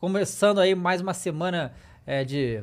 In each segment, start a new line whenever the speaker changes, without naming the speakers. Começando aí mais uma semana é, de.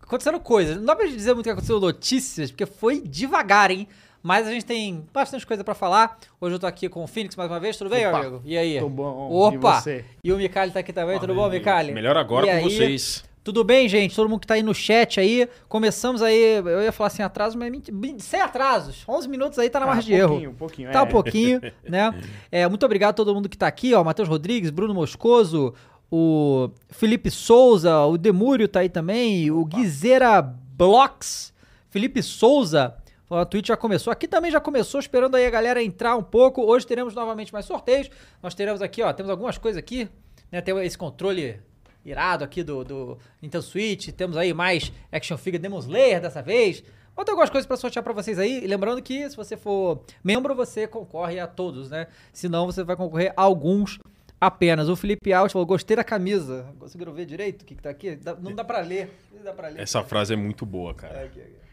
Aconteceram coisas. Não dá pra gente dizer muito que aconteceu notícias, porque foi devagar, hein? Mas a gente tem bastante coisa pra falar. Hoje eu tô aqui com o Phoenix mais uma vez. Tudo bem,
Opa,
amigo? E aí?
tô bom. E
Opa!
você?
E o Micali tá aqui também. Tudo bom, Micali?
Melhor agora
E
com
aí?
vocês.
Tudo bem, gente? Todo mundo que tá aí no chat aí. Começamos aí, eu ia falar sem atraso, mas mentira. Sem atrasos. 11 minutos aí tá na
Ah,
margem de erro.
pouquinho, pouquinho,
Tá
é.
um pouquinho, né? É, muito obrigado a todo mundo que tá aqui, ó. Matheus Rodrigues, Bruno Moscoso, o Felipe Souza, o Demúrio tá aí também, o Guizeira Blocks, Felipe Souza. Ó, A Twitch já começou. Aqui também já começou, esperando aí a galera entrar um pouco. Hoje teremos novamente mais sorteios. Nós teremos aqui, ó, temos algumas coisas aqui, né? Tem esse controle irado aqui do, do Nintendo Switch. Temos aí mais Action Figure Demon Slayer dessa vez. Mas tem algumas coisas pra sortear pra vocês aí. E Lembrando que se você for membro, você concorre a todos, né? Se não, você vai concorrer a alguns apenas. O Felipe Alves falou, gostei da camisa. Conseguiram ver direito o que, que tá aqui? Dá- não dá pra ler. Não dá pra ler.
Essa frase é muito boa,
É,
cara.
aqui, aqui.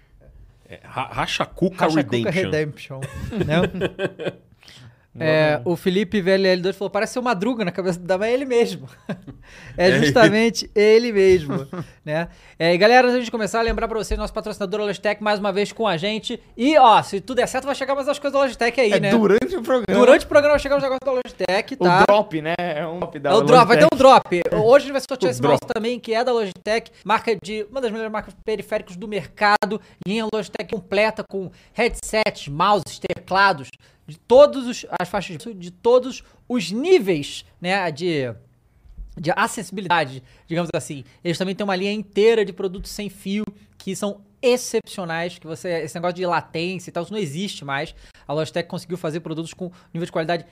É, Ra- Racha Cuca
Racha Cuca
Redemption.
Redemption. né? É, o Felipe VLL2 falou: parece o Madruga na cabeça do Dama, é ele mesmo. é
É
justamente ele mesmo. né? É, e galera, antes de começar, lembrar pra vocês, nosso patrocinador Logitech mais uma vez com a gente. E ó, se tudo der certo, vai chegar mais as coisas da Logitech aí,
É
né?
durante o programa.
Durante o programa vai chegar os negócios da Logitech,
o
tá?
drop, né? É um drop da
É o drop, vai ter
Logitech.
um drop. Hoje a gente vai sortear
O
esse
drop.
mouse também, que é da Logitech, marca de uma das melhores marcas periféricos do mercado. E a Logitech completa com headsets, mouses, teclados, de todas as faixas, de- de todos os níveis, né, de de acessibilidade, digamos assim. Eles também têm uma linha inteira de produtos sem fio que são excepcionais, que você esse negócio de latência e tal, isso não existe mais. A Logitech conseguiu fazer produtos com nível de qualidade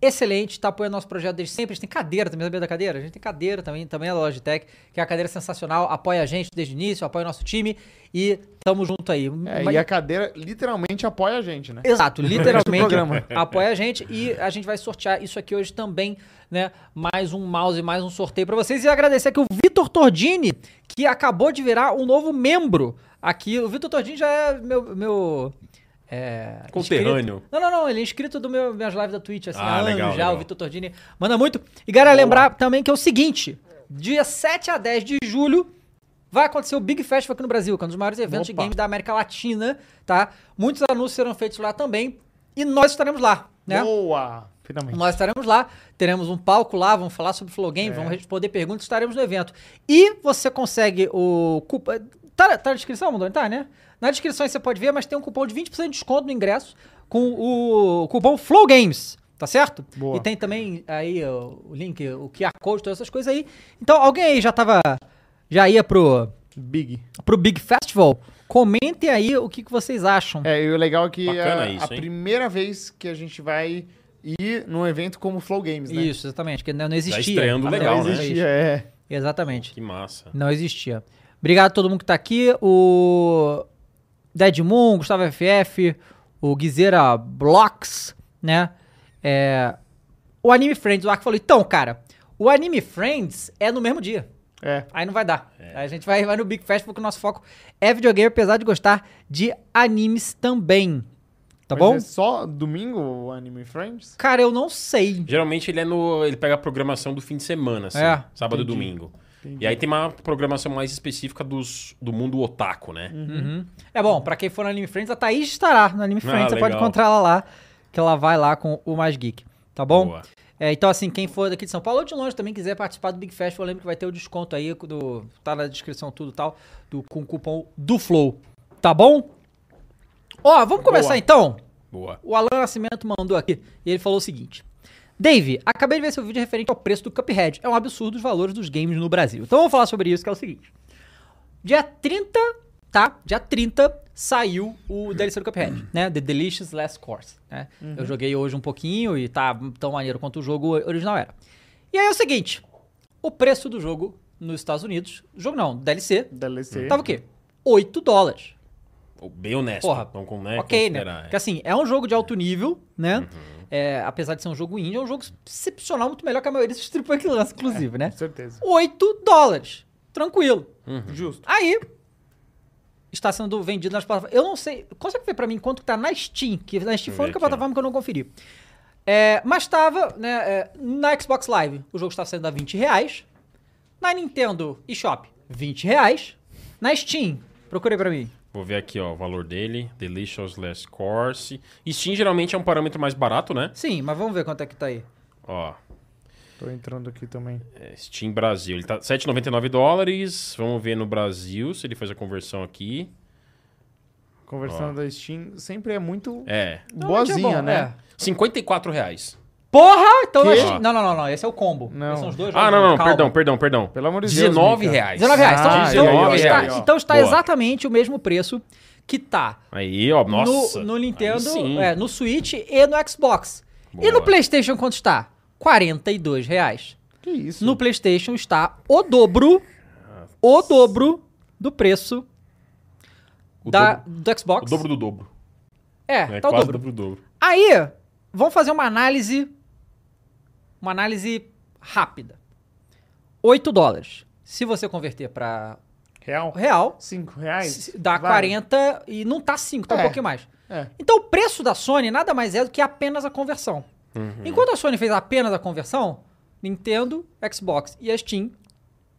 excelente, está apoiando nosso projeto desde sempre. A gente tem cadeira também, sabia da cadeira? A gente tem cadeira também, também é da Logitech, que é uma cadeira sensacional, apoia a gente desde o início, apoia o nosso time e tamo junto aí.
É,
Mas-
e a cadeira literalmente apoia a gente, né?
Exato, literalmente
programa.
apoia a gente e a gente vai sortear isso aqui hoje também, né? Mais um mouse, mais um sorteio pra vocês e agradecer aqui o Vitor Tordini, que acabou de virar um novo membro aqui. O Vitor Tordini já é meu meu é,
Conterrâneo.
inscrito. Não, não, não, ele é inscrito do meu minhas lives da Twitch assim,
Ah,
há anos
legal,
já,
legal.
o Vitor Tordini manda muito. E galera, lembrar também que é o seguinte, dia 7 a 10 de julho Vai acontecer o Big Festival aqui no Brasil, que é um dos maiores eventos de
Opa.
games da América Latina, tá? Muitos anúncios serão feitos lá também e nós estaremos lá, né?
Boa! Finalmente.
Nós estaremos lá, teremos um palco lá, vamos falar sobre Flow Game, vamos responder perguntas, estaremos no evento. E você consegue o cupom. Tá, tá na descrição, Mondoni? Tá, né? Na descrição aí você pode ver, mas tem um cupom de 20% de desconto no ingresso com o cupom Flow Games. Tá certo?
Boa.
E tem também aí o o link, o QR Code, todas essas coisas aí. Então, alguém aí já tava. Já ia pro
Big.
pro Big Festival, comentem aí o que, que vocês acham.
É, e o legal é que é
Bacana
a,
isso, hein?
primeira vez que a gente vai ir num evento como Flow Games, né?
Isso, exatamente, que não existia.
estreando
Até
legal,
Não
hoje
né?
existia, é.
Exatamente,
Que massa.
não existia. Obrigado a todo mundo que tá aqui, o Dead Moon, Gustavo FF, o Guizeira Blocks, né? É, O Anime Friends, o Arco falou, então, cara, o Anime Friends é no mesmo dia.
É.
Aí não vai dar. Aí A gente vai, vai no Big Festival, porque o nosso foco é videogame, apesar de gostar de animes também. Tá
Mas
bom?
É só domingo o Anime Friends?
Cara, eu não sei.
Geralmente ele é no. ele pega a programação do fim de semana, assim.
É,
sábado
entendi.
e domingo. E aí tem uma programação mais específica dos, do mundo otaku, né?
Uhum. É bom, pra quem for no Anime Friends, a Thaís estará no Anime
Ah,
Friends. você pode
legal.
encontrar ela lá, que ela vai lá com o Mais Geek. Tá bom?
Boa.
É, então, assim, quem for daqui de São Paulo ou de longe também quiser participar do Big Festival, lembra que vai ter o desconto aí, do, tá na descrição tudo e tal, do, com o cupom do Flow. Tá bom? Ó, vamos começar
Boa.
então.
Boa.
O Alan Nascimento mandou aqui e ele falou o seguinte: Dave, acabei de ver seu vídeo referente ao preço do Cuphead. É um absurdo os valores dos games no Brasil. Então vamos falar sobre isso, que é o seguinte: Dia 30, tá? Dia 30 saiu o DLC do Cuphead, né? The Delicious Last Course. Né? Eu joguei hoje um pouquinho e tá tão maneiro quanto o jogo original era. E aí é o seguinte: o preço do jogo nos Estados Unidos, jogo não, DLC,
DLC.
Hum. tava o quê? 8 dólares.
Bem honesto.
Porra,
Vamos com, né,
Ok, né?
considerar, é.
Porque assim, é um jogo de alto nível, né?
Uhum.
É, apesar de ser um jogo indie, é um jogo excepcional, muito melhor que a maioria dos triple que lança, inclusive, né?
Com certeza.
8 dólares. Tranquilo.
Justo.
Aí, está sendo vendido nas plataformas. Eu não sei, consegue ver pra mim quanto que tá na Steam? Que na Steam
Deixa eu
foi a
ver
única
aqui, ó.
plataforma que eu não conferi. É, mas tava, né, é, na Xbox Live, o jogo estava saindo a 20 reais. Na Nintendo eShop, 20 reais. Na Steam, procurei pra mim.
Vou ver aqui, ó, o valor dele. Delicious Last Course. Steam geralmente é um parâmetro mais barato, né?
Sim, mas vamos ver quanto é que tá aí.
Ó,
Tô entrando aqui também.
é, Steam Brasil. Ele tá 7,99 dólares. Vamos ver no Brasil se ele faz a conversão aqui.
Conversando da Steam, sempre é muito
É,
Normalmente é
boazinha,
bom,
né?
é.
54 reais.
Porra! Então
Que?
na Steam- Não, não, não, não. Esse é o combo.
Não.
Esses são os dois
Ah,
jogos,
não, não,
calma.
perdão, perdão, perdão.
Pelo amor de Deus.
19
Mica.
reais.
19 reais. Então,
Ah,
então-
19
está,
reais.
então está
Boa.
exatamente o mesmo preço que tá
Aí, ó, nossa.
no, no
Aí sim.
Nintendo, é, no Switch e no Xbox. E no
Boa.
PlayStation quanto está? R$ 42 reais.
Que isso?
No PlayStation está o dobro, o dobro do preço
O
da,
dobro-
do Xbox.
o dobro do dobro.
É,
É,
tá o
quase
dobro.
do dobro.
Aí, vamos fazer uma análise. Uma análise rápida. 8 dólares. Se você converter para
Real?
real,
5 reais?
se- dá
Vai.
40 e não tá 5, tá um
É.
pouquinho mais.
É.
Então o preço da Sony nada mais é do que apenas a conversão. Enquanto a Sony fez apenas a conversão, Nintendo, Xbox e a Steam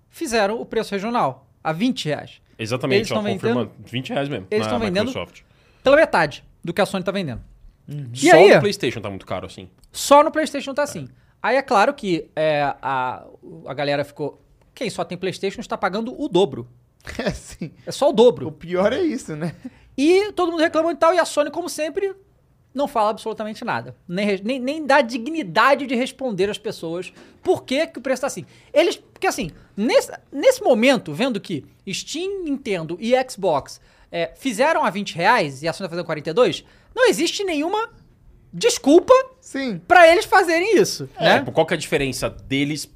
fizeram o preço regional, a 20 reais. Eles
Exatamente, ó,
estão
confirma 20 reais mesmo.
Eles
na
estão vendendo-
Microsoft.
Pela metade do que a Sony tá vendendo. E
Uhum.
Só
aí?
o PlayStation tá muito caro assim.
Só no PlayStation tá assim. Aí é claro que é, a, a galera ficou. Quem só tem PlayStation está pagando o dobro.
É, sim.
É só o dobro.
O pior é isso, né?
E todo mundo reclamando e tal. E a Sony, como sempre, não fala absolutamente nada. Nem, re- nem, nem dá dignidade de responder às pessoas por que, que o preço tá assim. Eles. Porque assim, nesse, nesse momento, vendo que Steam, Nintendo e Xbox é, fizeram a 20 reais e a Sony tá fazendo 42, não existe nenhuma desculpa
Sim.
pra eles fazerem isso.
É,
né?
tipo, qual que é a diferença deles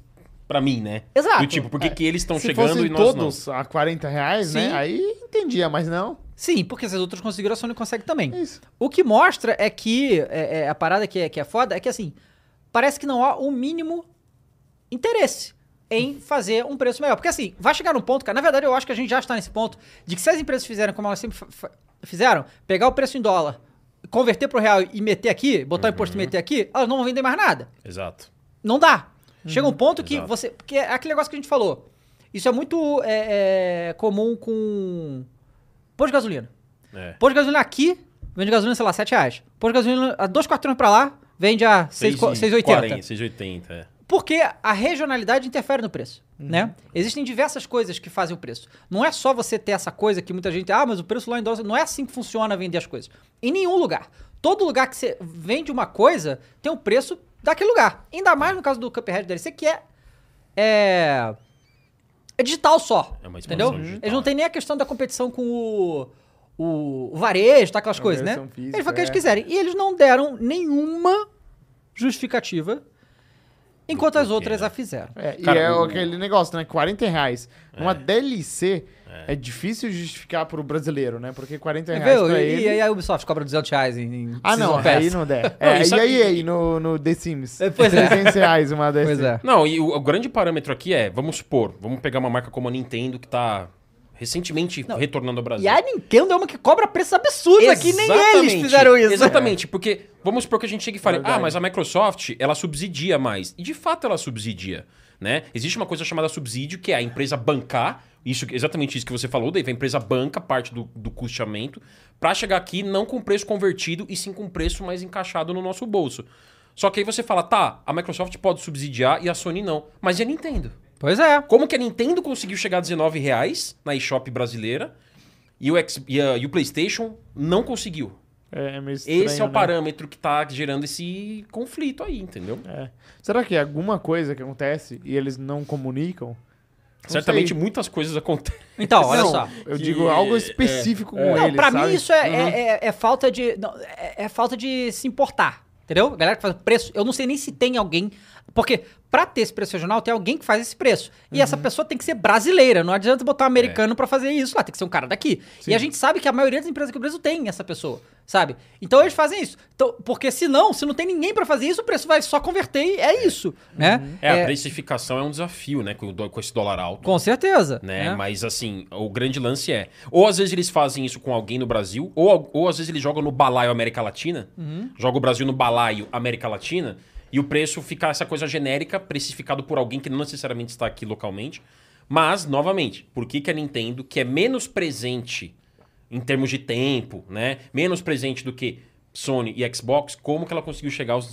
pra mim, né?
Exato. É.
Do tipo, por que, que eles estão
Se
chegando
fossem
e nós
todos a 40 reais,
Sim.
né? Aí entendia, mas não.
Sim, porque essas outras conseguiram, a Sony consegue também.
É isso.
O que mostra é que é, é, a parada que é, que é foda é que assim, parece que não há o mínimo interesse em fazer um preço melhor. Porque assim, vai chegar num ponto, cara. Na verdade, eu acho que a gente já está nesse ponto de que se as empresas fizerem como elas sempre fa- fa- fizeram, pegar o preço em dólar, converter pro real e meter aqui, botar o imposto e meter aqui, elas não vão vender mais nada.
não. Exato.
Não dá. Chega um ponto que
Exato.
você. Porque é aquele negócio que a gente falou. Isso é muito é, é, comum com. Pôr de gasolina.
É.
Pôr de gasolina aqui, vende gasolina, sei lá, 7 reais. Pôr de gasolina a dois quarteirões pra lá, vende a seis- co-
6,40,
6,80.
6,80, é.
Porque a regionalidade interfere no preço, né? Existem diversas coisas que fazem o preço. Não é só você ter essa coisa que muita gente... Ah, mas o preço lá em dólar... Não é assim que funciona vender as coisas. Em nenhum lugar. Todo lugar que você vende uma coisa tem o preço daquele lugar. Ainda mais no caso do Cuphead DLC, que é... É, é digital só,
É uma expansão
entendeu?
digital.
Eles não têm nem a questão da competição com o... O, o varejo, tá, aquelas
A
coisas, né?
versão física,
eles fazem o que eles
é.
quiserem. E eles não deram nenhuma justificativa Enquanto as
porquê,
outras
né?
a fizeram.
É,
Cara,
e é
o- É.
aquele negócio, né? 40 reais. Uma DLC é. difícil justificar pro brasileiro, né? Porque 40
Vê,
reais
É,
pra
e,
ele...
e aí a Ubisoft cobra 200 reais em, em
Ah,
Season
não,
Pass.
aí não der. É,
isso
e
aqui-
aí, aí no, no The Sims?
É, pois é.
300 reais uma DLC.
Pois é.
Não, e o, o grande parâmetro aqui é, vamos supor, vamos pegar uma marca como a Nintendo que tá recentemente retornando ao Brasil.
E a Nintendo é uma que cobra preços absurdos aqui, nem eles
Exatamente,
fizeram isso. né?
Exatamente, porque vamos supor que a gente chegue e fale,
Verdade.
ah, mas a Microsoft, ela subsidia mais. E de fato ela subsidia, né? Existe uma coisa chamada subsídio, que é a empresa bancar, isso, exatamente isso que você falou, Dave, a empresa banca parte do, do custeamento para chegar aqui não com preço convertido e sim com preço mais encaixado no nosso bolso. Só que aí você fala, tá, a Microsoft pode subsidiar e a Sony não, mas e a Nintendo?
Pois é.
Como que a Nintendo conseguiu chegar a R$19,00 na eShop brasileira e o, X- e a- e o PlayStation não conseguiu?
É, é meio
Esse
estranho,
é o
né?
parâmetro que tá gerando esse conflito aí, entendeu?
É. Será que é alguma coisa que acontece e eles não comunicam? Não
Certamente
sei.
muitas coisas acontecem.
Então, olha
Não,
só.
Eu
Que- é,
digo algo específico com
Não,
eles,
pra
sabe?
mim isso é, é-
Uhum.
é- é falta de. não, é, é falta de se importar. Entendeu? A galera que faz o preço. Eu não sei nem se tem alguém. Porque pra ter esse preço regional, tem alguém que faz esse preço. E essa pessoa tem que ser brasileira. Não adianta botar um americano pra fazer isso lá. Tem que ser um cara daqui. E a gente sabe que a maioria das empresas aqui no Brasil tem essa pessoa. Sabe? Então eles fazem isso. Então, porque se não, se não tem ninguém pra fazer isso, o preço vai só converter e é isso. Né?
É, a precificação é um desafio, né? Com, o dó- com esse dólar alto.
Com certeza.
Né? Mas assim, o grande lance é. Ou às vezes eles fazem isso com alguém no Brasil, ou, al- ou às vezes eles jogam no balaio América Latina. Joga o Brasil no balaio América Latina. E o preço ficar essa coisa genérica, precificado por alguém que não necessariamente está aqui localmente. Mas, novamente, por que, que a Nintendo, que é menos presente em termos de tempo, né? Menos presente do que Sony e Xbox, como que ela conseguiu chegar aos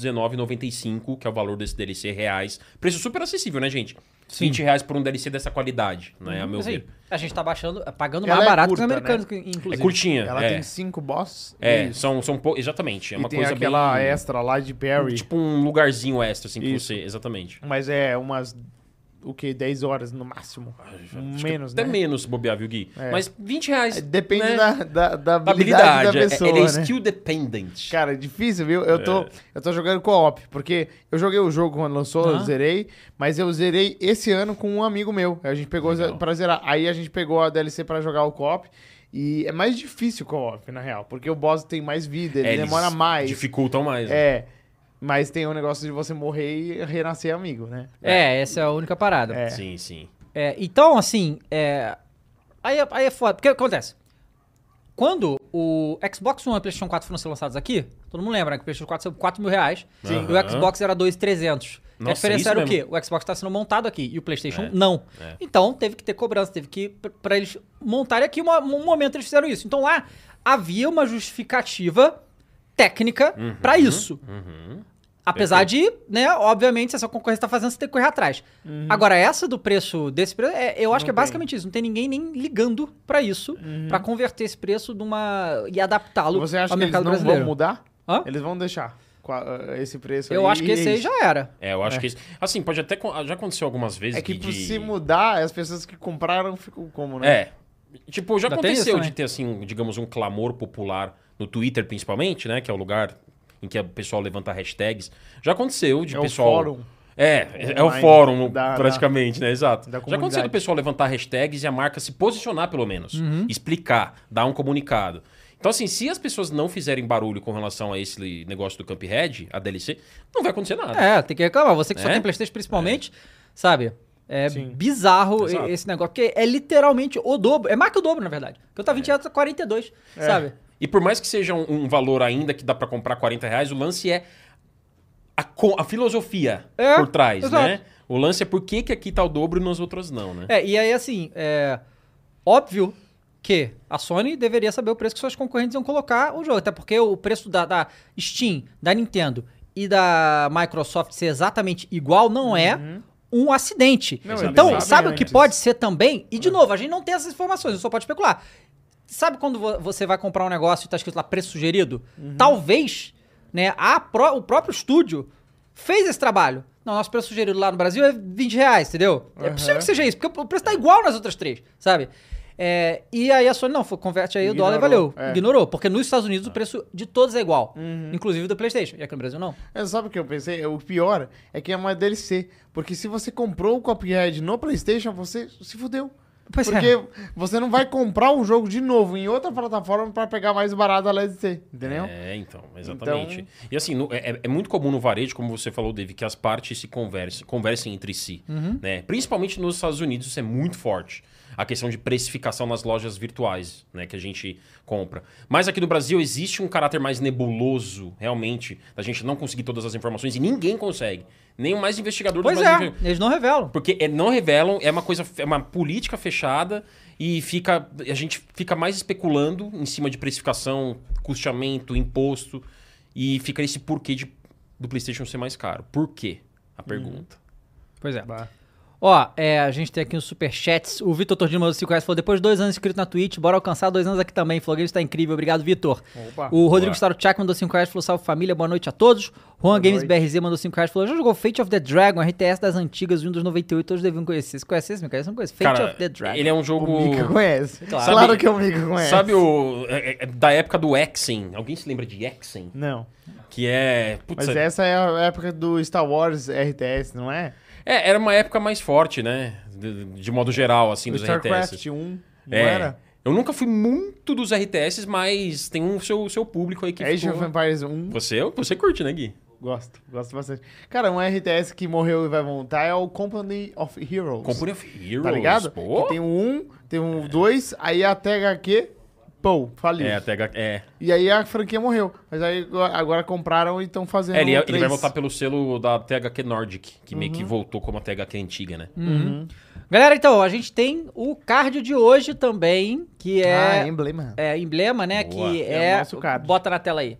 R$19,95, que é o valor desse DLC reais. Preço super acessível, né, gente?
Sim.
20 reais por um DLC dessa qualidade, né? A meu
Assim,
ver.
a gente tá baixando, pagando
Ela
mais
é
barato que os
curta,
americanos,
É
inclusive.
curtinha.
Ela
é.
tem cinco bosses.
É,
e-
são, são pou- Exatamente. É
e
uma
tem
coisa
aquela
bem.
extra lá de Perry.
Tipo um lugarzinho extra, assim, que
Isso.
você. Exatamente.
Mas é umas. O que? 10 horas no máximo. Menos,
é Até
né?
menos bobear, viu, Gui?
É.
Mas 20 reais.
É, Depende
né?
da, da, da habilidade,
habilidade.
da
é-
pessoa.
ele é
né?
skill dependent.
Cara, é difícil, viu? Eu
É.
tô, eu tô jogando co-op, porque eu joguei o jogo quando lançou, eu
Ah.
zerei, mas eu zerei esse ano com um amigo meu. A gente pegou
Legal.
pra zerar. Aí a gente pegou a DLC pra jogar o co-op. E é mais difícil o co-op, na real, porque o boss tem mais vida, ele
É, eles
demora mais.
Dificultam mais. né?
É. Mas tem o negócio de você morrer e renascer amigo, né?
É, essa é a única parada.
É.
né? Sim, sim.
É, então, assim, é, aí, é- aí é foda. Porque o que acontece? Quando o Xbox One e o PlayStation 4 foram ser lançados aqui, todo mundo lembra né, que o PlayStation 4 saiu por 4 mil reais
Sim.
e o Xbox era 2,300. E
Nossa,
a diferença
isso
era
mesmo.
o quê? O Xbox está sendo montado aqui e o PlayStation
É,
não.
é.
Então teve que ter cobrança, teve que. para eles montarem aqui, uma- um momento eles fizeram isso. Então lá havia uma justificativa técnica pra para isso.
Uhum.
Apesar de, né, obviamente, se essa concorrência tá fazendo, você tem que correr atrás. Agora, essa do preço desse preço, é- eu acho
Uhum. Não
que é
tem. Uhum.
basicamente isso. Não tem ninguém nem ligando pra isso, pra converter esse preço numa e adaptá-lo
Você acha
ao
que eles não
mercado brasileiro.
vão mudar?
Hã?
Eles vão deixar com a- esse preço
eu
aí,
acho que
e
esse
é
aí
isso.
já era.
É, eu acho que isso. Assim, pode até. con- Já aconteceu algumas vezes.
É que
Gui,
por
de-
se mudar, as pessoas que compraram ficam como, né?
É. Tipo, já
Ainda tem
aconteceu
isso, né?
de ter, assim, digamos, um clamor popular no Twitter, principalmente, né? Que é o lugar em que o pessoal levanta hashtags. Já aconteceu de
É o
pessoal.
fórum.
É, é, é o
Online
fórum,
da-
praticamente, né? Exato.
da
Já aconteceu
comunidade.
do pessoal levantar hashtags e a marca se posicionar, pelo menos.
Uhum.
Explicar, dar um comunicado. Então, assim, se as pessoas não fizerem barulho com relação a esse negócio do Camphead, a DLC, não vai acontecer nada.
É, tem que reclamar. Você que só
É?
tem PlayStation principalmente, sabe? É
Sim.
bizarro e-
Exato.
esse negócio, porque é literalmente o dobro. É mais que o dobro, na verdade. Porque eu tava 20 reais, tá 42,
É.
sabe?
E por mais que seja um, um valor ainda que dá pra comprar 40 reais, o lance é a, co- a filosofia
É,
por trás,
exato.
né? O lance é por que, que aqui tá o dobro e nas outras não, né?
É, e aí assim, é óbvio que a Sony deveria saber o preço que suas concorrentes iam colocar o jogo, até porque o preço da, da Steam, da Nintendo e da Microsoft ser exatamente igual não é um acidente.
Não,
Uhum. eles
então,
sabem
sabe o que
antes.
pode ser também? E de novo, a gente não tem essas informações, a gente só pode especular. Sabe quando vo- você vai comprar um negócio e tá escrito lá preço sugerido? Talvez, né, a pró- o próprio estúdio fez esse trabalho. Não, nosso preço sugerido lá no Brasil é 20 reais, entendeu? É
Aham.
possível que seja isso, porque o preço tá igual nas outras três, sabe? É, e aí a Sony, não, foi- converte aí o dólar e
Ignorou,
valeu.
é.
Ignorou, Ah. porque nos Estados Unidos o preço de todos é igual, inclusive do PlayStation. E aqui no Brasil não.
É, sabe o que eu pensei? O pior é que é uma DLC. Porque se você comprou o Cuphead no PlayStation, você se fudeu.
Pois é.
porque você não vai comprar o jogo de novo em outra plataforma pra pegar mais barato a DLC, entendeu?
É, então, exatamente. E assim, no- é, é muito comum no varejo, como você falou, David, que as partes se conversem, conversem entre si. Né? Principalmente nos Estados Unidos, isso é muito forte. A questão de precificação nas lojas virtuais, né, que a gente compra. Mas aqui no Brasil existe um caráter mais nebuloso, realmente, da gente não conseguir todas as informações e ninguém consegue. Nem o mais investigador
Pois
do Brasil.
é, eles não revelam.
Porque é- não revelam, é uma coisa, é uma política fechada e fica a gente fica mais especulando em cima de precificação, custeamento, imposto e fica esse porquê de, do PlayStation ser mais caro. Por quê? A pergunta.
Pois é.
Bah.
Ó, é, a gente tem aqui uns superchats. O Vitor Tordino mandou 5 reais falou: depois de dois anos inscrito na Twitch, bora alcançar dois anos aqui também. Falou, está incrível, obrigado, Vitor.
Opa.
O Rodrigo
Boa.
Starochak mandou 5 reais falou: salve família, boa noite a todos. Juan Games BRZ mandou 5 reais falou: já jogou Fate of the Dragon, RTS das antigas, Windows 98, todos deviam conhecer. Você conhece esse, Micael? Você não conhece? Fate of the Dragon.
ele é um
O
jogo.
Mika conhece.
Claro.
Claro,
Sabe-
que o Mika conhece.
Sabe o. é- é da época do Exen. Alguém se lembra de Exen?
Não.
Que é. Putz,
Mas essa é a época do Star Wars RTS, não é?
é, era uma época mais forte, né? De, de modo geral, assim,
O
dos RTS.
StarCraft 1, não
É.
era?
Eu nunca fui muito dos RTS, mas tem um seu, seu público aí que
Age
ficou-
of Empires 1,
Você, você curte, né, Gui?
gosto, gosto bastante. Cara, um RTS que morreu e vai voltar é o Company of Heroes.
Company of Heroes.
Tá ligado?
Pô.
Que tem o 1, tem o 2, aí até HQ, Pou, faliu.
É, até, é.
E aí a franquia morreu. Mas aí agora- agora compraram e estão fazendo.
É, ele, ele
um três. Uhum.
vai voltar pelo selo da THQ Nordic, que meio que voltou como a THQ antiga, né?
é
Uhum.
um
Galera, então, a gente tem o card de hoje também, que
Ah,
é,
emblema.
é emblema, né?
Boa.
Que
É
é.
o nosso card.
Bota na tela aí.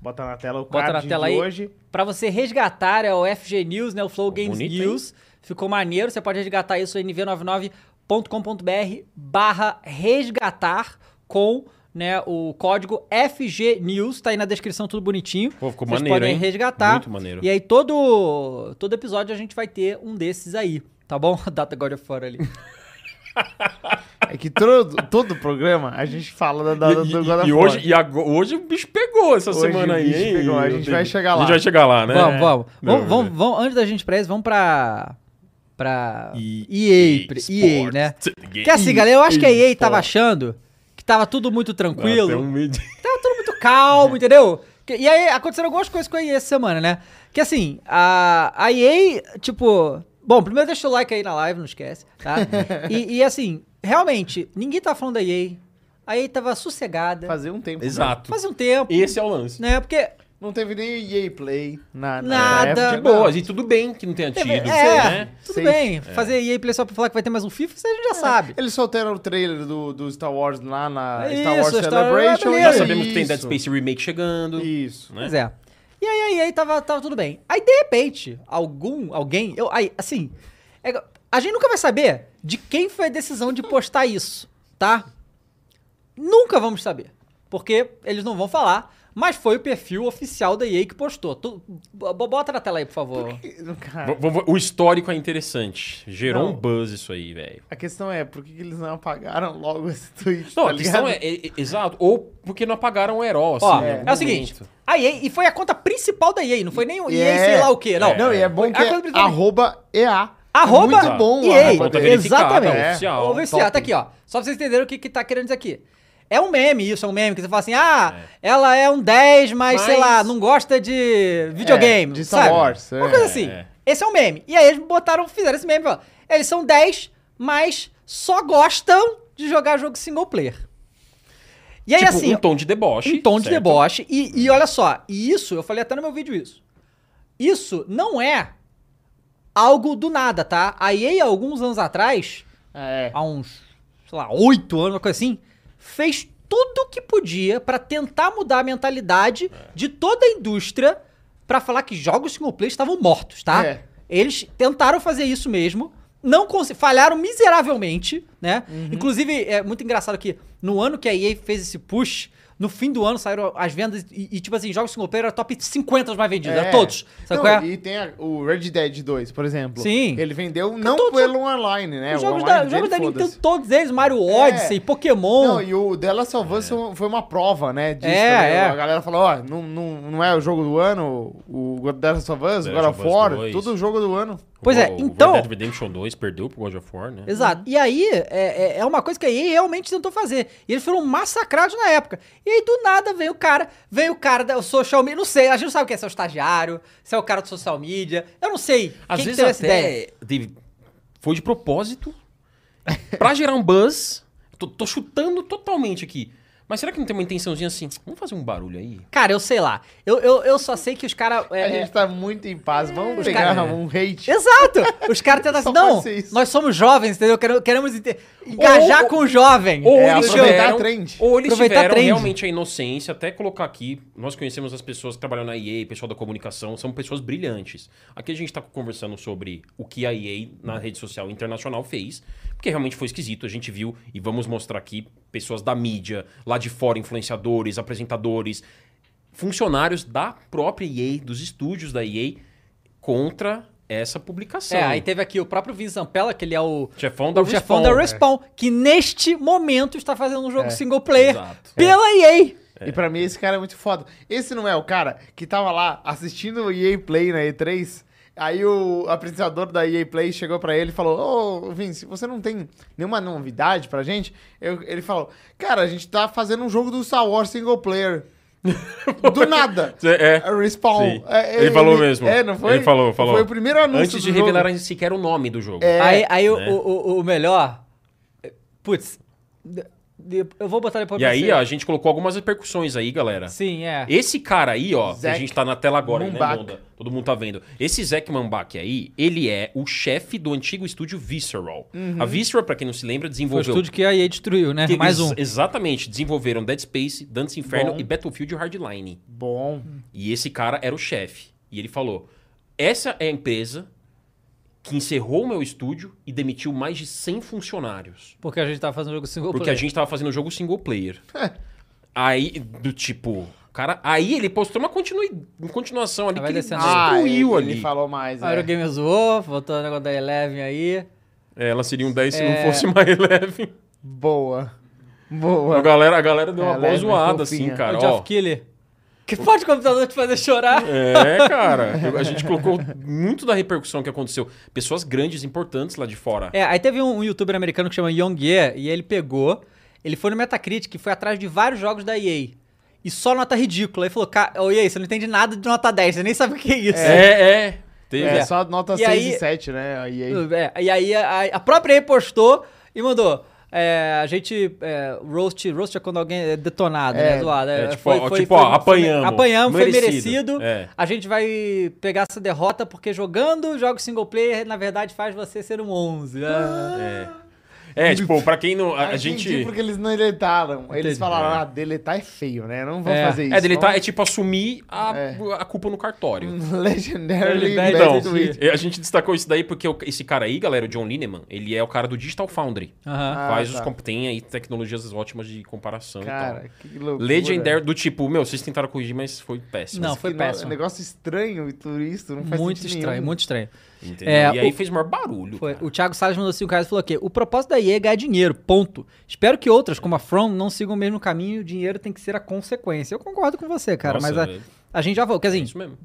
Bota na tela o
Bota
card
na tela
de
aí.
hoje.
Pra você resgatar, é o FG News, né? O Flow Games
Bonito, hein?
News. Ficou maneiro. Você pode resgatar isso em nv99.com.br barra resgatar com né, o código FG News. Tá aí na descrição tudo bonitinho.
Pô, ficou
Vocês
maneiro,
podem
hein?
resgatar.
Muito maneiro.
E aí todo, todo episódio a gente vai ter um desses aí, tá bom? Data God of War ali.
É que todo, todo programa a gente fala da, da, do
E-
God
e-
of
e
War.
hoje, e ago- hoje o bicho pegou essa
Hoje
semana
o
aí,
bicho
hein?
pegou, a
Eu
gente
tenho-
vai chegar lá.
A gente vai chegar lá, né?
Vamos, vamos.
Não,
Vamos, vamos,
é.
vamos. Antes da gente pra isso, vamos pra. pra.
E-
EA, pre- EA,
Sports.
né?
Game.
Que assim, galera, eu acho que a EA tava
Sports.
achando que tava tudo muito tranquilo.
Nossa, é um mid-
Tava tudo muito calmo, entendeu? Que- E aí aconteceram algumas coisas com a EA essa semana, né? Que assim, a, a EA, tipo. Bom, primeiro deixa o like aí na live, não esquece, tá? e, e, assim, realmente, ninguém tava falando da EA. A EA tava sossegada. Fazia,
Fazer um tempo.
Exato.
um tempo,
Esse é o lance.
né? Porque.
Não teve nem EA Play. Na, na
Nada.
época,
De
não.
É boa, e tudo bem que não tenha tido,
Teve- é,
né? É.
tudo
Safe.
bem. Fazer EA Play só pra falar que vai ter mais um FIFA, isso a gente já sabe.
Eles soltaram o trailer do, do Star Wars lá na
É
Star
isso,
Wars
Star-
Celebration.
é,
Já
beleza.
sabemos que tem
Isso.
Dead Space Remake chegando.
Isso.
né?
Pois é. E aí, aí, aí tava, tava tudo bem. Aí, de repente, algum, alguém, eu, aí, assim, é- a gente nunca vai saber de quem foi a decisão de postar isso, tá? Nunca vamos saber, porque eles não vão falar, mas foi o perfil oficial da EA que postou. Tu- bo- bota na tela aí, por favor.
Cara,
V- v- O histórico é interessante. Gerou
Não.
um buzz isso aí, velho.
a questão é, por que que eles não apagaram logo esse tweet?
Não,
tá
a questão é,
ligado?
é- é- Exato. Ou porque não apagaram o herói, assim.
Ó,
em
é,
algum
o seguinte,
momento.
a EA, e foi a conta principal da EA, não foi nem o EA
É.
sei lá o quê, não.
É.
Não, e é bom
Foi
que
a
é
conta principal.
arroba EA.
Arroba
é muito bom
EA.
a arroba
Conta
dele.
verificada,
Exatamente.
é.
Oficial.
Top.
Tá aqui, ó. Só pra vocês entenderem o que, que tá querendo dizer aqui. É um meme isso, é um meme que você fala assim, ah, ela é um 10, mas,
Mas-
sei lá, não gosta de videogame,
É, de Star
sabe?
Wars,
Uma
é.
coisa assim.
É.
Esse é um meme. E aí eles botaram, fizeram esse meme, ó. Eles são 10, mas só gostam de jogar jogo single player. E aí,
tipo,
assim,
um tom de deboche.
um tom de
certo? É.
deboche. E, e olha só, e isso, eu falei até no meu vídeo isso. Isso não é algo do nada, tá? A EA, alguns anos atrás,
É.
há uns, sei lá, oito anos, uma coisa assim, fez tudo o que podia pra tentar mudar a mentalidade de toda a indústria pra falar que jogos single player estavam mortos, tá?
É.
Eles tentaram fazer isso mesmo, não consi- falharam miseravelmente, né?
Uhum.
Inclusive, é muito engraçado que no ano que a EA fez esse push, no fim do ano saíram as vendas e, e, tipo assim, jogos single player era top 50 os mais vendidos, era
É.
todos. Sabe
Não,
qual é?
E tem a- o Red Dead 2, por exemplo.
Sim.
Ele vendeu não
todos-
pelo online, né?
Os
O
jogos
online
da, os jogos da
dele,
Nintendo,
foda-se. É.
todos eles, Mario Odyssey, Pokémon.
Não, e o The Last of Us foi uma prova, né? Disso,
É,
também.
é.
A galera falou, ó, não, não, não é o jogo do ano, o The Last of Us,
The
God
Last
of
of Us
War,
2.
tudo o jogo do ano.
Pois é,
O-
então-
O Red Dead Redemption 2 perdeu pro God of War, né?
Exato. E aí, é, é- é uma coisa que a EA realmente tentou fazer. E eles foram massacrados na época. E aí, do nada, vem o cara, vem o cara da o social media. Não sei, a gente não sabe quem é, se é o estagiário, se é o cara do social media. Eu não sei.
Às
quem que
vezes
teve essa ideia?
até David, foi de propósito pra gerar um buzz. Tô, tô chutando totalmente aqui. Mas será que não tem uma intençãozinha assim? Vamos fazer um barulho aí?
Cara, eu sei lá. Eu, eu, eu só sei que os é, caras.
É.
a gente tá muito em paz, vamos
Os
pegar
cara-
um hate.
Exato! Os caras tentam
Só
assim, não,
pode ser isso.
nós somos jovens, entendeu? Quere- Queremos inte- engajar
ou-
com o jovem.
Ou
É,
eles
aproveitar
tiveram,
a trend.
Ou eles
Aproveitar a
tiveram
trend.
realmente a inocência, até colocar aqui. Nós conhecemos as pessoas que trabalham na EA, pessoal da comunicação, são pessoas brilhantes. Aqui a gente está conversando sobre o que a EA na rede social internacional fez, porque realmente foi esquisito. A gente viu, e vamos mostrar aqui, pessoas da mídia, lá de fora, influenciadores, apresentadores, funcionários da própria EA, dos estúdios da EA, contra essa publicação.
É, aí teve aqui o próprio Vin Zampella, que ele é o
Chefão da
o chefão da
Respawn.
Respawn, que neste momento está fazendo um jogo
É,
single player
exato.
pela EA.
E pra mim esse cara é muito foda. Esse não é o cara que tava lá assistindo o EA Play na E3. Aí o apresentador da EA Play chegou pra ele e falou: Ô, Vince, você não tem nenhuma novidade pra gente? Eu- ele falou: Cara, a gente tá fazendo um jogo do Star Wars single player. Do nada.
É, é.
Respawn.
Sim.
É,
ele falou mesmo.
É, não foi?
Ele falou, falou.
Foi o primeiro anúncio
Antes de
do
revelar
jogo.
sequer o nome do jogo.
É,
aí aí o-
né?
o, o, o melhor. Putz. Eu vou botar depois
E
pra
aí,
você.
ó, a gente colocou algumas repercussões aí, galera.
Sim, é.
Esse cara aí, ó, que a
Zac
gente tá na tela agora,
Mumbach.
né, Monda? Todo mundo tá vendo. Esse Zac Mambach aí, ele é o chefe do antigo estúdio Visceral. A Visceral, pra quem não se lembra,
Foi o
desenvolveu...
estúdio que a EA destruiu, né?
que-
Mais
ex-
um.
Exatamente. Desenvolveram Dead Space, Dantes Inferno
Bom.
e Battlefield Hardline.
Bom.
E esse cara era o chefe. E ele falou: essa é a empresa que encerrou o meu estúdio e demitiu mais de 100 funcionários.
Porque a gente tava fazendo um jogo single
Porque a
player.
gente tava fazendo jogo single player.
É.
aí, do tipo. Cara, aí ele postou uma continui, uma continuação ali
Vai
que ele
descendo.
destruiu
Ah, ele,
ali.
ele falou mais.
A
é.
Eurogamer zoou, botou o negócio da Eleven aí.
É, ela seria um 10 se
É.
não fosse mais leve.
Boa.
A
Boa.
galera, a galera deu uma
É,
boa
leve,
zoada,
fofinha.
assim, cara.
o
ó.
Geoff Keighley. Que pode o computador te fazer chorar?
É, cara. Eu- a gente colocou muito da repercussão que aconteceu. Pessoas grandes, importantes lá de fora.
É, aí teve um, um youtuber americano que chama Young Ye, e ele pegou, ele foi no Metacritic e foi atrás de vários jogos da EA. E só nota ridícula. Aí falou, cara, ô EA, você não entende nada de nota 10, você nem sabe o que é isso.
É, é. Teve
É, só nota
E
6
aí-
e 7, né? E aí...
É, e aí a, a própria EA postou e mandou. é, a gente. É, roast, roast é quando alguém é detonado,
É,
né? Zoado.
é, tipo, ó, tipo, ó, apanhamos.
apanhamos, foi merecido.
Merecido, é.
A gente vai pegar essa derrota porque jogando jogos single player, na verdade, faz você ser um 11. né?
Ah. É, tipo, pra quem não. A, a
Ah, entendi
gente.
porque eles não deletaram. Eles
Entendi.
falaram, ah, deletar é feio, né? Não vamos
É.
fazer isso.
É, deletar é
Vamos-
tipo assumir a,
É.
a culpa no cartório.
Então,
é-
Legendary
Legendary
Bad
Então,
Tweet.
a gente destacou isso daí porque o- esse cara aí, galera, o John Lineman, ele é o cara do Digital Foundry.
Aham.
Ah,
Faz
tá.
os comp- tem aí tecnologias ótimas de comparação
então.
e
Cara, que
tal.
loucura.
Legendary do tipo, meu, vocês tentaram corrigir, mas foi péssimo.
Não,
Que
foi
no-
péssimo.
negócio estranho e turista, não faz
Muito
sentido
estranho,
nenhum.
muito estranho.
assim, Entendeu?
É,
e aí
o-
fez o maior barulho.
Foi.
cara.
O Thiago Salles mandou 5 reais e falou aqui: o propósito da EA é ganhar dinheiro, ponto. Espero que outras, como a From, não sigam o mesmo caminho o dinheiro tem que ser a consequência. Eu concordo com você, cara,
Nossa,
mas a, assim,
é-
a gente já falou. Quer
é
dizer,
isso mesmo.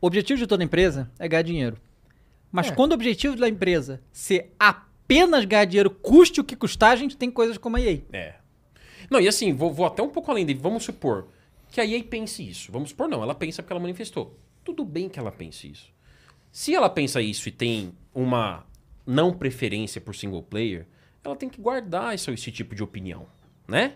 o objetivo de toda empresa é ganhar dinheiro. Mas
É.
quando o objetivo da empresa ser apenas ganhar dinheiro, custe o que custar, a gente tem coisas como a EA.
É. Não, e assim, vou, vou até um pouco além dele. Vamos supor que a EA pense isso. Vamos supor, não. Ela pensa porque ela manifestou. Tudo bem que ela pense isso. Se ela pensa isso e tem uma não preferência por single player, ela tem que guardar esse, esse tipo de opinião, né?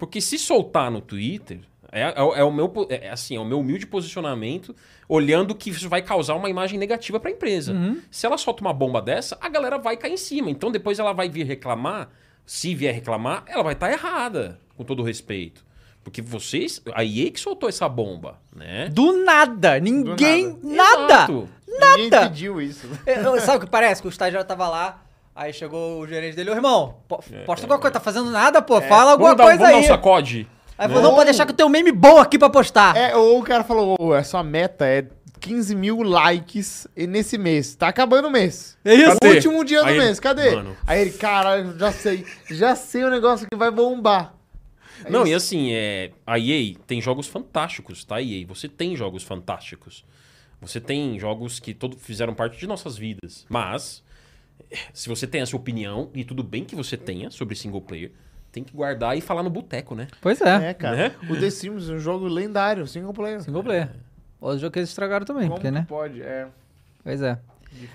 Porque se soltar no Twitter, é, é o- é o meu po- é, é assim, é o meu humilde posicionamento, olhando que isso vai causar uma imagem negativa para a empresa.
Uhum.
Se ela solta uma bomba dessa, a galera vai cair em cima. Então depois ela vai vir reclamar. Se vier reclamar, ela vai estar errada, com todo respeito. Porque vocês, a EA que soltou essa bomba, né?
Do nada! Ninguém. nada!
Exato.
Ninguém
Nada!
pediu isso.
É, eu- Sabe o que parece? Que o estagiário tava lá, aí chegou o gerente dele, ô irmão, po- posta alguma coisa, tá fazendo nada, pô, fala alguma
Vamos dar, um-
coisa
vamos dar um
aí.
sacode.
Aí falou, não, pode deixar que eu tenho um meme bom aqui pra postar.
É, ou o cara falou, "Ô, a sua meta é 15 mil likes e nesse mês. Tá acabando o mês.
É isso?
O
Cadê?
último dia do
Aí ele-
mês, cadê?
Mano.
Aí ele, caralho, já sei. Já sei o negócio que vai bombar. É
Não, e
isso.
assim, é, a EA tem jogos fantásticos, tá, EA? Você tem jogos fantásticos. Você tem jogos que todo, fizeram parte de nossas vidas. Mas, eh, se você tem a sua opinião, e tudo bem que você tenha sobre single player, tem que guardar e falar no boteco, né?
Pois é,
É, cara.
Né?
O The Sims é um jogo lendário, single player.
single player. Outro jogo que eles estragaram também,
Como
porque,
que
né?
pode? É.
Pois é.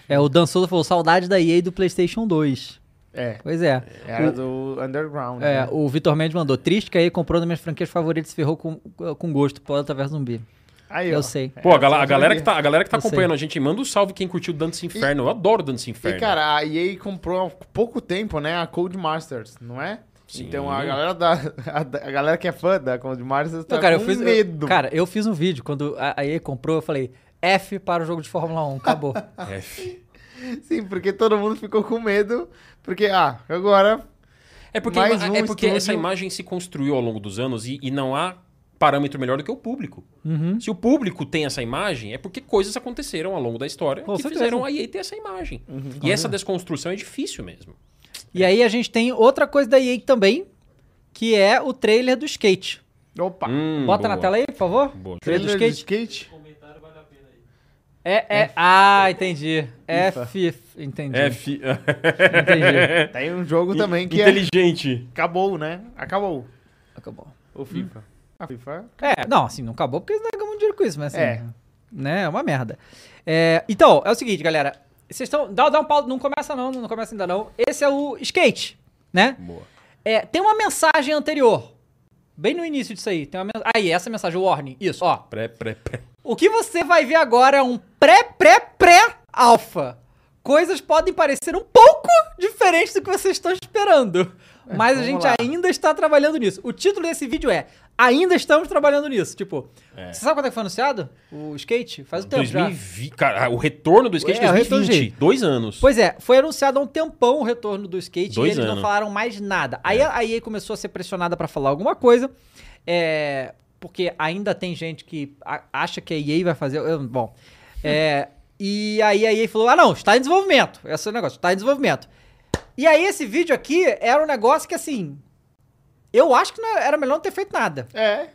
É, o Dan Souza falou, saudade da EA e do Playstation 2.
É.
Pois é.
Era do Underground.
É,
né?
o Vitor Mendes mandou, triste que aí comprou das minhas franquias favoritas e se ferrou com, com gosto, Planta vs Zumbi.
Aí,
É, Eu
ó.
sei.
Pô, a, gala-
só
a galera
sabia.
que tá, a galera que tá
Eu sei.
acompanhando a gente, manda um salve quem curtiu Dance Inferno. Eu adoro Dance Inferno.
E, cara, a EA comprou há pouco tempo, né, a Cold Masters, não é?
Sim.
Então a galera da a, da- a galera que é fã da Cold Masters tá
Não, cara, eu
com
fiz, eu-
medo.
cara, eu fiz um vídeo, quando a a EA comprou, eu falei, F para o jogo de Fórmula 1, acabou.
É.
Sim, porque todo mundo ficou com medo, porque ah, agora
É porque,
Mais um
é porque
estúdio.
essa imagem se construiu ao longo dos anos e, e não há parâmetro melhor do que o público.
Uhum.
Se o público tem essa imagem, é porque coisas aconteceram ao longo da história
Com
que
certeza. Uhum,
fizeram a EA ter essa imagem. E essa desconstrução é difícil mesmo.
E aí a gente tem outra coisa da EA também, que é o trailer do skate.
opa,
Hum,
Bota na
boa.
tela aí, por favor.
Boa.
Trailer do
trailer
skate.
skate.
É, é. Ah, entendi. F. Entendi.
F.
Entendi.
Tem um jogo também que é,
Inteligente.
acabou, né? Acabou
Acabou.
o FIFA. A FIFA.
É, não, assim, não acabou porque eles não ganham muito dinheiro com isso, mas assim.
É.
Né, é uma merda. É, então, é o seguinte, galera. Vocês estão. Dá, dá um pau. Não começa, não, não começa ainda, não. Esse é o skate, né?
Boa.
É, tem uma mensagem anterior. Bem no início disso aí. Tem uma men- Aí, essa mensagem, warning. Isso, ó.
Pré, pré, pré.
O que você vai ver agora é um pré, pré, pré alfa. Coisas podem parecer um pouco diferentes do que vocês estão esperando. Mas a
É, vamos
gente
lá.
ainda está trabalhando nisso. O título desse vídeo é Ainda estamos trabalhando nisso. Tipo, você sabe quando é que foi anunciado? O skate? Faz o tempo já.
2020, cara, o retorno do skate
É, o retorno
2020. Dois anos.
Pois é, foi anunciado há um tempão o retorno do skate
Dois
e eles não
anos. É.
falaram mais nada. Aí a EA começou a ser pressionada pra falar alguma coisa, é, porque ainda tem gente que a- acha que a EA vai fazer. eu- Bom. é, e aí a EA falou: ah, não, está em desenvolvimento. Esse é o negócio, está em desenvolvimento. E aí esse vídeo aqui era um negócio que assim. Eu acho que não era melhor não ter feito nada,
É.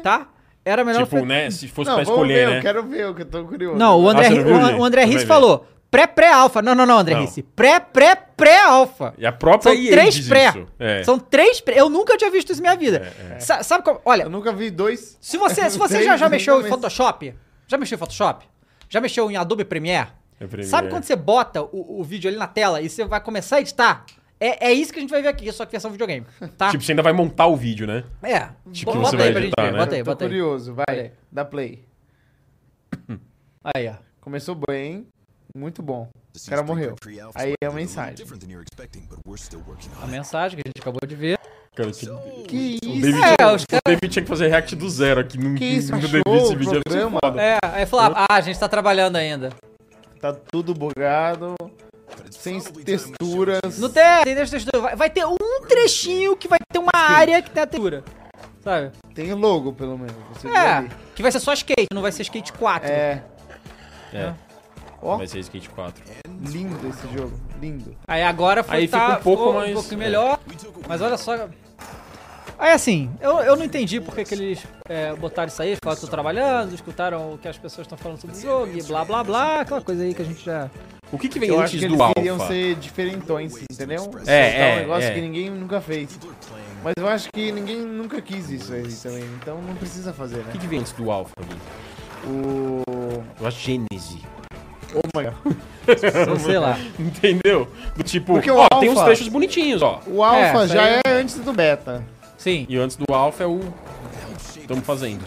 tá? Era melhor não
tipo,
ter-
né? Se fosse
Não,
pra
vamos
escolher,
ver,
né?
eu quero ver, eu que tô curioso.
Não, o André,
Ah, você
Ri-
não viu,
o,
gente?
o André
Você vai
Risse
ver.
falou: pré-pré-alfa. Não, não, não, André
Não.
Risse. Pré-pré-pré-alfa.
E a própria
São
EA
três
diz
pré.
isso. É.
São três pré. Eu nunca tinha visto isso na minha vida. Sa- sabe como.
Eu
Olha,
nunca vi dois.
se você, se você
Três,
já, já mexeu em
nunca vi.
Photoshop, já mexeu em Photoshop? Já mexeu em Adobe Premiere?
É Premiere.
Sabe quando você bota o, o vídeo ali na tela e você vai começar a editar? É, é isso que a gente vai ver aqui, só que versão videogame, tá?
Tipo, você ainda vai montar o vídeo, né?
é,
tipo,
bo-
você vai editar, né?
bota aí,
Eu tô
bota aí.
curioso,
Olha
vai.
aí.
Dá play.
Aí, ó.
Começou bem, muito bom. O
O
cara morreu. Aí é a mensagem.
A mensagem que a gente acabou de ver.
Cara, tipo,
Que
o
isso?
David,
É,
tinha,
os
o David tinha que fazer react do zero aqui. Não,
Que isso,
não
achou
devia esse
o
vídeo, deve ser
programa?
foda.
É, aí
tipo,
falava, ah, a gente tá trabalhando ainda.
Tá tudo bugado. Sem texturas.
Não tem, tem deixa, deixa, vai, vai ter um trechinho que vai ter uma área que tem a textura. Sabe?
Tem logo, pelo menos. Você viu ali.
É, que vai ser só skate, não vai ser skate 4.
É.
É.
Ó,
Vai ser Skate 4.
lindo esse jogo. Lindo.
Aí agora foi
Aí fica um pouco
ficou
mais-
um pouco melhor, mas olha só. Aí assim, eu, eu não entendi porque que eles é, botaram isso aí, eles falaram que estão trabalhando, escutaram o que as pessoas estão falando sobre o jogo e blá blá blá, aquela coisa aí que a gente já.
O que, que vem
Eu acho
antes
que
do
eles
Alpha?
queriam ser diferentões, entendeu? um
É, é,
negócio
é.
que ninguém nunca fez. Mas eu acho que ninguém nunca quis isso aí também. Então não precisa fazer,
O que,
né?
que vem antes do Alpha? Gui?
O.
Eu acho Gênese.
Oh my god.
eu sei lá.
Entendeu? Do tipo,
Porque o
ó, tem uns
Alpha-
trechos bonitinhos, ó.
O Alpha
isso
já
aí-
é antes do beta.
Sim.
E antes do Alpha é o. Estamos fazendo.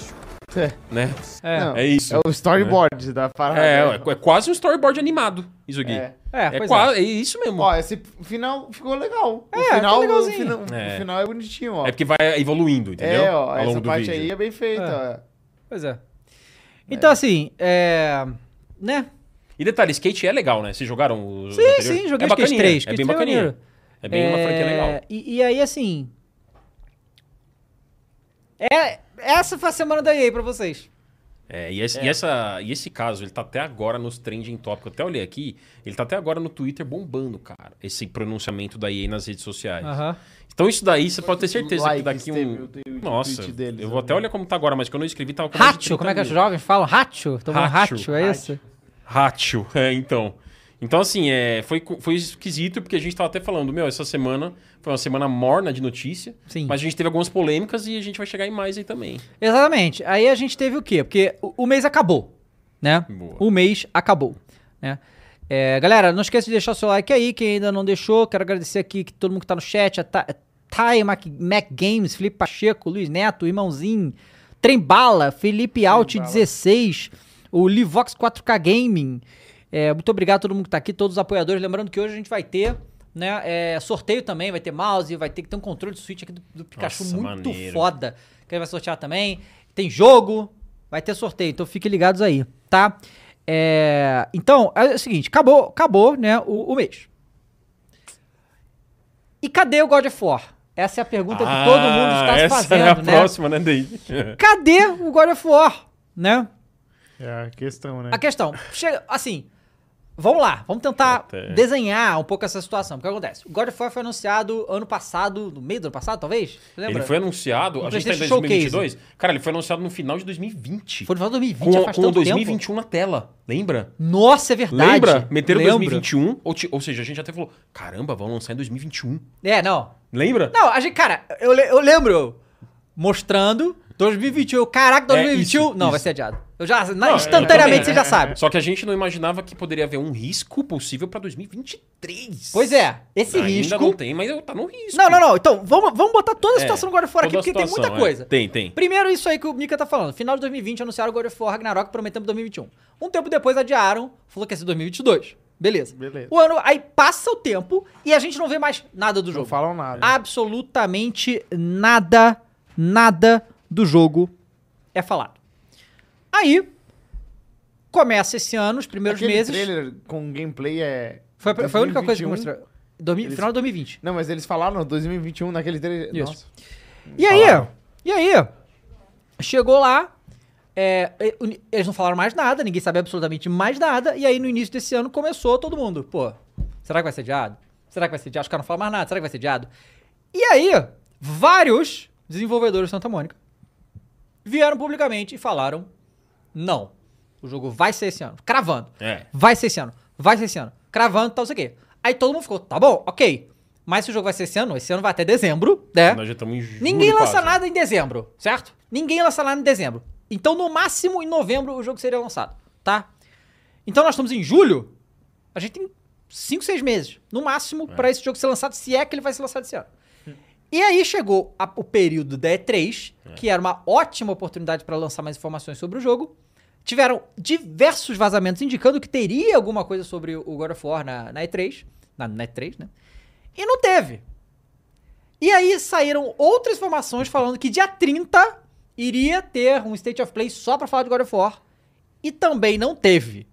É.
Né?
É.
Não,
É isso.
É o storyboard da parada.
É, é, é quase um storyboard animado, isso aqui.
É.
É,
É, pois é.
quase, é isso mesmo.
Ó, esse final ficou legal. O
É,
final,
ficou legalzinho.
O final,
É.
o final é bonitinho, ó.
É porque vai evoluindo, entendeu?
É, ó,
Ao
essa
longo do
parte
vídeo.
aí é bem feita.
É.
ó.
Pois é. Então assim, é. Né?
E detalhe, skate é legal, né? Vocês jogaram os
Sim, sim, joguei Skate
é bacaninha,
3.
É
Skate
bem
3
bacaninha.
maneiro.
É bem uma franquia legal.
E, e aí, assim. É, essa foi a semana da EA pra vocês.
É, e, esse, E, essa, e esse caso, ele tá até agora nos trending topics. Eu até olhei aqui, ele tá até agora no Twitter bombando, cara. Esse pronunciamento da EA nas redes sociais. Então isso daí, você pode ter certeza
Likes
que daqui
teve o
um...
tweet- o
Nossa,
tweet deles,
eu vou
né?
até olhar como tá agora, mas quando eu escrevi tava com mais de
Ratio,
30
como é que os
mil.
jovens falam? Ratio? Tomou um
Ratio,
ratio, é isso?
Ratio, é, então. Então, assim, é, foi, co- foi esquisito, porque a gente tava até falando, meu, essa semana foi uma semana morna de notícia,
Sim.
mas a gente teve algumas polêmicas e a gente vai chegar em mais aí também.
Exatamente. Aí a gente teve o quê? Porque o, o mês acabou, né?
Boa.
O mês acabou, né? É, galera, não esqueça de deixar o seu like aí, quem ainda não deixou. Quero agradecer aqui que todo mundo que tá no chat, a Ta- Thay Mac, Mac Games, Felipe Pacheco, Luiz Neto, Irmãozinho, Trembala, Felipe Alt16, o Livox 4K Gaming. É, muito obrigado a todo mundo que tá aqui, todos os apoiadores. Lembrando que hoje a gente vai ter né, é, sorteio também, vai ter mouse, vai ter que ter um controle de Switch aqui do, do Pikachu
Nossa,
muito
maneiro.
foda foda, que ele vai sortear também. Tem jogo, vai ter sorteio, então fiquem ligados aí, tá? É, então, é o seguinte, acabou, acabou, né, o, o mês. E cadê o God of War? Essa é a pergunta que todo mundo está se
essa
fazendo,
é a
né?
próxima, né, Dave?
Cadê o God of War, né?
É a questão, né?
A questão, chega, assim, vamos lá, vamos tentar
Até.
desenhar um pouco essa situação, porque acontece. O God of War foi anunciado ano passado, no meio do ano passado, talvez? Você Lembra?
Ele foi anunciado, a gente tá em
PlayStation
2022, cara, ele foi anunciado no final de 2020.
Foi no final de 2020, já
com
faz
com
tanto
2021
tempo.
na tela, lembra?
Nossa, é verdade.
um. Lembra? Meteram
Lembro.
2021, ou, ti- ou seja, a gente até falou, caramba, vão lançar em 2021.
É, não.
Lembra?
Não, a gente, cara, um. eu, le- eu lembro mostrando 2021, caraca, 2021.
É isso,
não, vai
isso.
ser adiado. Eu já, na-
Não, é,
instantaneamente
eu também.
você já sabe.
Só que a gente não imaginava que poderia haver um risco possível pra 2023.
Pois é, esse
Ainda
risco.
não tem, mas eu- tá no risco.
Não, não, não. Então, vamos, vamos botar toda a
É,
situação do God of War aqui,
Toda a
porque tem
situação,
muita
é.
coisa.
Tem, tem.
Primeiro, isso aí que o Mika tá falando. Final de 2020 anunciaram God of War Ragnarok, prometendo 2021. Um tempo depois adiaram, falou que ia ser 2022. Beleza.
Beleza.
O ano, aí passa o tempo e a gente não vê mais nada do
Não um
jogo.
falam nada.
Absolutamente nada, nada do jogo é falado. Aí, começa esse ano, os primeiros
Aquele
meses.
trailer com gameplay é...
Foi, a- foi a única coisa que
2021.
mostrou. Domi-
Eles-
Final de 2020.
Não, mas eles falaram 2021 naquele trailer.
Isso.
Nossa.
E aí,
Falaram.
e aí, chegou lá, é, e- uni- eles não falaram mais nada, ninguém sabe absolutamente mais nada, e aí no início desse ano começou todo mundo, pô, será que vai ser adiado? Será que vai ser adiado? Os caras não falam mais nada, será que vai ser adiado? E aí, vários desenvolvedores de Santa Mônica vieram publicamente e falaram, não, o jogo vai ser esse ano, cravando.
É.
Vai ser esse ano, vai ser esse ano. Cravando, tal, não sei o quê. Aí todo mundo ficou, tá bom, ok. Mas se o jogo vai ser esse ano, esse ano vai até dezembro, né?
Nós já estamos em julho
Ninguém lança
quase.
nada em dezembro, certo? Ninguém lança nada em dezembro. Então, no máximo, em novembro, o jogo seria lançado, tá? Então, nós estamos em julho. A gente tem 5, 6 meses, no máximo, pra esse jogo ser lançado, se é que ele vai ser lançado esse ano. E aí chegou a- o período da E3, que era uma ótima oportunidade pra lançar mais informações sobre o jogo. Tiveram diversos vazamentos indicando que teria alguma coisa sobre o God of War na, na E3. Na, na E3, né? E não teve. E aí saíram outras informações falando que dia 30 iria ter um State of Play só pra falar de God of War. E também não teve.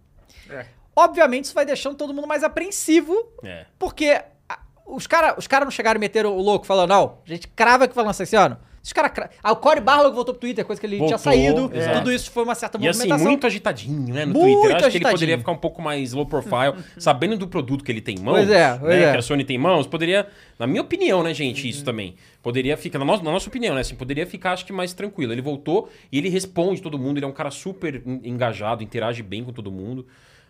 É.
Obviamente isso vai deixando todo mundo mais apreensivo,
É.
porque a- os caras os cara não chegaram e meteram o louco falando, não, a gente crava que vai lançar esse ano. Os cara cra... Ah, o Corey Barlog voltou pro Twitter, coisa que ele tinha
Voltou,
saído.
exato.
Tudo isso foi uma certa
E assim,
Então, movimentação.
muito agitadinho, né? No
Muito
Twitter. Eu acho que ele
agitadinho. Hum,
poderia ficar um pouco mais low profile, sabendo do produto que ele tem em mãos.
Pois é, pois
né,
é. Uhum.
Que a Sony tem em mãos, poderia. Na minha opinião, né, gente, isso também. Poderia ficar, na nossa, na nossa opinião, né? Assim, poderia ficar, acho que mais tranquilo. Ele voltou e ele responde todo mundo, ele é um cara super en- engajado, interage bem com todo mundo.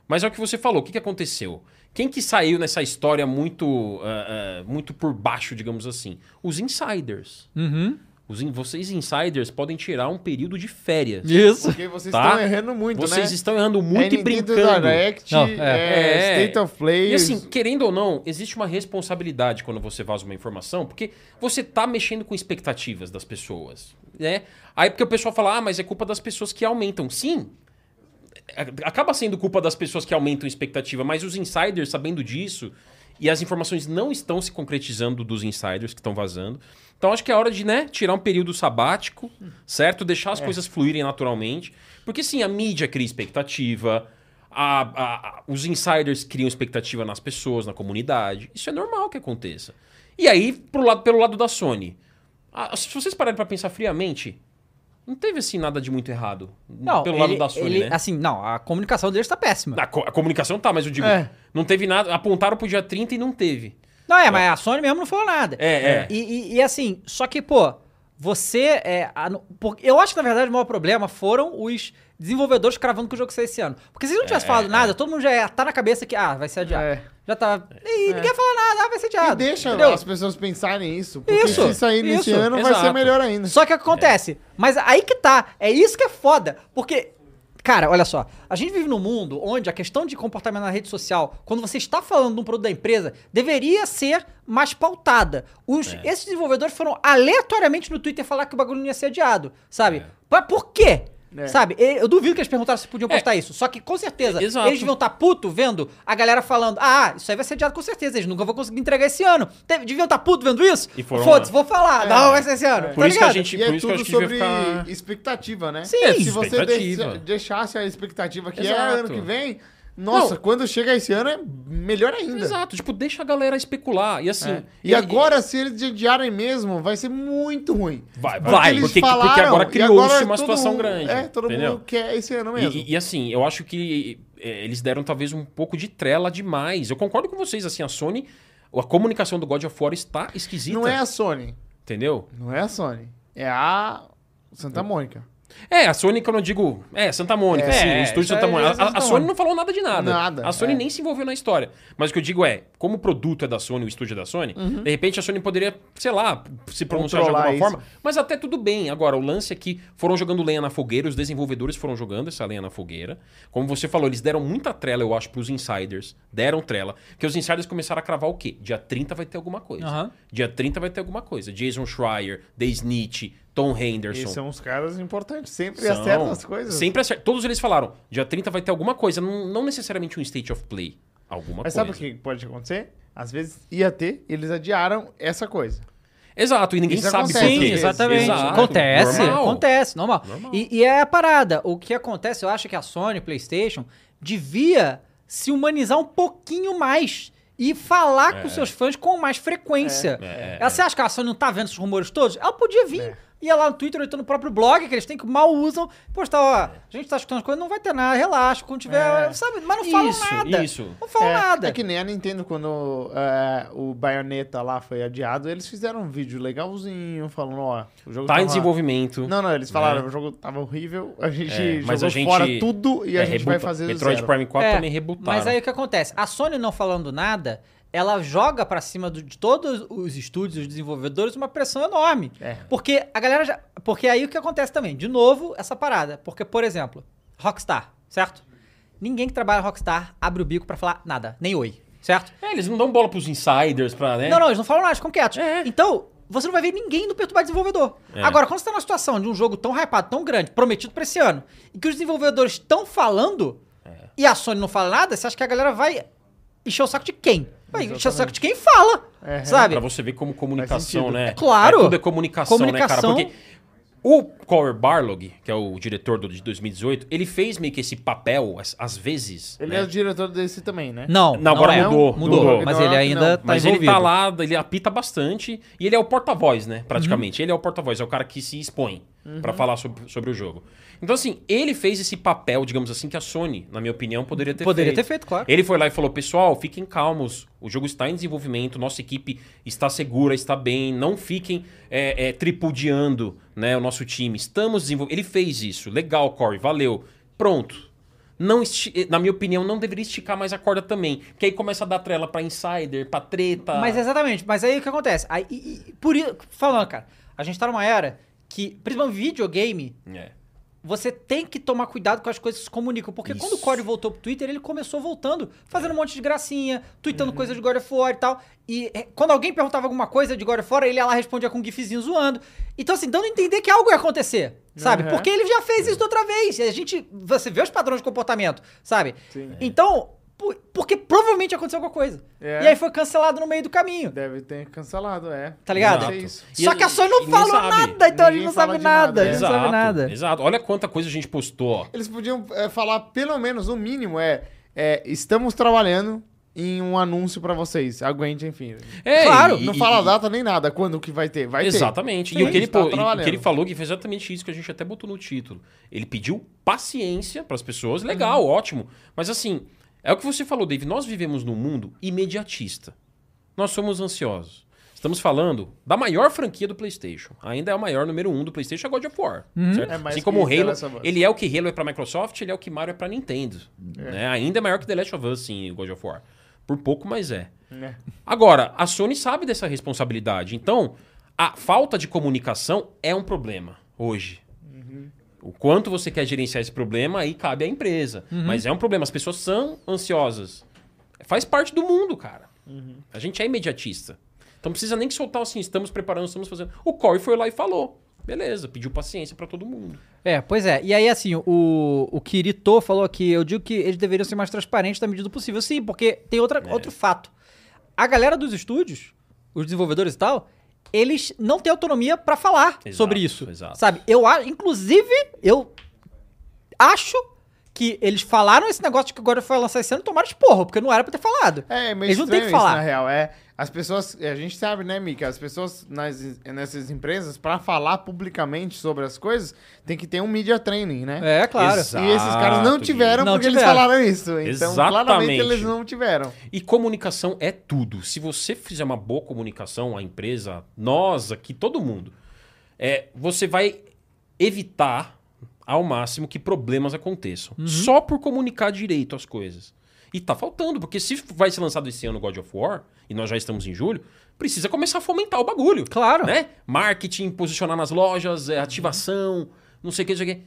Mas é o que você falou, o que, que aconteceu? Quem que saiu nessa história muito, ah, ah, muito por baixo, digamos assim? Os insiders.
Uhum.
Os, in- vocês insiders podem tirar um período de férias.
Isso.
Porque vocês
Tá.
estão errando muito, né?
Vocês estão errando muito
é
e
Nintendo
brincando.
Direct,
Não,
é.
é,
É.
State of Play.
E assim, querendo ou não, existe uma responsabilidade quando você vaza uma informação, porque você tá mexendo com expectativas das pessoas, né? Aí porque o pessoal fala, ah, mas é culpa das pessoas que aumentam. Sim, a- acaba sendo culpa das pessoas que aumentam expectativa, mas os insiders, sabendo disso, e as informações não estão se concretizando dos insiders que estão vazando. Então acho que é hora de, né, tirar um período sabático, certo? Deixar
É.
as coisas fluírem naturalmente. Porque sim, a mídia cria expectativa, a- a- a- os insiders criam expectativa nas pessoas, na comunidade. Isso é normal que aconteça. E aí, pro lado, pelo lado da Sony. a- se vocês pararem pra pensar friamente, não teve assim nada de muito errado.
Não,
pelo
ele-
lado da Sony,
ele-
né?
Assim, não, a comunicação deles tá péssima.
A, co- a comunicação tá, mas eu digo,
É.
não teve nada. Apontaram pro dia 30 e não teve.
Não, é, mas a Sony mesmo não falou nada.
É, é.
E, e- e, assim, só que, pô, você. É, a- no- por- eu acho que na verdade o maior problema foram os desenvolvedores cravando que o jogo sai esse ano. Porque se eles não tivessem falado nada, todo mundo já ia- tá na cabeça que, ah, vai ser adiado.
É.
Já tá. E ninguém fala nada, ah, vai ser adiado.
E deixa
entendeu?
as pessoas pensarem isso. Porque
Isso,
se sair nesse
isso,
ano, vai
exato.
ser melhor ainda.
Só que o que acontece? Mas aí que tá. É isso que é foda. Porque, cara, olha só. A gente vive num mundo onde a questão de comportamento na rede social, quando você está falando de um produto da empresa, deveria ser mais pautada. Os,
É.
Esses desenvolvedores foram aleatoriamente no Twitter falar que o bagulho não ia ser adiado, sabe? Pra- por quê?
É.
Sabe? E- Eu duvido que eles perguntaram se podiam
É.
postar isso. Só que, com certeza,
É, exato.
eles deviam estar puto vendo a galera falando: ah, isso aí vai ser adiado com certeza, eles nunca vão conseguir entregar esse ano. Teve- Deviam estar puto vendo isso?
E foram
Foda-se,
lá.
vou falar.
É.
Não, vai ser esse ano.
Por
tá
isso que a
ligado?
gente-
E é
por isso que eu
tudo
acho que devia
sobre
ficar-
expectativa, né?
Sim.
É,
Se você
expectativa.
deixa- deixasse a expectativa que é
Exato.
ano que vem, nossa,
Não.
quando chega esse ano é melhor ainda.
Exato, tipo, deixa a galera especular. E assim.
É. E, agora, se eles adiarem mesmo, vai ser muito ruim.
Vai,
Porque
vai,
eles
porque- porque
falaram,
agora
e
criou-se uma
todo
situação
mundo-
grande,
É, todo
entendeu?
mundo quer esse ano
E-
mesmo.
E, e assim, eu acho que é, eles deram talvez um pouco de trela demais. Eu concordo com vocês, assim, a Sony, a comunicação do God of War está esquisita.
não é a é Sony.
Entendeu?
Não é a Sony. É a Santa Mônica.
É, a Sony, que eu não digo. É, Santa Mônica,
É,
sim,
é,
estúdio
isso aí já
Santa Mônica. A, a-
Santa
a Sony
Mônica.
não falou nada de nada.
Nada,
a Sony
é.
nem se envolveu na história. Mas o que eu digo é, como o produto é da Sony, o estúdio é da Sony, de repente a Sony poderia, sei lá, se pronunciar de
Uhum. Controlar
alguma forma. Mas até tudo bem. Agora, o lance é que foram jogando lenha na fogueira, os desenvolvedores foram jogando essa lenha na fogueira. Como você falou, eles deram muita trela, eu acho, pros insiders. Deram trela. Porque os insiders começaram a cravar o quê? Dia 30 vai ter alguma coisa.
Aham.
Dia 30 vai ter alguma coisa. Jason Schreier, Days Nietzsche, Tom Henderson.
Esses são os caras importantes, sempre
São.
acertam as coisas.
Sempre acerta. Todos eles falaram, dia 30 vai ter alguma coisa, não, não necessariamente um state of play. Alguma
Mas
coisa.
sabe o que pode acontecer? Às vezes ia ter, eles adiaram essa coisa.
Exato, e ninguém
Isso
sabe
acontece.
por
Sim,
quê.
exatamente.
Exato,
É. Acontece,
normal.
acontece, normal.
Normal.
E, e é a parada. O que acontece, eu acho que a Sony, PlayStation, devia se humanizar um pouquinho mais e falar com seus fãs com mais frequência.
É, é,
Ela- Você acha que a Sony não tá vendo esses rumores todos? Ela podia vir. Ia lá no Twitter, ou então no próprio blog, que eles têm que mal usam. Postar,
É.
ó, a gente tá escutando as coisas, não vai ter nada, relaxa. Quando tiver,
É.
sabe? Mas não falam
Isso,
nada.
isso.
Não falam
é,
nada.
É que nem a Nintendo, quando é, o Bayonetta lá foi adiado, eles fizeram um vídeo legalzinho, falando, ó, o jogo
Tá
tava-
em desenvolvimento.
Não, não, eles falaram, o jogo tava horrível, a gente
Né? É,
jogou
mas a gente-
fora tudo e a
É,
gente
rebuta.
vai fazer do
Metroid
zero.
Prime 4
É,
também rebutaram.
Mas aí o que acontece? A Sony não falando nada, ela joga pra cima do- de todos os estúdios, os desenvolvedores, uma pressão enorme.
É.
Porque a galera já. Porque aí o que acontece também? De novo, essa parada. Porque, por exemplo, Rockstar, certo? Ninguém que trabalha na Rockstar abre o bico pra falar nada, nem oi, certo?
É, eles não dão bola pros insiders pra, né?
Não, não, eles não falam nada, ficam quietos.
É.
Então, você não vai ver ninguém indo perturbar desenvolvedor.
É.
Agora, quando você tá na situação de um jogo tão hypado, tão grande, prometido pra esse ano, e que os desenvolvedores estão falando,
É.
e a Sony não fala nada, você acha que a galera vai encher o saco de quem? Vai encher o saco de quem fala,
É.
sabe?
Pra você ver como comunicação,
sentido.
né?
É claro.
É, tudo é comunicação,
Comunicação.
né, cara? Porque o Corey Barlog, que é o diretor do, de 2018, ele fez meio que esse papel, às, às vezes.
Ele
né?
é o diretor desse também, né?
Não,
Não, agora
é.
mudou,
mudou.
mudou.
Mas
Não,
ele
não.
ainda tá
Mas
envolvido. Uhum.
ele tá lá, ele apita bastante. E ele é o porta-voz, né? Praticamente. Ele é o porta-voz, é o cara que se expõe pra falar sobre, sobre o jogo. Então, assim, ele fez esse papel, digamos assim, que a Sony, na minha opinião, poderia ter
Poderia
feito.
ter feito, claro.
Ele foi lá e falou: pessoal, fiquem calmos. O jogo está em desenvolvimento, nossa equipe está segura, está bem. Não fiquem é, é, tripudiando né, o nosso time. Estamos desenvolvendo. Ele fez isso. Legal, Corey, valeu. Pronto. Não esti- eh, Na minha opinião, não deveria esticar mais a corda também. Porque aí começa a dar trela pra insider, pra treta.
Mas é exatamente, mas aí o que acontece? Aí, e- e- por isso, falando, cara, a gente tá numa era que, principalmente videogame,
É.
Você tem que tomar cuidado com as coisas que se comunicam. Porque
Isso.
quando o Corey voltou pro Twitter, ele começou voltando, fazendo um monte de gracinha, tweetando coisas de God of War e tal. E é, quando alguém perguntava alguma coisa de God of War, ele ia lá e respondia com um gifzinho zoando. Então, assim, dando a entender que algo ia acontecer, sabe?
Uhum.
Porque ele já fez isso da outra vez. E a gente... Você vê os padrões de comportamento, sabe?
Sim.
Então... pu- Porque provavelmente aconteceu alguma coisa.
É.
E aí foi cancelado no meio do caminho.
Deve ter cancelado, é.
Tá ligado?
Deve
Exato.
ser isso.
E
Só
ele-
que a Sony
e
não
ninguém
falou
sabe.
nada, então ele
Ninguém
não
fala
sabe
de nada,
nada.
é.
Ele não sabe nada.
Exato. Olha quanta coisa a gente postou.
Eles podiam é, falar, pelo menos, o mínimo é, é, estamos trabalhando em um anúncio pra vocês. Aguentem, enfim.
É,
Claro,
e-
não
e-
fala a
e-
data nem nada, quando que vai ter. Vai
Exatamente.
ter.
E o que, ele,
Está
pô- e- o
tá trabalhando.
que ele falou que foi exatamente isso que a gente até botou no título. Ele pediu paciência pras pessoas. Legal,
Uhum.
ótimo. Mas assim, é o que você falou, Dave. Nós vivemos num mundo imediatista. Nós somos ansiosos. Estamos falando da maior franquia do PlayStation. Ainda é o maior número um do PlayStation, é God of War. certo?
É mais
assim
que
como o
The
Halo,
Last of Us.
ele é o que Halo é pra Microsoft, ele é o que Mario é pra Nintendo. né? Ainda é maior que The Last of Us, sim, o God of War. Por pouco, mas é.
É.
Agora, a Sony sabe dessa responsabilidade. Então, a falta de comunicação é um problema hoje.
Uhum.
O quanto você quer gerenciar esse problema, aí cabe à empresa.
Uhum.
Mas é um problema. As pessoas são ansiosas. Faz parte do mundo, cara.
Uhum.
A gente é imediatista. Então precisa nem que soltar assim, estamos preparando, estamos fazendo. O Corey foi lá e falou. Beleza, pediu paciência pra todo mundo.
É, pois é. E aí, assim, o, o Kirito falou aqui, eu digo que eles deveriam ser mais transparentes na medida do possível. Sim, porque tem outra,
É.
outro fato. A galera dos estúdios, os desenvolvedores e tal, eles não têm autonomia pra falar
Exato,
sobre isso.
exato.
Sabe? Eu acho, inclusive, eu acho que eles falaram esse negócio de que agora foi lançar esse ano e tomaram esporro, porque não era pra ter falado.
É, meio
Eles não têm
estranho
que
isso,
falar.
na real. É, as pessoas, a gente sabe, né, Mika? As pessoas nas, nessas empresas, pra falar publicamente sobre as coisas, tem que ter um media training, né?
É, claro.
Exato.
E esses caras não
Exato,
tiveram
Gui. Não
porque
tiveram.
eles falaram isso. Então, claramente,
Exatamente.
eles não tiveram.
E comunicação é tudo. Se você fizer uma boa comunicação, a empresa, nós aqui, todo mundo, é, você vai evitar ao máximo que problemas aconteçam. Só por comunicar direito as coisas. E tá faltando, porque se vai ser lançado esse ano God of War, e nós já estamos em julho, precisa começar a fomentar o bagulho.
Claro.
Né? Marketing, posicionar nas lojas, é, ativação, não sei o que, não sei o que.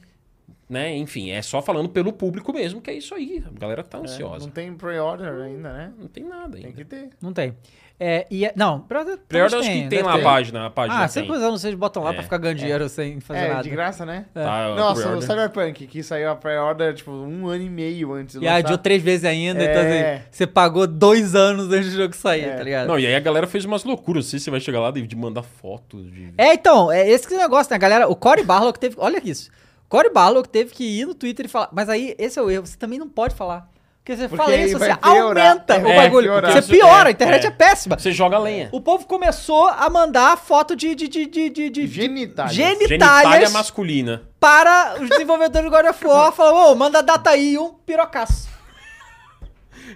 Né? Enfim, é só falando pelo público mesmo, que é isso aí. A galera tá ansiosa.
Não tem pre-order ainda, né?
não, tem nada
Tem
ainda.
que ter.
Não tem. É, e é- não, pra,
Prior acho que tem lá a página, a página
né? Ah,
tem.
sempre os anos vocês botam lá
É.
pra ficar ganhando dinheiro sem fazer
é,
nada.
de graça, né?
É.
Tá,
Nossa,
pre-order.
o Cyberpunk, que saiu a pre-order, tipo, um ano e meio antes do
E adiou três vezes ainda, então
É.
assim, você pagou dois anos antes do jogo sair,
É.
tá ligado?
Não, e aí a galera fez umas loucuras. Não sei se você vai chegar lá de de mandar foto de.
É, então, é esse que é o negócio, né, galera? O Cory Barlow que teve. Olha isso. Cory Barlow que teve que ir no Twitter e falar. Mas aí, esse é o erro. Você também não pode falar. Porque você
Porque
fala
aí
isso, você
vai piorar.
aumenta
É,
o bagulho.
piorar.
Você
Isso,
piora,
é,
a internet é,
é.
péssima.
Você joga lenha.
O povo começou a mandar foto de, de, de, de, de, de-
Genitália.
genitálias
Genitália é masculina.
para os desenvolvedores do God of War. Falou, ô, manda a data aí, um pirocaço.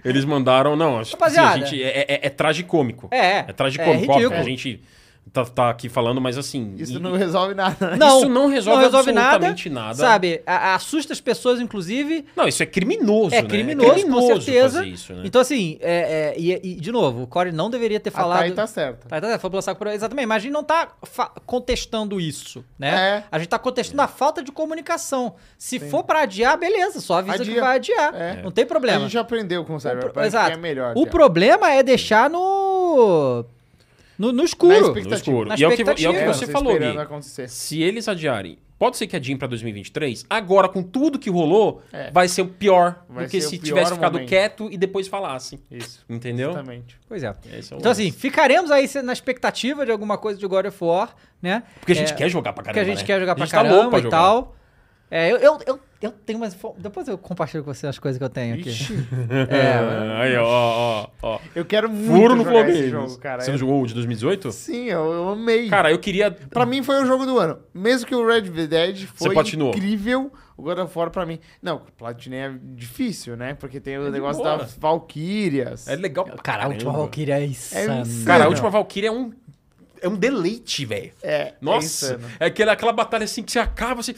Eles mandaram. Não, acho que assim, a
Rapaziada.
gente. É, é, é tragicômico.
É,
É tragicômico,
é ridículo.
óbvio. A gente tá, tá aqui falando, mas assim.
Isso
e-
não resolve nada, né?
Não,
Isso não resolve absolutamente
nada,
nada.
Sabe, a- assusta as pessoas, inclusive,
Não, isso é criminoso.
É
né?
criminoso, com certeza.
fazer isso, né?
Então, assim, é, é, e, e, de novo, o Corey não deveria ter
A Thay
falado.
tá certa.
Tá, tá, tá, foi pelo saco por aí. Exatamente, mas a gente não tá fa- contestando isso, né?
É.
A gente tá contestando a falta de comunicação. Se for pra adiar, beleza, só avisa que
Adia.
vai adiar.
É.
Não tem
A
problema.
gente já aprendeu com o
pro-
Cyberpunk, que é
exato.
melhor.
O
já.
problema é deixar no. No, no
Na
escuro.
expectativa.
No escuro.
Na
E é o que, vo- e é o que
expectativa.
você
tô
falou,
esperando
Gui.
acontecer.
Se eles adiarem, pode ser que adiem pra 2023. Agora, com tudo que rolou,
É.
vai ser o pior
Vai
do que
ser o
se
pior
tivesse ficado
momento.
quieto e depois falassem.
Isso.
Entendeu?
Exatamente.
Pois é.
Esse é o
Então,
lance.
assim, ficaremos aí na expectativa de alguma coisa de God of War, né?
Porque a gente
É,
quer jogar pra
Porque
caramba.
a gente
né?
quer jogar pra
gente tá louco
caramba
pra
e
jogar.
tal. É, eu, eu, eu, eu tenho umas. info- Depois eu compartilho com você as coisas que é? eu tenho aqui.
Ixi,
É,
Ah, Aí, ó, ó, ó.
eu quero muito
Furo no
jogar
Flow
esse
Games.
jogo, cara.
Você
Eu-
não jogou o de 2018?
Sim, eu, eu amei.
Cara, eu queria.
Pra mim foi o jogo do ano. Mesmo que o Red Dead foi
platinou.
incrível, o God of War pra mim... Não, platinei é difícil, né? Porque tem o
É de
negócio
boa.
das Valkyrias.
É legal.
cara, a última Valkyria é insana.
insano.
Cara, a
Não.
última Valkyria é um. É um deleite, velho.
É, é
Nossa.
insano.
É, aquela, aquela batalha assim que você acaba assim.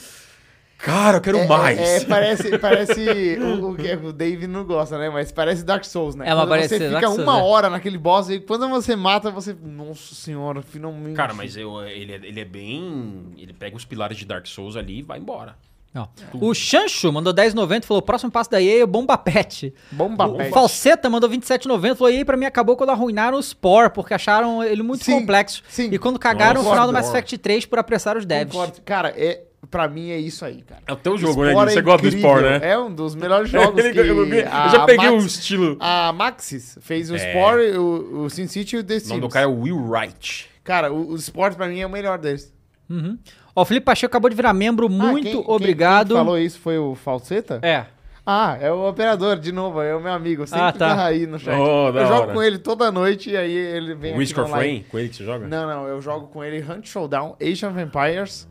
Cara, eu quero mais.
É, é, parece, parece o, o que o Dave não gosta, né? Mas parece Dark Souls, né?
É, mas
Quando
parece
você
Dark
fica
Souls,
uma
é.
hora naquele boss e quando você mata, você. Nossa senhora, finalmente.
Cara, mas eu- ele, é, ele é bem. Ele pega os pilares de Dark Souls ali e vai embora.
Não. O Chancho mandou 10,90 e falou: próximo passo da EA é o Bomba Pet.
Bomba
O
pet.
Falseta mandou 27,90 e falou: EA pra mim acabou quando arruinaram o Spore, porque acharam ele muito
Sim,
complexo.
sim.
E quando cagaram o
Nossa,
final do
adoro.
Mass Effect 3 por apressar os devs.
Concordo. Cara, é, pra mim é isso aí, cara.
É o teu jogo, né?
Spore
Gui? Você
é
gosta do
incrível.
Spore, né?
É um dos melhores jogos.
Ele-
que
eu, eu- eu
a
já peguei o
Max-
estilo.
A Maxis fez o
É.
Spore, o, o Sin City e o The
O nome
Sims.
do cara é Will Wright.
Cara, o, o Spore pra mim é o melhor deles.
Uhum. Ó, o Felipe Pacheco acabou de virar membro.
Ah,
muito
quem- quem-
obrigado.
Quem falou isso foi o Falseta?
É.
Ah, é o operador, de novo, é o meu amigo, sempre
Ah, tá.
tá. aí no chat.
Oh, da
eu jogo
hora.
com ele toda noite e aí ele vem
O
aqui
Risk or
no live.
Frame? Com ele que você joga?
Não, não, eu jogo com ele Hunt Showdown, Asian Vampires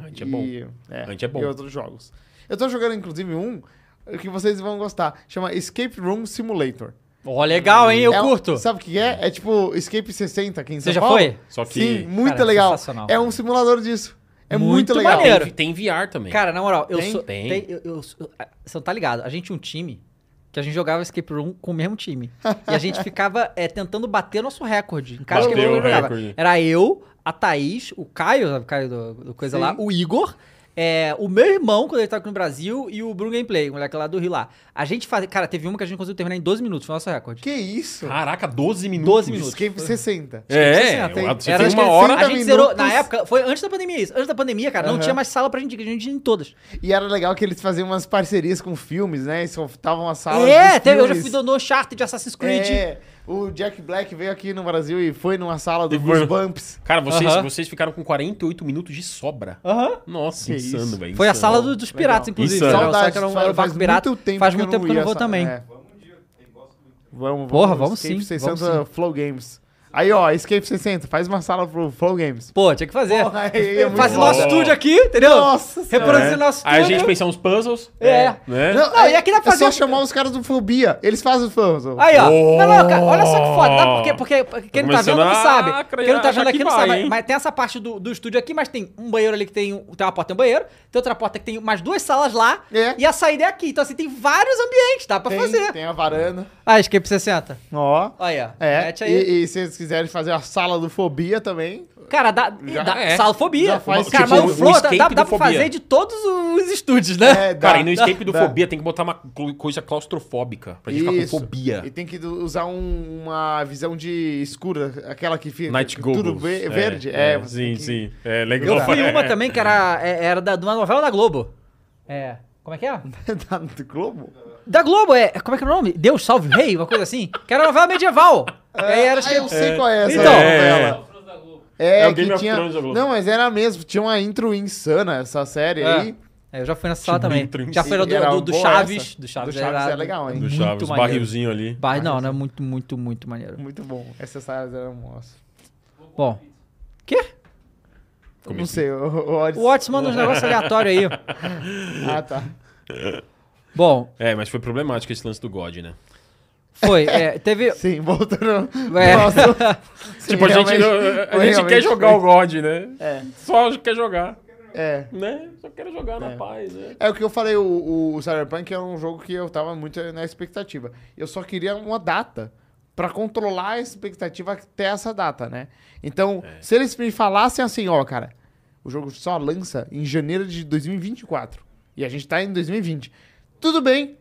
Hunt é
e,
bom.
é,
Hunt é bom.
e outros jogos. Eu tô jogando, inclusive, um que vocês vão gostar, chama Escape Room Simulator.
Ó, legal, hein? Eu
É um-
curto.
Sabe o que é? É tipo Escape 60 aqui em
Você
São
já
Paulo.
foi?
Só que.
Sim, muito
Cara, é
legal.
sensacional.
É um simulador disso. É
Muito
muito, legal.
maneiro.
Tem, tem VR também.
Cara, na moral, eu
Tem?
sou.
Tem.
eu, eu sou- ah, você não tá ligado? A gente tinha um time que a gente jogava escape room com o mesmo time. E a gente ficava é, tentando bater nosso recorde. Em cada
Bateu
escape room que
o
eu jogava.
recorde.
Era eu, a Thaís, o Caio, sabe, o Caio do, do coisa
Sim.
lá, o Igor. é, o meu irmão, quando ele tava aqui no Brasil, e o Bruno Gameplay, o moleque lá do Rio lá. A gente fazia. Cara, teve uma que a gente conseguiu terminar em 12 minutos, foi o nosso recorde.
Que isso?
Caraca, 12 minutos.
12 minutos.
Escape 60.
É,
Esqueci, assim,
eu- você
Era-
tem uma
esqueci,
hora.
A gente zerou, na
minutos.
época, foi antes da pandemia isso. Antes da pandemia, cara, não
Aham.
tinha mais sala pra gente, a gente ia em todas.
E era legal que eles faziam umas parcerias com filmes, né? Eles soltavam a sala.
é, teve, eu já fui do No Uncharted de Assassin's Creed.
É, o Jack Black veio aqui no Brasil e foi numa sala do
E foi no-
Goosebumps.
Cara, vocês,
Aham.
vocês ficaram com 48 minutos de sobra.
Aham.
Nossa,
Que
insano,
isso.
velho.
Foi a
insano.
sala do- dos piratas, inclusive.
Insano.
Era o site, era um, era um barco pirata. Faz muito tempo que eu não
ia é.
vou
essa-
também.
é. Vamos um dia.
Porra, vamos sim, vamos
600 Flow Games. Aí, ó, Escape 60, faz uma sala pro Flow Games.
Pô, tinha que fazer.
Porra, aí é muito
Faz o
bom.
nosso
Boa.
estúdio aqui, entendeu?
Nossa Senhora.
Reproduzindo
né?
nosso estúdio.
Aí a gente pensa uns puzzles.
É.
Né?
Não, e aqui dá pra
é só
fazer-
chamar os caras do Fobia. Eles fazem os fãs. ó.
Aí, é ó.
Oh!
Não, não, cara, olha só que foda. Dá porque, porque quem não tá vendo
começando
não
a
sabe. Quem não tá
achar
vendo
que
aqui não
vai,
sabe.
hein?
Mas tem essa parte do, do estúdio aqui, mas tem um banheiro ali que tem, um- tem uma porta, tem um banheiro. Tem outra porta que tem mais duas salas lá.
É.
E a saída é aqui. Então, assim, tem vários ambientes, dá pra
tem,
fazer.
tem a varanda.
Ah, Escape 60.
Ó.
Olha aí, ó.
É,
Mete aí.
e, e se eles quiserem fazer a sala do Fobia também.
Cara, dá,
Já
dá
é.
salofobia.
Já faz,
cara,
tipo,
mas o
um
Flow dá,
escape
dá,
do
dá pra
fobia.
fazer de todos os estúdios, né?
É, dá.
Cara, e no escape do
dá.
fobia tem que botar uma clu- coisa claustrofóbica pra gente ficar
Isso.
com fobia.
E tem que do- usar um- uma visão de escura, aquela que fica
Night
tudo
Goggles.
ve- verde. É, você
sim,
tem que-
sim. É
Eu
legal.
vi
É.
uma também que era, é- era da, de uma novela da Globo. É. Como é que é?
tá no Globo?
Da Globo, é. Como é que é o nome? Deus salve o rei, uma coisa assim. Que era novela medieval. Aí era
Ah, eu
escape-
sei qual é essa
Então.
novela. É,
É o Game
que
of
tinha...
Thrones da Globo.
Não, mas era mesmo. Tinha uma intro insana essa série
É.
aí.
É, eu já fui nessa sala
Tinha
também.
muito intrinsec-
Já fui na do,
Era
do, do
boa
Chaves.
essa.
Do Chaves,
Do Chaves é legal, hein?
Do
muito
Chaves,
maneiro.
barrilzinho ali.
Bar- não, não é muito, muito, muito maneiro.
Muito bom. Essa série era nossa.
Bom. Quê?
Como
Não
assim?
sei, o, o Odyssey-
O Otis manda uns negócios aleatórios aí.
Ah, tá.
Bom,
É, mas foi problemático esse lance do God, né?
foi. é, teve.
Sim, voltando.
É.
tipo, a gente, a, a gente quer jogar o God, né?
É.
Só quer jogar,
É.
né? Só quero jogar na paz, né?
É o que eu falei, o, o Cyberpunk é um jogo que eu tava muito na expectativa. Eu só queria uma data pra controlar a expectativa até essa data, né? Então, se eles me falassem assim, ó, cara, o jogo só lança em janeiro de 2024 e a gente tá em 2020. Tudo bem,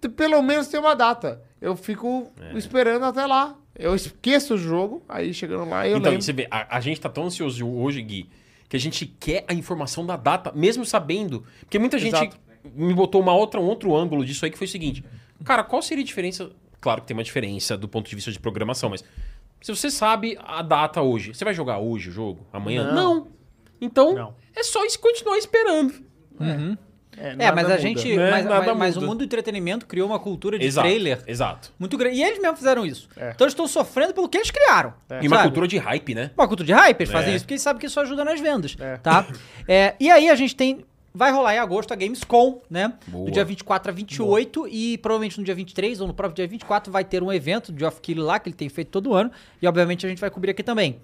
tu pelo menos tem uma data. Eu fico esperando até lá. Eu esqueço o jogo, aí chegando lá eu
então,
lembro.
você vê, a, a gente tá tão ansioso hoje, Gui, que a gente quer a informação da data, mesmo sabendo. Porque muita gente
Exato.
me botou uma outra, um outro ângulo disso aí, que foi o seguinte. Cara, qual seria a diferença? Claro que tem uma diferença do ponto de vista de programação, mas se você sabe a data hoje, você vai jogar hoje o jogo? Amanhã?
Não.
Não. Então,
Não.
é só isso continuar esperando.
É,
nada
mas a
muda.
gente.
né?
Mas,
Nada
mas- mas o
muda.
mundo do entretenimento criou uma cultura de
Exato.
trailer
Exato.
muito grande. E eles mesmos fizeram isso.
É.
Então eles estão sofrendo pelo que eles criaram.
E uma
É. sabe?
cultura de hype, né?
Uma cultura de hype, eles fazem
É.
isso porque eles sabem que isso ajuda nas vendas,
É.
tá? É, e aí a gente tem... Vai rolar em agosto a Gamescom, né?
Boa.
Do dia 24 a 28 e provavelmente no dia 23 ou no próprio dia 24 vai ter um evento do Geoff Keighley lá, que ele tem feito todo ano. E obviamente a gente vai cobrir aqui também.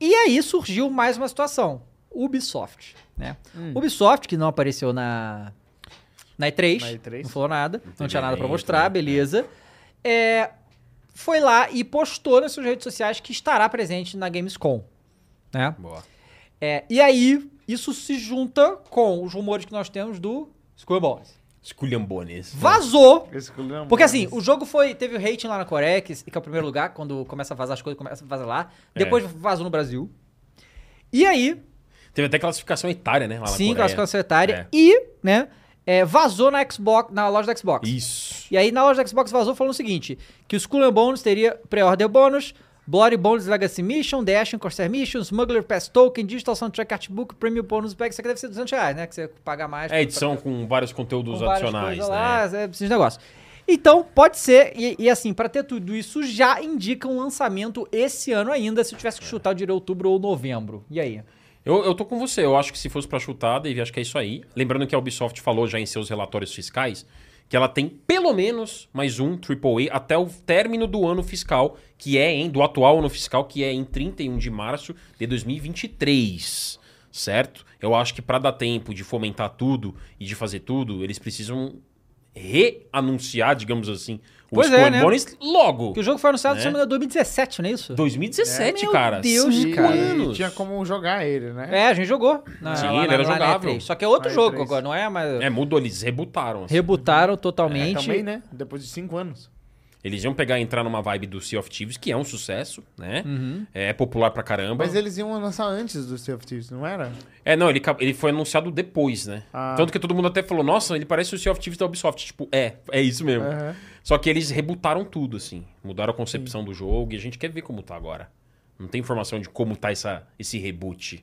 E aí surgiu mais uma situação. Ubisoft, né?
Hum.
Ubisoft, que não apareceu na... Na E3,
Na E3.
não falou nada, não,
teve
tinha nada pra
evento,
mostrar,
né?
beleza. É, foi lá e postou nas suas redes sociais que estará presente na Gamescom. Né?
Boa.
É, e aí, isso se junta com os rumores que nós temos do Squareballs.
Esculhambones.
Vazou!
Esse que eu lembro.
Porque assim, o jogo foi. Teve o rating lá na Coreia, que, que é o primeiro lugar, quando começa a vazar as coisas, começa a vazar lá.
É.
Depois vazou no Brasil. E aí,
Teve até classificação etária, né? Lá na
sim,
Coreia.
classificação etária.
É.
E, né, é, vazou na Xbox, na loja da Xbox.
Isso.
E aí na loja da Xbox vazou falando o seguinte, que o Skull and Bones teria pre-order bônus, Bloody Bones Legacy Mission, The Ashen Corsair Mission, Smuggler Pass Token, Digital Soundtrack Artbook, Premium Bonus Pack, isso aqui deve ser 200 reais, né? Que você paga mais.
É edição com vários conteúdos adicionais, né?
né? esses negócios. Então, pode ser, e, e assim, pra ter tudo isso, já indica um lançamento esse ano ainda, se eu tivesse que
É.
chutar, eu diria outubro ou novembro. E aí?
Eu, eu tô com você. Eu acho que se fosse pra chutar, Dave, acho que é isso aí. Lembrando que a Ubisoft falou já em seus relatórios fiscais que ela tem pelo menos mais um AAA até o término do ano fiscal, que é em, do atual ano fiscal, que é em 31 de março de 2023. Certo? Eu acho que pra dar tempo de fomentar tudo e de fazer tudo, eles precisam reanunciar, digamos assim, o
Pois é,
Skull and
né?
Bones logo.
Porque o jogo foi anunciado,
Né?
se não me engano, em 2017, não é isso?
2017,
Meu
cara.
Deus,
cinco
cara.
E
anos.
tinha como jogar ele, né?
É, a gente jogou. Na,
Sim,
lá
ele
na-
era
lá na
jogável.
E3. Só que é outro
Na
jogo
E3.
agora, não é? Mas...
É, mudou, eles rebutaram. assim.
Rebutaram totalmente.
Também, né? Depois de cinco anos.
Eles iam pegar e entrar numa vibe do Sea of Thieves, que é um sucesso, né?
Hum. Uhum.
É popular pra caramba.
Mas eles iam lançar antes do Sea of Thieves, não era?
É, não, ele, ca- ele foi anunciado depois, né?
Ah.
Tanto que todo mundo até falou, nossa, ele parece o Sea of Thieves da Ubisoft. Tipo, é, é isso mesmo.
Aham.
Só que eles rebutaram tudo, assim. Mudaram a concepção do jogo e a gente quer ver como tá agora. Não tem informação de como tá essa, esse reboot,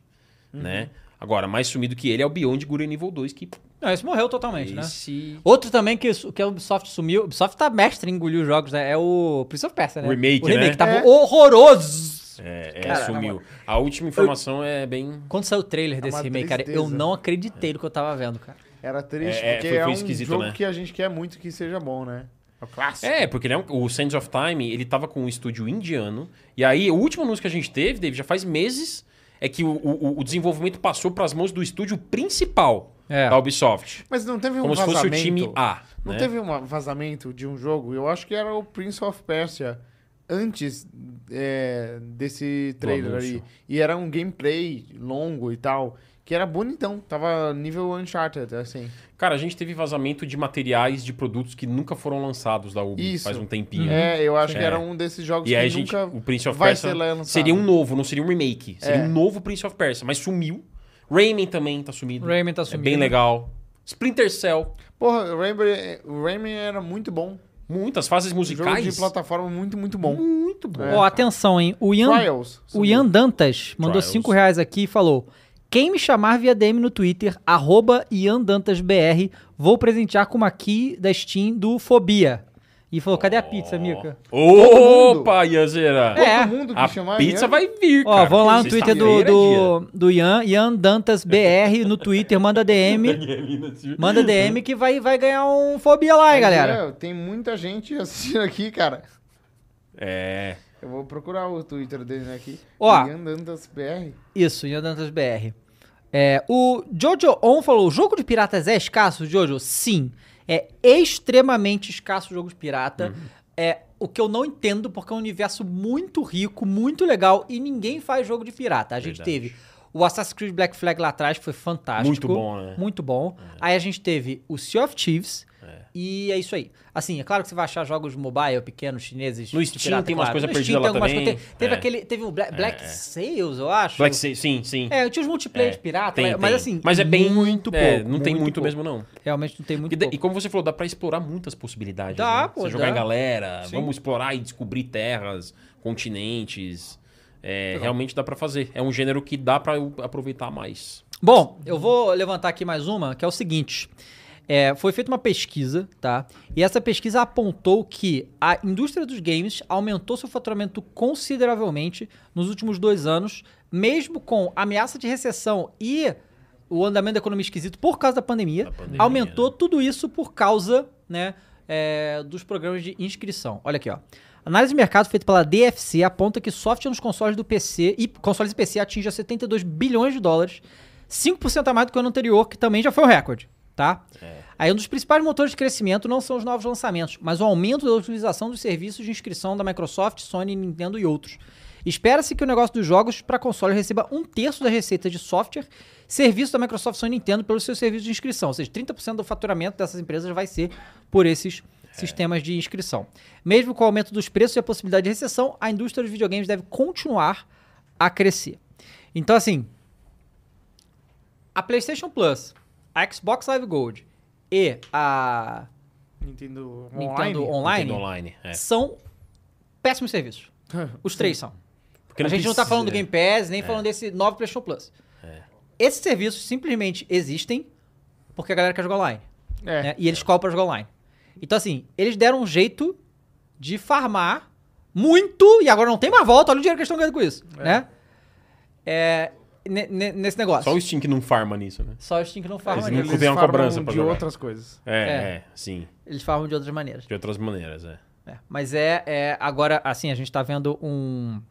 Uhum.
né? Agora, mais sumido que ele é o Beyond Guru Nível 2, que
Não, esse morreu totalmente, né?
esse
Outro também que, su- que a Ubisoft sumiu. Ubisoft tá mestre em engolir os jogos, né? É o Prince of Persia, né?
Remake,
o remake
né?
tava
É.
horroroso. isso.
É, é,
Cara,
sumiu. A última informação é bem.
Quando saiu o trailer desse
É uma
remake, cara, eu
tristeza.
não acreditei no que eu tava vendo, cara.
Era triste,
É, é,
porque
foi-
é
foi
um
esquisito,
jogo
né?
que a gente quer muito que seja bom, né? É o clássico.
É, porque ele é um- o Sands of Time, ele tava com um estúdio indiano. E aí, o último anúncio que a gente teve, David, já faz meses, é que o, o- o desenvolvimento passou pras mãos do estúdio principal
É.
da Ubisoft.
Mas não teve um
Como se
vazamento.
fosse o time A.
Não
né?
teve um vazamento de um jogo? Eu acho que era o Prince of Persia antes é, desse trailer
anúncio.
aí. E era um gameplay longo e tal, que era bonitão. Tava nível Uncharted, assim.
Cara, a gente teve vazamento de materiais de produtos que nunca foram lançados da Ubi
Isso.
faz um tempinho.
É, eu acho
Sim.
que
É.
era um desses jogos
E
que
aí, a gente,
nunca...
o Prince of
vai
Persia
ser lançado.
seria um novo, não seria um remake. Seria
É.
um novo Prince of Persia, mas sumiu. Rayman também tá sumido.
Rayman tá
É
sumindo.
bem legal. Splinter Cell.
Porra, o Rayman, o Rayman era muito bom.
Muitas fases
Um jogo de
musicais.
plataforma muito, muito bom. É.
Muito bom.
Ó, atenção, hein? O Ian,
Trials.
o Ian Dantas mandou
Trials.
5 reais aqui e falou: Quem me chamar via DM no Twitter, arroba IanDantasBR, vou presentear com uma key da Steam do Fobia. E falou: cadê a pizza, Mica?
mundo.
Opa, Ianzeira.
É.
Todo mundo que
A
chamar
pizza
Ian.
vai vir,
Ó,
cara. tá
vão lá no Twitter do,
Sexta-feira
do, do Ian, Ian Dantas BR no Twitter, manda
é
DM.
dia.
Manda DM que vai, vai ganhar um Fobia lá, hein, galera.
É, tem muita gente assistindo aqui, cara.
É.
Eu vou procurar o Twitter dele né, aqui.
Ó.
Ian Dantas BR.
Isso, Ian Dantas BR. É, o Jojo On falou: o jogo de piratas é escasso, Jojo? Sim. É extremamente escasso o jogo de pirata.
Uhum.
É o que eu não entendo, porque é um universo muito rico, muito legal, e ninguém faz jogo de pirata. A gente
Verdade.
teve o Assassin's Creed Black Flag lá atrás, que foi fantástico.
Muito bom, né?
Muito bom. Aí a gente teve o Sea of Thieves. E é isso aí. Assim, é claro que você vai achar jogos mobile, pequenos, chineses.
No
de
Steam tem umas coisas
No Steam
perdidas lá
tem algumas
também.
coisas. Teve, teve
É.
aquele. Teve um Bla- Black
é.
Sales, eu acho.
Black Sea- sim, sim.
É, eu tinha os multiplayer de
É,
pirata,
tem,
mas
tem.
assim.
Mas é bem.
Muito pouco.
é, não tem muito,
pouco.
mesmo, não.
Realmente não tem muito
E, da-
pouco.
e como você falou, dá pra explorar muitas possibilidades.
Dá,
né?
pô,
Você jogar
dá.
em galera,
Sim.
vamos explorar e descobrir terras, continentes. É, realmente dá pra fazer. É um gênero que dá pra eu aproveitar mais.
Bom, eu vou levantar aqui mais uma, que é o seguinte. É, foi feita uma pesquisa, tá? E essa pesquisa apontou que a indústria dos games aumentou seu faturamento consideravelmente nos últimos dois anos, mesmo com ameaça de recessão e o andamento da economia esquisito por causa da pandemia.
Da pandemia, né?
aumentou tudo isso por causa, né, é, dos programas de inscrição. Olha aqui, ó. Análise de mercado feita pela DFC aponta que software nos consoles do PC e consoles e PC atinge a 72 bilhões de dólares, 5% a mais do que o ano anterior, que também já foi um recorde, tá? Aí um dos principais motores de crescimento não são os novos lançamentos, mas o aumento da utilização dos serviços de inscrição da Microsoft, Sony, Nintendo e outros. Espera-se que o negócio dos jogos para console receba um terço das receitas de software, serviço da Microsoft, Sony e Nintendo pelos seus serviços de inscrição. Ou seja, 30% do faturamento dessas empresas vai ser por esses sistemas de inscrição. Mesmo com o aumento dos preços e a possibilidade de recessão, a indústria dos videogames deve continuar a crescer. Então, assim, a PlayStation Plus, a Xbox Live Gold e a
Nintendo Online.
Nintendo Online,
Nintendo Online. É.
são péssimos serviços. Os três são.
Porque
a gente não tá
precisa. É.
falando do Game Pass, nem falando desse novo PlayStation Plus. Esses serviços simplesmente existem porque a galera quer jogar online.
É.
né? E eles cobram pra jogar online. Então, assim, eles deram um jeito de farmar muito e agora não tem mais volta. Olha o dinheiro que eles estão ganhando com isso, né? É, ne- ne- nesse negócio.
Só o Steam que não farma nisso, né?
Só o Steam que não farma.
Eles
né?
não tem uma
farmam
cobrança pra
de
jogar.
outras coisas.
É, é, sim.
Eles farmam de outras maneiras.
De outras maneiras, é.
É, mas é, é, agora, assim, a gente tá vendo um.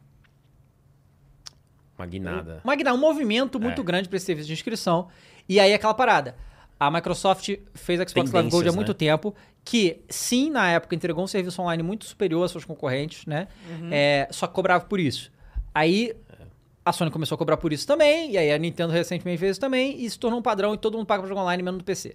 Magnada.
Magna, um movimento muito
É.
grande pra esse serviço de inscrição. E aí aquela parada. A Microsoft fez a Xbox Live
Tendências,
Gold há
né?
muito tempo, que sim, na época entregou um serviço online muito superior aos seus concorrentes, né? É, só cobrava por isso. Aí a Sony começou a cobrar por isso também, e aí a Nintendo recentemente fez isso também, e se tornou um padrão e todo mundo paga pra jogar online, menos no PC.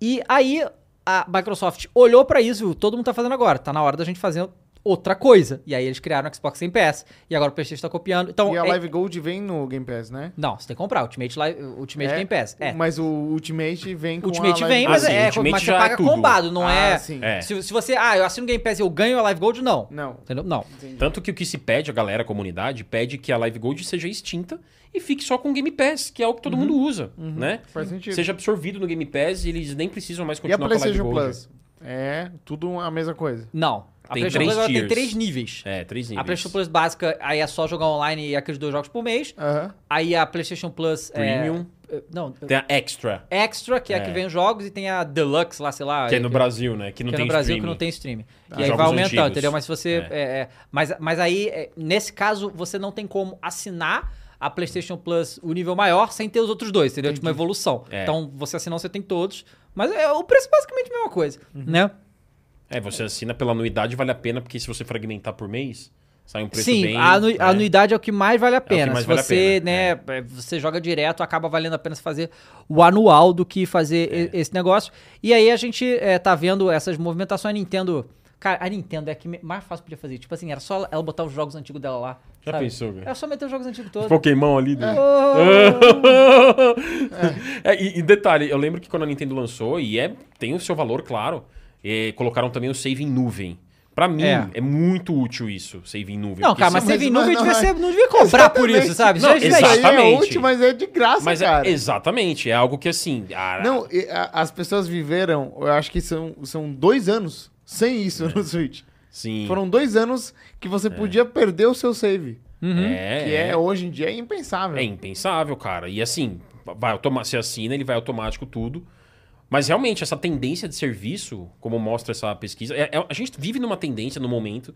E aí a Microsoft olhou pra isso, e viu, todo mundo tá fazendo agora, tá na hora da gente fazer outra coisa. E aí eles criaram o Xbox Game Pass, e agora o PlayStation tá copiando. Então,
e a
é-
Live Gold vem no Game Pass, né?
não, você tem que comprar. Ultimate, Live, Ultimate
É,
Game Pass. É.
Mas o Ultimate vem com
Ultimate
a Live
vem,
Gold.
mas,
Ah, sim,
é,
Ultimate
mas você
já é
paga
tudo.
combado, não
Ah,
é...
sim.
É.
Se, se você... Ah, eu assino o Game Pass e eu ganho a Live Gold, não.
Não.
Entendeu? Não.
Tanto que o que se pede, a galera, a comunidade, pede que a Live Gold seja extinta e fique só com o Game Pass, que é o que
Uhum.
todo mundo usa, né?
Faz sentido.
Tipo-
Seja absorvido no Game Pass e eles nem precisam mais
E a
continuar com a Live
PlayStation
Gold.
Plus? É tudo a mesma coisa.
Não. A
Tem
PlayStation
três
Plus agora tem
tiers.
três níveis.
É, três níveis.
A PlayStation Plus básica, aí é só jogar online e aqueles dois jogos por mês.
Aham.
Aí a PlayStation Plus é-
Premium.
eh, não,
Tem a Extra,
Extra, que é, a que
É.
vem os jogos, e tem a Deluxe lá, sei lá.
que é no Brasil, né? Que não
Ah, que é
tem
no Brasil que
streaming.
não tem streaming. E
Ah,
aí vai
jogos
aumentando,
antigos.
entendeu? Mas se você.
É.
é, é, mas, mas aí, é, nesse caso, você não tem como assinar a PlayStation Plus o nível maior sem ter os outros dois, entendeu? Tipo uma evolução.
É.
Então, você assinou, você tem todos. Mas é, o preço é basicamente a mesma coisa,
Uhum.
né?
É, você assina pela anuidade, vale a pena, porque se você fragmentar por mês, sai um preço
Sim,
bem...
a, anu-
né?
a anuidade é o que mais vale a pena.
mais
Se
vale a
você,
pena,
né, é, você joga direto, acaba valendo a pena você fazer o anual do que fazer e- esse negócio. E aí a gente é, tá vendo essas movimentações. A Nintendo. Cara, a Nintendo é a que me- mais fácil podia fazer. Tipo assim, era só ela- ela botar os jogos antigos dela lá.
Já
sabe?
pensou,
Era
cara?
só meter os jogos antigos todos.
Pokémon ali do... É, e, e detalhe, eu lembro que quando a Nintendo lançou, e é, tem o seu valor, claro, e colocaram também o save em nuvem. Pra mim,
É.
é, muito útil isso, save em nuvem.
Não,
porque
cara,
se-
mas
mas-
teve
mas
nuvem,
não
devia
é.
ser- não devia comprar por isso, sabe?
Exatamente.
Não,
Já- já-
Isso aí é
Exatamente.
útil, mas é de graça,
Mas é-
cara.
exatamente, é algo que assim... ah,
Não, e a- as pessoas viveram, eu acho que são, são dois anos sem isso no Switch.
É. Sim.
Foram dois anos que você podia perder o seu save.
É,
Que
é.
é, hoje em dia, é impensável.
É impensável, cara. E assim, vai automa- se assina, ele vai automático tudo. Mas realmente, essa tendência de serviço, como mostra essa pesquisa, é- é- a gente vive numa tendência no momento.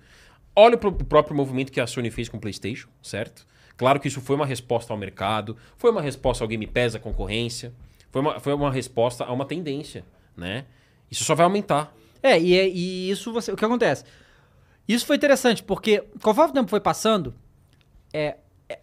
Olha pro- o próprio movimento que a Sony fez com o PlayStation, certo? Claro que isso foi uma resposta ao mercado, foi uma resposta ao Game Pass, à concorrência, foi uma, foi uma resposta a uma tendência, né? Isso só vai aumentar.
É, e, é- e isso você. O que acontece? Isso foi interessante, porque conforme o tempo foi passando, é, é,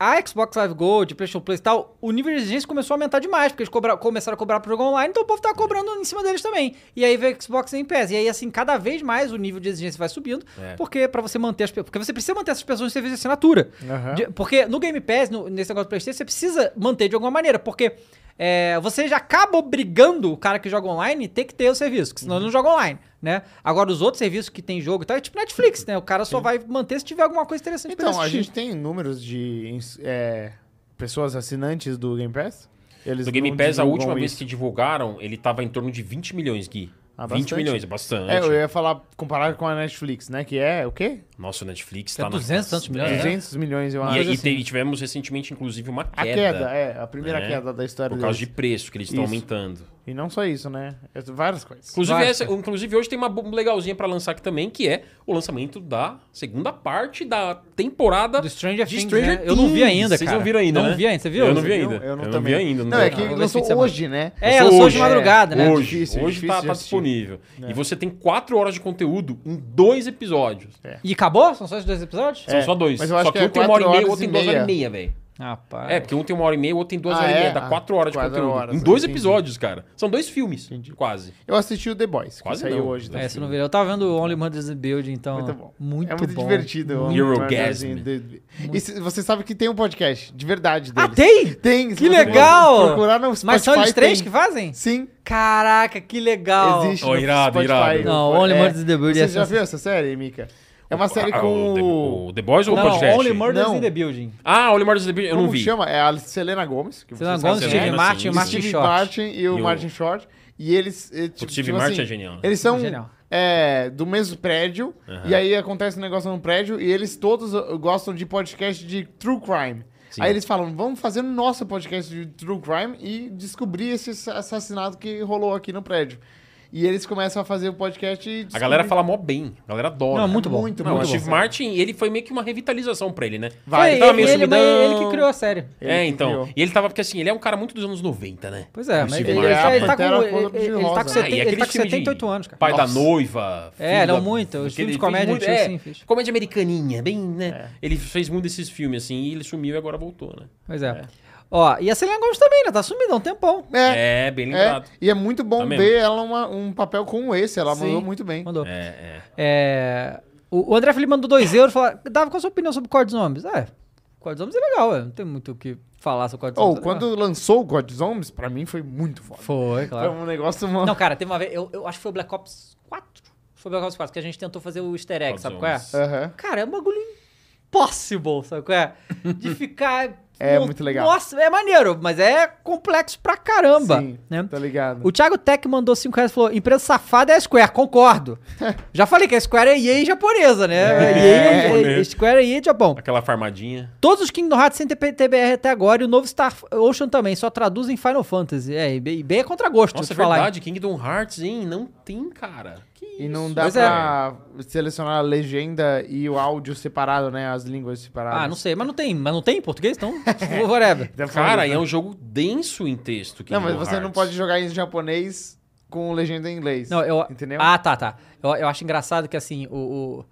a Xbox Live Gold, PlayStation Plus e tal, o nível de exigência começou a aumentar demais, porque eles cobra- começaram a cobrar pro jogo online, então o povo tava cobrando em cima deles também. E aí veio o Xbox em pés. E aí, assim, cada vez mais o nível de exigência vai subindo,
É.
porque para você manter as pe- Porque você precisa manter essas pessoas em serviço de assinatura.
Aham.
De- porque no Game Pass, no- nesse negócio do PlayStation, você precisa manter de alguma maneira, porque é, você já acaba obrigando o cara que joga online ter que ter o serviço, porque
Uhum.
senão ele não joga online, né? Agora, os outros serviços que tem jogo e tal, é tipo Netflix, né? O cara só vai manter se tiver alguma coisa interessante pra ele
Uhum. Então, a
assistir.
gente tem números de ins- é, pessoas assinantes do Game Pass? Eles
Do Game
não
Pass, a
divulgam
última vez
isso.
que divulgaram, ele tava em torno de 20 milhões, Gui.
Ah,
20
bastante.
milhões, é bastante.
É, eu ia falar comparado com a Netflix, né? Que é o quê?
Nossa, o Netflix
É
tá na-
200 e tantos milhões, né?
200 milhões, eu acho. assim.
E, e
assim.
te- e tivemos recentemente, inclusive, uma
A
queda.
queda, é. A primeira
né?
queda da história
Por causa de
deles.
preço que eles estão
Isso.
aumentando.
E não só isso, né? É Várias coisas.
Inclusive,
Vai.
essa- inclusive, hoje tem uma bomba legalzinha pra lançar aqui também, que é o lançamento da segunda parte da temporada
Do Stranger
de
Things,
Stranger
né? Eu não vi
Things.
ainda,
Vocês
cara.
não viram ainda,
Não
né?
vi ainda, você viu?
Eu não
Você
vi
viu?
ainda.
Eu não,
eu não
também.
vi ainda.
Não, é
vi.
que
Eu vou ver
lançou
esse fim de
hoje, né?
É,
Lançou
eu sou de
hoje,
madrugada, né?
Hoje,
Difícil,
hoje
difícil
tá,
de
tá
assistir. É.
disponível. E você tem quatro horas de conteúdo em dois episódios.
E acabou? São só esses dois episódios?
São
É,
só dois.
mas eu acho
Só
que
que,
é
um tem uma hora e
quatro
meia, o
horas
outro
e
tem duas horas e
meia.
meia, velho.
Rapaz.
É, porque um tem uma hora e meia, o outro tem duas
Ah,
horas e
é?
meia. Dá
Ah,
quatro horas de
quatro
conteúdo.
horas,
em dois
entendi.
episódios, cara. São dois filmes, quase.
Eu assisti o The Boys, que
Quase
saiu
não.
hoje. né?
É,
É, você não viu. Eu tava vendo Only Mothers in Build, então.
Muito bom.
Muito
é muito
bom.
divertido.
Muito
Um
Eurogasm.
Magazine de- E se- você sabe que tem um podcast, de verdade,
Ah,
deles.
tem?
Tem! se
Que
você
legal!
Procurar no Spotify,
Mas são eles três
tem.
que fazem?
Sim,
Caraca, que legal.
existe
Ó,
no
irado,
Spotify.
irado.
Não,
É.
Only Murders in the Building é
Você já viu essa série, Mika? É uma série
Ah,
com...
O The, o The Boys ou o
Não,
podcast?
Only Murders
Não.
in the Building.
Ah, Only Murders in the Building, eu não
como
vi.
chama? É a Selena Gomes. Que
Selena
vocês
Gomes,
sabem,
Steve
né?
Selena,
Martin,
sim.
Martin
Steve
Short.
Martin e o
E o-
Martin Short. E eles... eh, tipo-
Steve
tipo
Martin
assim,
é genial.
Eles são
Genial.
é, do mesmo prédio.
Aham.
E aí acontece um negócio no prédio. E eles todos uh, gostam de podcast de true crime.
Sim.
Aí eles falam, vamos fazer o nosso podcast de true crime e descobrir esse ass- assassinato que rolou aqui no prédio. E eles começam a fazer o podcast e
A galera
descobrir.
fala mó bem, a galera adora.
Não, muito bom.
muito
Não, o
bom.
Steve Martin, ele foi meio que uma revitalização pra ele, né?
Vai. então,
Foi
Ele tava
ele,
meio
ele, mas
sumidão.
ele que criou a série.
Ele
é,
que
então.
criou.
E ele tava, porque assim, ele é um cara muito dos anos 90, né?
Pois é,
O
mas
Steve
ele, ele,
Ah,
Martin.
ele tá com,
Pantera
ele,
Cor-de-Rosa.
ele tá com,
Ah,
seten-
e
ele
aquele
tá com
filme de
78 anos, cara.
Pai
Nossa.
da noiva.
É,
filho
não,
da-
muito. Os
Aquele-
filmes de
ele fez
comédia assim,
muito-
antigos,
é,
sim, fez.
Comédia americaninha, bem, né?
É.
Ele fez muito desses filmes, assim, e ele sumiu e agora voltou, né?
Pois é. Ó, e a Selena Gomes também, né? Tá sumida há um tempão.
É,
É, bem
É,
lembrado.
e é muito bom
Tá mesmo.
ver ela uma- um papel como esse. Ela
Sim.
mandou muito bem.
Mandou.
É, é.
É, o, o André Felipe mandou 2 euros e falou: Dava, qual a sua opinião sobre o Código dos Homens? É, o Código dos Homens é legal, é, não tem muito o que falar sobre o Código dos
Ou
Homens. é
quando
legal.
lançou o God Zombies, pra mim foi muito foda.
Foi,
Foi
claro.
um negócio, mano.
Não, cara, teve uma vez. Eu, eu acho que foi o Black Ops 4. Foi o Black Ops 4, que a gente tentou fazer o easter egg,
Call of
sabe qual é?
Duty.
Aham.
Cara, é um bagulho impossible, sabe qual é? De ficar
É
no-
muito legal.
Nossa, é maneiro, mas é complexo pra caramba.
Sim,
né?
tá ligado.
O Thiago Tech mandou 5 reais e falou: empresa safada é a Square, concordo. já falei que a Square é EA japonesa, né?
É,
EA,
japonês.
Square é EA de Japão.
Aquela farmadinha.
Todos os Kingdom Hearts sem TP TBR até agora e o novo Star Ocean também, só traduzem Final Fantasy. É, e bem e bem é contra gosto,
Nossa, é
te falar. hein?
verdade. Kingdom Hearts, hein? Não tem, cara. Que
E não
isso,
dá
Pois é.
pra selecionar a legenda e o áudio separado, né? As línguas separadas.
Ah, não sei, mas não tem, mas não tem em português, então. Whatever.
Deve falar
Cara,
isso,
e
né?
é um jogo denso em texto.
Não,
Kingdom
mas você não
Hearts.
pode jogar em japonês com legenda em inglês.
Não, eu...
Entendeu?
Ah, tá, tá. Eu, eu acho engraçado que assim, o. o-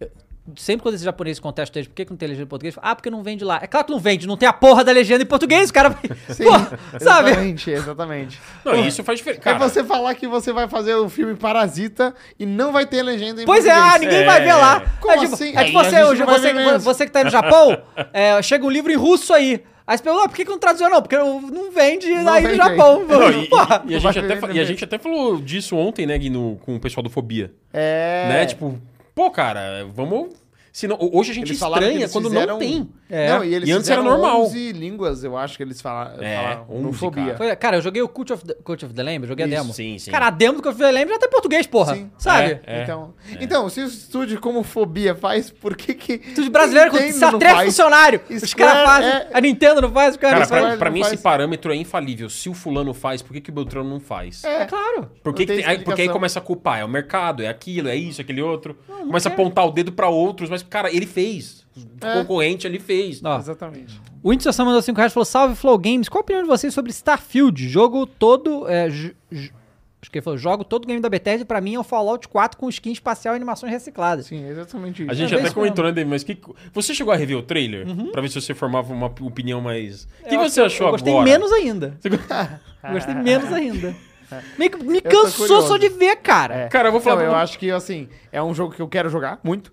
eu- Sempre quando esses japoneses contestam eles, por que, que não tem legenda em português? Ah, porque não vende lá. É claro que não vende, não tem a porra da legenda em português, o cara.
Sim,
Pô, sabe?
Exatamente, exatamente.
Não, e isso faz diferença. Cara,
é você falar que você vai fazer o filme Parasita e não vai ter legenda em
Pois é, ah,
português.
ninguém vai ver lá.
Como
é tipo,
assim?
é tipo
Aí a
você,
gente
hoje,
não vai
você,
ver mesmo.
você que tá aí no Japão, é, chega um livro em russo aí. Aí você pergunta, ah, por que, que não traduziu? Não, porque não não vende
Não
aí
vende
no
aí.
Japão.
Não, e,
Porra.
e- e a
Vai
gente até,
ver
fa- e a
também.
gente até falou disso ontem, né, Gui, no- com o pessoal do Fobia.
É.
Né? Tipo, pô, cara, vamos... Senão, hoje a gente
Eles falaram que
estranha
eles
quando
fizeram-
não tem.
É.
Não, e, eles
E antes era
fizeram
normal.
11 línguas, eu acho que eles fala- falaram.
É, 11,
fobia.
Foi- cara, eu joguei o Cult of the, Cult of the Lamb, joguei
Isso,
a demo.
sim, sim.
Cara, a demo do Cult of the Lamb já tem português, porra.
Sim.
Sabe?
É.
Então, então, se o estúdio como fobia faz, por que que.
Tudo de brasileiro, quando
Nintendo
se
não
atreve
faz?
funcionário. os
Square
caras fazem.
é-
A Nintendo não faz, os
Cara,
caras
Isso
pra,
fazem.
não
pra mim
faz.
esse parâmetro é infalível. Se o fulano faz, por que, que o Beltrano não faz?
É claro.
Por que
Não tem
que tem- aí- porque aí
explicação.
começa a culpar. É o mercado, é aquilo, é isso, aquele outro.
não
começa a
quero.
apontar o dedo pra outros, mas, cara, ele fez. O
É.
concorrente ali fez.
Ó,
Exatamente.
O Whindersson Sam mandou 5 reais e falou: Salve Flow Games, qual a opinião de vocês sobre Starfield? Jogo todo. É, j- j- acho que ele falou: jogo todo game da Bethesda e pra mim é o Fallout 4 com skin espacial e animações recicladas.
Sim, exatamente isso.
A gente
É bem
até
isso
comentou, né, David? Mas que, você chegou a rever o trailer? Pra ver se você formava uma opinião mais. O que
Eu
você
acho-
achou
eu gostei
agora?
menos ainda.
Você go-
Eu gostei menos ainda. Me, me
tô
cansou
curioso.
só de ver, cara.
É.
Cara, eu vou falar.
Não,
pra-
eu acho que, assim, é um jogo que eu quero jogar muito,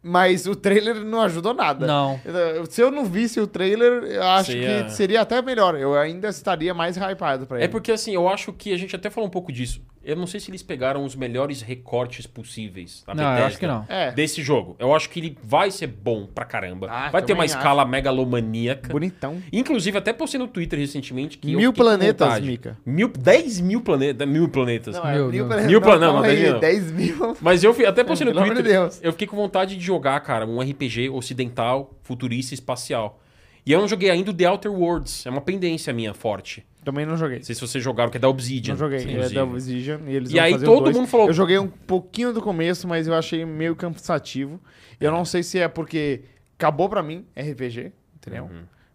mas o trailer não ajudou nada.
Não.
Eu- Se eu não visse o trailer, eu acho
Seria-
que seria até melhor. Eu ainda estaria mais hypado pra ele.
É porque assim, eu acho que a gente até falou um pouco disso. Eu não sei se eles pegaram os melhores recortes possíveis. da
Não, eu
Bethesda,
acho que não.
É.
Desse jogo. Eu acho que ele vai ser bom pra caramba.
Ah,
vai ter uma
também acho.
escala megalomaníaca.
Bonitão.
Inclusive, até postei no Twitter recentemente que. eu
Mil
fiquei com
planetas,
vontade.
Mica.
Mil, 10 mil, planeta, mil planetas.
Não, é
Meu
mil,
Deus.
planetas-
Mil planetas,
calma
não, tá
aí,
daí não.
10 mil.
Mas eu fi- até postei no
Pelo amor
Twitter.
de Deus.
Eu fiquei com vontade de jogar, cara, um RPG ocidental, futurista e espacial. E eu não joguei ainda o The Outer Worlds. É uma pendência minha forte.
Também não joguei.
Não sei se vocês jogaram, que é da Obsidian.
Não joguei. É
inclusive.
da Obsidian. E, eles
E
vão
aí
fazer o
todo
dois.
mundo falou-
Eu joguei um pouquinho do começo, mas eu achei meio cansativo. Eu não sei se é porque acabou pra mim RPG, entendeu?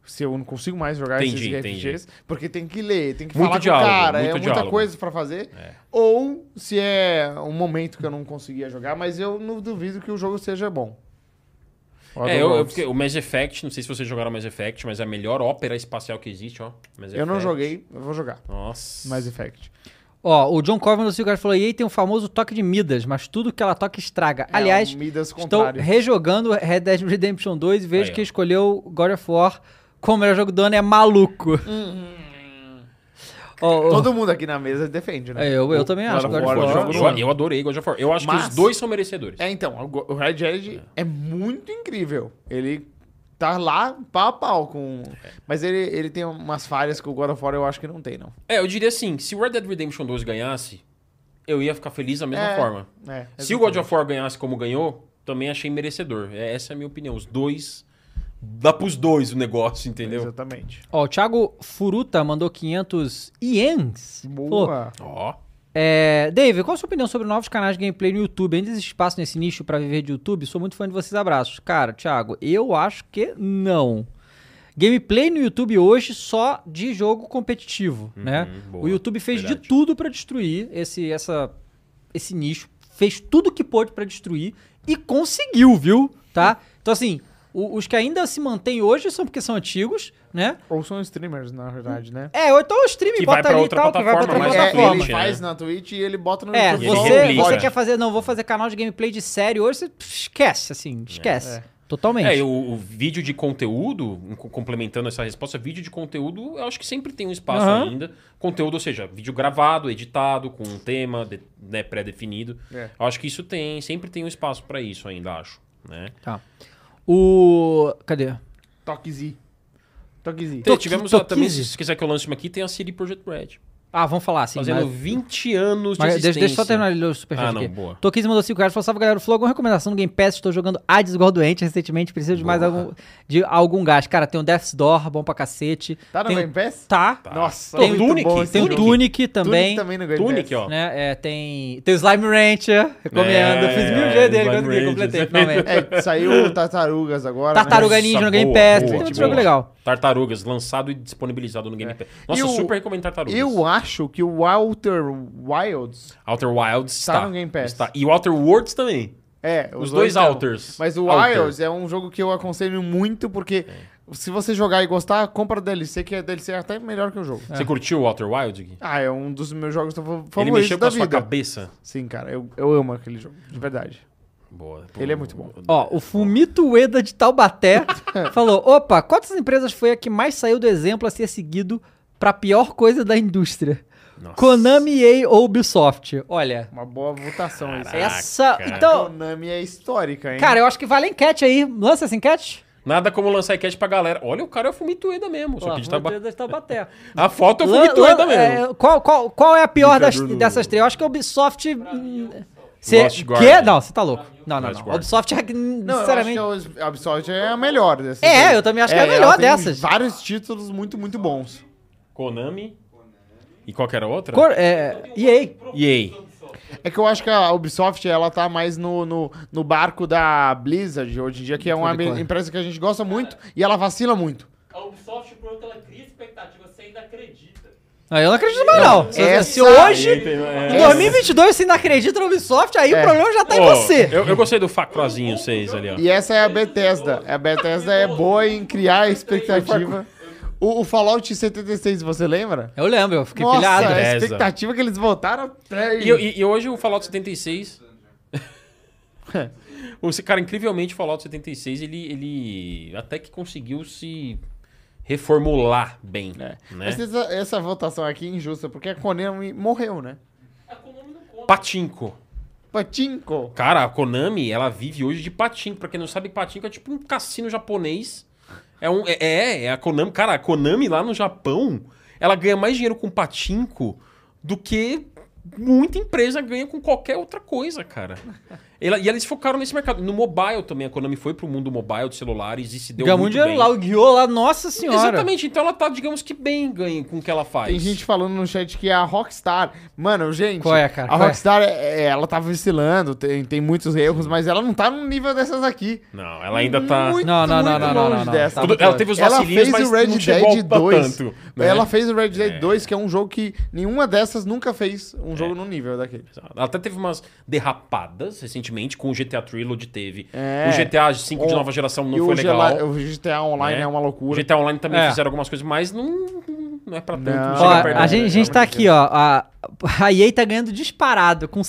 Se eu não consigo mais jogar
Uhum. Entendi,
esses
entendi.
RPGs, porque tem que ler, tem que
Muito
falar
diálogo,
com o cara,
muito
é muita
diálogo. É.
coisa pra fazer. Ou se é um momento que eu não conseguia jogar, mas eu não duvido que o jogo seja bom.
É, eu- eu
Outer
fiquei- o Mass Effect, não sei se vocês jogaram Mass Effect, mas é a melhor ópera espacial que existe, ó.
Worlds.
Mass
eu não
Effect.
joguei, eu vou jogar.
Nossa.
Mass Effect.
Ó, o John Corman do Cigar falou: EA tem um famoso toque de Midas, mas tudo que ela toca estraga. Aliás,
é, o Midas
Estou
contrário.
rejogando Red Dead Redemption 2 e vejo
Aí, ó.
que escolheu God of War como melhor jogo do ano é maluco. Ó, ó,
Todo mundo aqui na mesa defende, né?
é, eu, eu também
God
acho
of
God
War
of
é um
War.
jogo
Eu, eu adorei God of War. Eu acho que
Mas-
os dois são merecedores.
É, então, o Go- o Red Dead é. muito incrível. Ele tá lá pau a pau com... Mas ele, ele tem umas falhas que o God of War eu acho que não tem, não.
É, eu diria assim, se o Red Dead Redemption 2 ganhasse, eu ia ficar feliz da mesma
É,
forma.
É,
Se o God of War ganhasse como ganhou, também achei merecedor. É, essa é a minha opinião. Os dois. Dá pros dois o negócio, entendeu?
Exatamente.
Ó, o Thiago Furuta mandou 500 iens. Falou,
Boa.
Ó.
é, Dave, qual a sua opinião sobre novos canais de gameplay no YouTube? Ainda existe espaço nesse nicho pra viver de YouTube? Sou muito fã de vocês, abraços. Cara, Thiago, eu acho que não. Gameplay no YouTube hoje só de jogo competitivo, né?
Uhum,
o
boa.
YouTube fez de
Verdade.
tudo pra destruir esse, essa, esse nicho, fez tudo que pôde pra destruir e conseguiu, viu? Tá? Então, assim, o- os que ainda se mantêm hoje são porque são antigos, né?
Ou são streamers, na verdade, né?
É, ou então o stream
Que vai
bota
pra
ali e
outra
tal, que vai pra outra
plataforma, mas
É,
plataforma.
ele
Twitch,
faz
né?
na Twitch e ele bota no
É,
YouTube.
ele
você,
replica.
você quer fazer, não, vou fazer canal de gameplay de série hoje, você pff, esquece, assim, esquece.
É.
Totalmente.
É, e o, o vídeo de conteúdo, em co- complementando essa resposta, vídeo de conteúdo, eu acho que sempre tem um espaço
Aham.
ainda. Conteúdo, ou seja, vídeo gravado, editado, com um tema de- né, pré-definido.
É.
Eu acho que isso tem, sempre tem um espaço pra isso ainda, acho. Né?
Tá. O. Cadê?
Toquezinho. Toquezinho.
Tô-
tivemos
tô
ó, também,
15.
se quiser que eu lance uma aqui, tem a City Project Red.
Ah, vamos falar assim.
Fazendo
mas-
20 anos de
Mas deixa, deixa eu só
existência.
terminar de ler o superchat
Ah, não,
aqui.
boa.
Toquinho mandou 5 reais, falou, salve galera, falou alguma recomendação no Game Pass, estou jogando Hades Igual Doente recentemente, preciso de mais
Boa.
algum, de algum gás. Cara, tem o Death's Door, bom pra cacete.
Tá no
tem,
Game Pass?
Tá.
Nossa,
Tem o
muito
Tunic,
bom esse
Tem o
jogo.
Tunic também.
Tunic também no Game
Tunic,
Pass.
ó.
Né? É, tem, tem o Slime Rancher, recomendo.
É,
Fiz mil
é,
G dele
Slime
quando consegui,
Rancher,
completei
exatamente.
finalmente.
É, saiu Tartarugas agora. né?
Tartaruga Ninja
Nossa,
no Game
boa,
Pass,
boa,
tem um
boa.
jogo legal.
Tartarugas, lançado e disponibilizado no Game Pass. Nossa,
É. E o-
super recomendo Tartarugas.
Eu acho que o Walter Wilds.
Outer Wilds
Tá
está.
no Game Pass.
está. E o Outer Worlds também.
É,
Os, dois
estão.
Outers.
Mas o
Outer.
Wilds é um jogo que eu aconselho muito, porque se você jogar e gostar, compra o DLC, que a DLC é até melhor que o jogo.
Você curtiu o Outer Wilds? Gui?
Ah, é um dos meus jogos favor-
Ele
favoritos
mexeu com
da
a sua
vida.
cabeça.
Sim, cara, eu, eu amo aquele jogo, de verdade.
Boa.
Ele é muito bom.
Ó, o Fumito Ueda de Taubaté falou: opa, qual dessas empresas foi a que mais saiu do exemplo a ser seguido pra pior coisa da indústria?
Nossa.
Konami EA ou Ubisoft? Olha,
Uma boa votação isso.
Caraca.
essa.
Ah, cara.
A
Então,
Konami é histórica, hein?
cara, eu acho que vale a enquete aí. Lança essa enquete?
Nada como lançar enquete pra galera. Olha, o cara é o Fumitueda mesmo. Só
Ó,
que a, gente tá
Fumito
ba...
Ueda de Taubaté.
a foto é o
Lan-
Fumitueda
lan-
mesmo.
é, qual, qual, qual é a pior das,
Ditador do-
dessas três? Eu acho que a Ubisoft. hum, Você
Lost Guardian.
quê? Não, você tá louco. Não, não,
Lost
não. A
Guardian.
Ubisoft é que,
Não,
sinceramente.
eu acho que a Ubisoft é a melhor dessas.
É,
aí.
eu também acho que é a melhor
ela tem
dessas.
vários títulos muito, muito bons.
Konami. E qual que era a outra?
Cor- é, EA.
EA.
É que eu acho que a Ubisoft, ela tá mais no, no, no barco da Blizzard hoje em dia, que é uma
Pode crer.
empresa que a gente gosta muito e ela vacila muito.
A Ubisoft, o problema é que ela cria expectativa, você ainda acredita.
Ah, eu não acredito mais, não. Se-
essa-
Se hoje,
EA tem- é.
em 2022, você ainda acredita na Ubisoft, aí
É.
o problema já tá em
Ó,
você.
Eu, eu gostei do facrozinho vocês ali, ó.
E essa é a Bethesda. A Bethesda é boa em criar expectativa. O, o Fallout 76, você lembra?
Eu lembro, eu fiquei
Nossa,
pilhado. né?
a
Bethesda.
expectativa que eles voltaram até...
E, eu- e- e hoje o Fallout 76. Esse cara, incrivelmente, o Fallout 76, ele, ele até que conseguiu se reformular bem.
É.
Né?
Mas essa, essa votação aqui é injusta, porque a Konami morreu, né?
A Konami não conta.
Patinco.
Patinko.
Cara, a Konami, ela vive hoje de patinco. Pra quem não sabe, patinco é tipo um cassino japonês. É, um, é- é, é a Konami. Cara, a Konami lá no Japão, ela ganha mais dinheiro com patinco do que muita empresa ganha com qualquer outra coisa, cara. Ela- e eles focaram nesse mercado. No mobile também, a Konami foi pro mundo mobile de celulares e se deu
Ganhou muito
muito
dinheiro
bem.
um lá, o guiou lá, nossa senhora.
Exatamente, então ela tá, digamos que bem ganha com o que ela faz.
Tem gente falando no chat que é a Rockstar. Mano, gente.
Qual é, cara?
A
Qual é?
Rockstar, é- é, ela tá vacilando, tem, tem muitos erros, mas ela não tá no nível dessas aqui.
Não, ela ainda tá.
Muito,
Não, não, não,
muito
não, não,
longe
não, não.
dessa.
Tá
Tudo- ela teve os
Ela
vacilinhos,
fez
mas
o Red
não chegou
Dead
a
2.
tanto. né?
Ela fez o Red Dead 2, que é um jogo que nenhuma dessas nunca fez
É.
um jogo no nível daquele.
Exato. Ela até teve umas derrapadas recentemente com o GTA Trilogy teve.
É.
O GTA V de
O-
nova geração não
e
foi
o,
legal.
Gela- o GTA Online
né?
é uma
O
loucura.
GTA Online também
É.
fizeram algumas coisas, mas não, não é pra tanto.
Não.
Não.
Ó,
chega
Olha,
perto,
a
né?
gente, a gente
Pelo
tá
amor de
aqui, ó. A, a EA tá ganhando disparado, com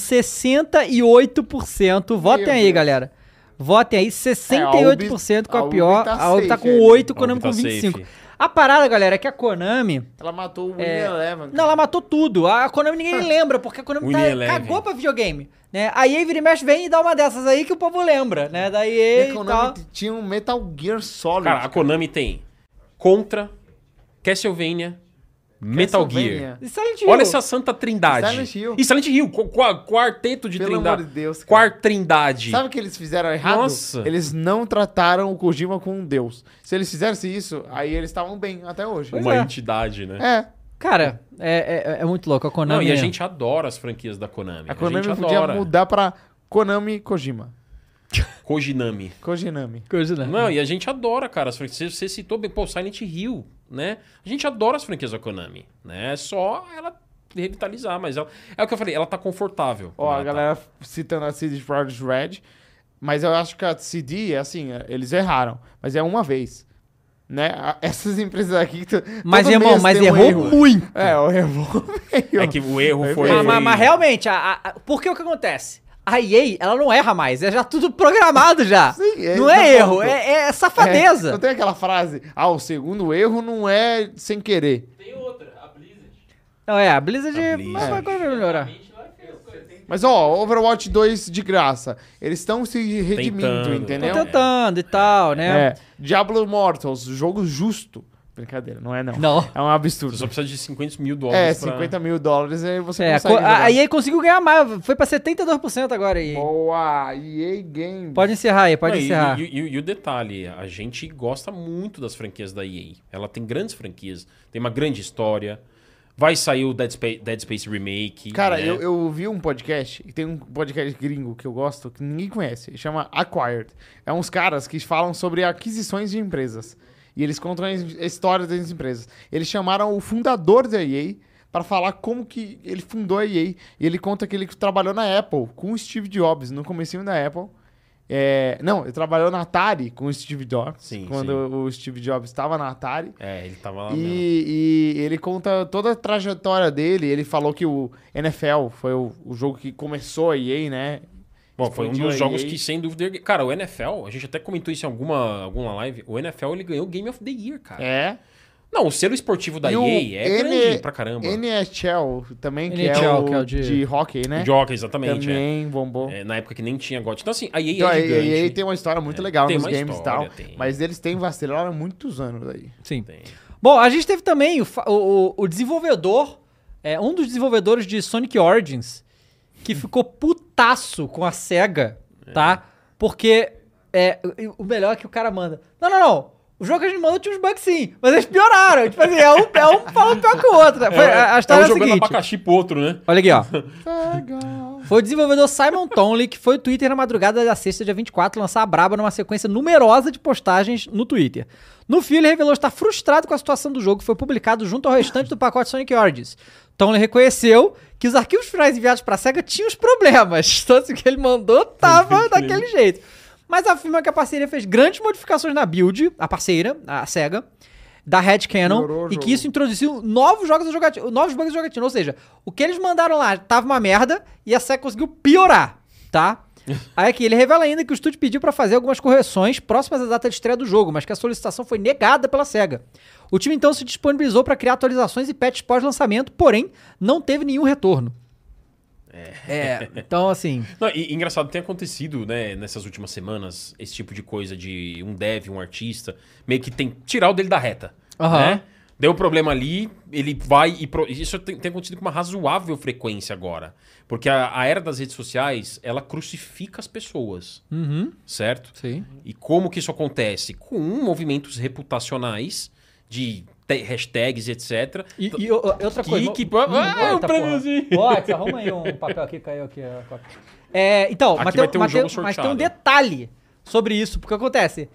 68%. Votem aí,
Deus.
galera. Votem
É,
aí, 68% com
a
a
Ubi
pior.
tá
A Ubi tá
safe
com
aí.
8%, a
A
Konami
Ubi tá
com 25%.
safe.
A parada, galera, é que a Konami.
Ela matou o Win
É.
Eleven.
Não, ela matou tudo. A Konami ninguém lembra, porque a Konami tá,
Winnie Ah. Eleven.
cagou pra videogame. Né? A EA vira e mexe, vem e dá uma dessas aí que o povo lembra, né? Da EA
E a
e
Konami
tal.
t- tinha um Metal Gear Solid.
Cara, a Konami tem Contra, Castlevania, Metal Gear.
Castlevania.
E Silent Hill.
Olha essa santa trindade.
Silent Hill.
E Silent Hill, qu- qu- quarteto de
Pelo
trindade.
amor de Deus, cara.
Quartrindade.
Sabe o que eles fizeram errado?
Nossa.
Eles não trataram o Kojima como um deus. Se eles fizessem isso, aí eles estavam bem até hoje.
Uma
é.
entidade, né?
É.
Cara, é, é- é muito louco. A Konami.
Não, e a gente adora as franquias da Konami.
A Konami
gente
podia
adora.
mudar pra Konami Kojima.
Kojinami.
Kojinami.
Coisa, né?
Não, e a gente adora, cara, as franquias. Você, você citou bem, pô, Silent Hill, né? A gente adora as franquias da Konami, né? É só ela revitalizar, mas ela, é o que eu falei, ela tá confortável.
Ó,
Ela
a
tá-
galera citando a CD Projekt Red. Mas eu acho que a CD, é assim, é, eles erraram. Mas é uma vez. Né? A- Essas empresas aqui... t-
Mas,
todo
irmão,
mês
mas
tem um
errou
erro.
muito.
É, eu errou meio.
É que o erro
Mas-
foi.
Mas, mas- mas realmente, a, a- a- porque o que acontece? A EA, ela não erra mais, é já tudo programado já.
Sim, é,
não é
tá
erro,
pronto.
é, é
É,
safadeza.
não tem aquela frase, ah, o segundo erro não é sem querer.
Tem outra, a Blizzard.
Não, é, a Blizzard,
A
mas
Blizzard.
agora vai melhorar.
A gente lá fez coisa.
Mas ó, Overwatch 2 de graça. Eles estão se redimindo,
Tentando,
Tô
entendeu?
tentando e tal, né?
É. Diablo Immortals, jogo justo. Brincadeira, não é não.
Não.
É um absurdo.
Você só precisa de 50 mil
É,
dólares. pra-
50 mil dólares aí você
É, a,
consegue.
co- a,
jogar.
a EA conseguiu ganhar mais, foi pra 72% agora aí.
Boa, EA Games.
Pode encerrar aí, pode
Não, e-
encerrar.
E, e- e o detalhe, a gente gosta muito das franquias da EA. Ela tem grandes franquias, tem uma grande história. Vai sair o Dead Space, Dead Space Remake.
Cara,
né?
eu, eu ouvi um podcast, e tem um podcast gringo que eu gosto, que ninguém conhece, chama Acquired. É uns caras que falam sobre aquisições de empresas. E eles contam a his- a história das empresas. Eles chamaram o fundador da EA para falar como que ele fundou a EA. E ele conta que ele trabalhou na Apple com o Steve Jobs, no comecinho da Apple. É, não, ele trabalhou na Atari com o Steve Jobs,
Sim,
quando o Steve Jobs estava na Atari.
É, ele tava lá mesmo.
E, e ele conta toda a trajetória dele. Ele falou que o NFL foi o, o jogo que começou a EA, né?
Bom, foi um
explodiu
dos
a
jogos
EA.
que, sem dúvida... Cara, o NFL, a gente até comentou isso em alguma, alguma live, o NFL ele ganhou o Game of the Year, cara.
É.
Não, o selo esportivo da
E o
EA é
N-
grande pra caramba.
NHL também, que, é,
NHL,
o
que é o de-
de... hockey, né?
De hockey, exatamente. é.
também bombou.
É, na época que nem tinha GOT. Então, assim, a EA
Então, a
é gigante.
EA tem uma história muito
É,
legal
tem
nos
uma
games e
história,
tal.
tem.
Mas eles têm vacilaram há muitos anos aí.
Sim.
Tem.
Bom, a gente teve também o, fa- o- o- o desenvolvedor, é, um dos desenvolvedores de Sonic Origins, que ficou putaço com a SEGA,
É.
tá? Porque é, o- o melhor é que o cara manda. Não, não, não. O jogo que a gente mandou tinha uns bugs sim, mas eles pioraram. Tipo assim, é um, é um falando pior que o outro. né? Foi, a, a história é
é um
a
jogando
seguinte.
abacaxi pro outro, né?
Olha aqui, ó. Foi o desenvolvedor Simon Tonley que foi o Twitter na madrugada da sexta, dia 24, lançar a braba numa sequência numerosa de postagens no Twitter. No fim, ele revelou estar frustrado com a situação do jogo que foi publicado junto ao restante do pacote Sonic Origins. Tonley reconheceu que os arquivos finais enviados para a SEGA tinham os problemas, tanto que ele mandou tava daquele jeito. Mas afirma que a parceria fez grandes modificações na build, a parceira, a SEGA, da Red Cannon,
Melhorou o
e
jogo.
que isso introduziu novos jogos da jogatina, novos bugs da jogatina. Ou seja, o que eles mandaram lá tava uma merda e a SEGA conseguiu piorar, tá? Aí aqui, ele revela ainda que o estúdio pediu pra fazer algumas correções próximas à data de estreia do jogo, mas que a solicitação foi negada pela SEGA. O time então se disponibilizou pra criar atualizações e patches pós-lançamento, porém, não teve nenhum retorno. É, então assim.
Não, e, e engraçado, tem acontecido, né, nessas últimas semanas, esse tipo de coisa de um dev, um artista, meio que tem tirar o dele da reta.
Aham.
Né? Deu um problema ali, ele vai e. pro- Isso tem, tem acontecido com uma razoável frequência agora. Porque a, a era das redes sociais, ela crucifica as pessoas,
Uhum,
certo?
sim.
E como que isso acontece? Com movimentos reputacionais de te- hashtags, etc.
E, e o- o- outra
Que-
coisa.
que-
Ih,
ah,
eita,
um prêmiozinho.
porra. Ó, você arruma aí um papel aqui, caiu aqui. ó, cópia. É, então,
Aqui
mas tem,
vai ter um
mas,
jogo
tem, mas tem um
sorteado.
detalhe sobre isso, porque acontece.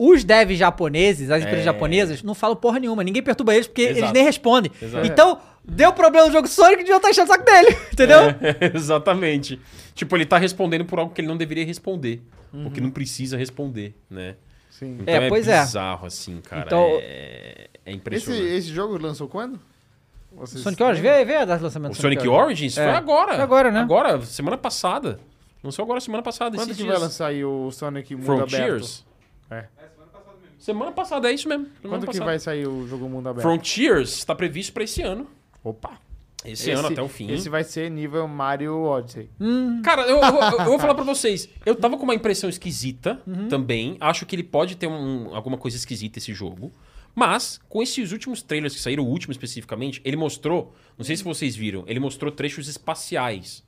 Os devs japoneses, as empresas
É.
japonesas, não falam porra nenhuma. Ninguém perturba eles porque eles
Exato.
nem respondem.
Exato.
Então, deu problema no jogo Sonic, deviam estar enchendo o saco dele, entendeu?
É, exatamente. Tipo, ele tá respondendo por algo que ele não deveria responder. Ou que não precisa responder, né?
Sim.
Então
Uhum. É,
é,
pois é.
bizarro, assim, cara.
Então-
É, é
Esse,
impressionante.
esse jogo lançou quando? Vocês
Sonic Origins, vê, vê a data de lançamento
O
do
Tá
Sonic
né?
Origins
É.
foi agora.
Foi agora, né?
Agora, semana passada. Não sei agora, semana passada.
Quando
esses
que vai
dias.
lançar aí o Sonic Mundo Aberto?
Frontiers?
É.
Semana passada, é isso mesmo. Semana
Quando que
passada.
vai sair o jogo Mundo Aberto?
Frontiers está previsto pra esse ano.
Opa.
Esse, ano até o fim. Hum.
Esse vai ser nível Mario Odyssey.
Cara, eu, eu vou- eu vou falar pra vocês. Eu tava com uma impressão esquisita também. Acho que ele pode ter um- alguma coisa esquisita esse jogo. Mas, com esses últimos trailers que saíram, o último especificamente, ele mostrou. Não sei se vocês viram, ele mostrou trechos espaciais.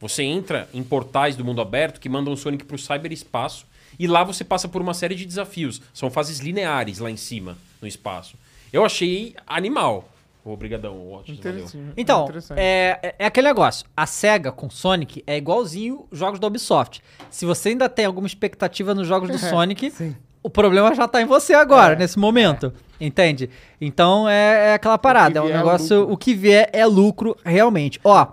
Você entra em portais do mundo aberto que mandam o Sonic pro cyberespaço e lá você passa por uma série de desafios. São fases lineares lá em cima, no espaço. Eu achei animal. Obrigadão, Watch. Valeu.
Interessante.
Então,
Interessante.
é, é- é aquele negócio. A SEGA com Sonic é igualzinho os jogos da Ubisoft. Se você ainda tem alguma expectativa nos jogos
É,
do Sonic, o problema já tá em você agora, nesse momento. Entende? Então é, é aquela parada. É um
é. vier é
negócio.
lucro.
o que vier é lucro, realmente. Ó.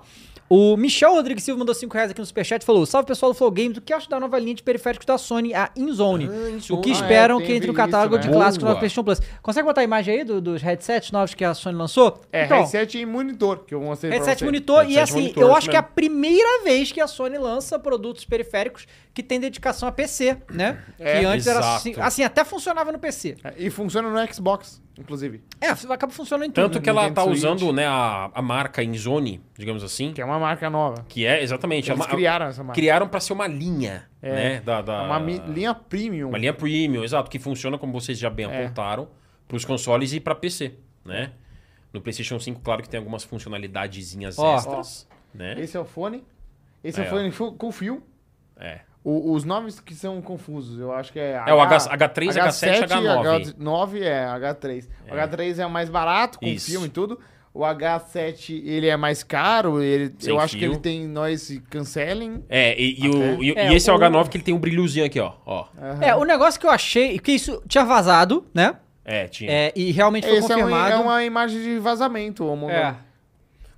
O Michel Rodrigues Silva mandou 5 reais aqui no Superchat e falou: Salve pessoal do Flow Games, o que acho da nova linha de periféricos da Sony, a Inzone? O que
Ah, é,
esperam
teve
que entre no
isso,
catálogo
né?
de clássicos da
Boa.
PlayStation Plus? Consegue botar a imagem aí do- dos headsets novos que a Sony lançou?
É,
Então,
headset e monitor, que eu mostrei pra
Headset
você.
É, monitor, e
Headset
assim,
monitor,
eu
isso
né?
acho que é a
mesmo.
primeira vez que a Sony lança produtos periféricos que tem dedicação a PC, né? que antes era
Exato.
assim, assim, até funcionava no PC.
É, E funciona no Xbox, inclusive.
É, acaba funcionando em tudo.
Tanto que ela
Nintendo
tá
Switch.
usando né, a, a marca Inzone, digamos assim,
Que é uma marca nova.
que é exatamente... a
Eles
ma-
criaram essa marca.
criaram pra ser uma linha, né? Da, da-
É Uma mi- linha premium. É.
uma linha premium, exato, que funciona como vocês já bem apontaram, para os consoles e para PC, né? No PlayStation 5, claro que tem algumas funcionalidadezinhas
Ó.
extras, né?
Esse é o fone. Esse é,
Aí,
o fone fu- com fio.
É.
O- os nomes que são confusos, eu acho que é...
É o H, 3 H7, H9.
H9 é H3. O H3 é o mais barato, com
Isso.
filme e tudo. O H7, ele é mais caro. Ele,
Sem
eu acho que
fio.
ele tem noise canceling.
É, e, e o, e, e
É,
esse é o
o-
H9 que ele tem um brilhozinho aqui, ó. ó.
É, o negócio que eu achei, que isso tinha vazado, né?
É, tinha.
É, e realmente foi
Esse é, um-
confirmado.
é uma imagem de vazamento, o
É.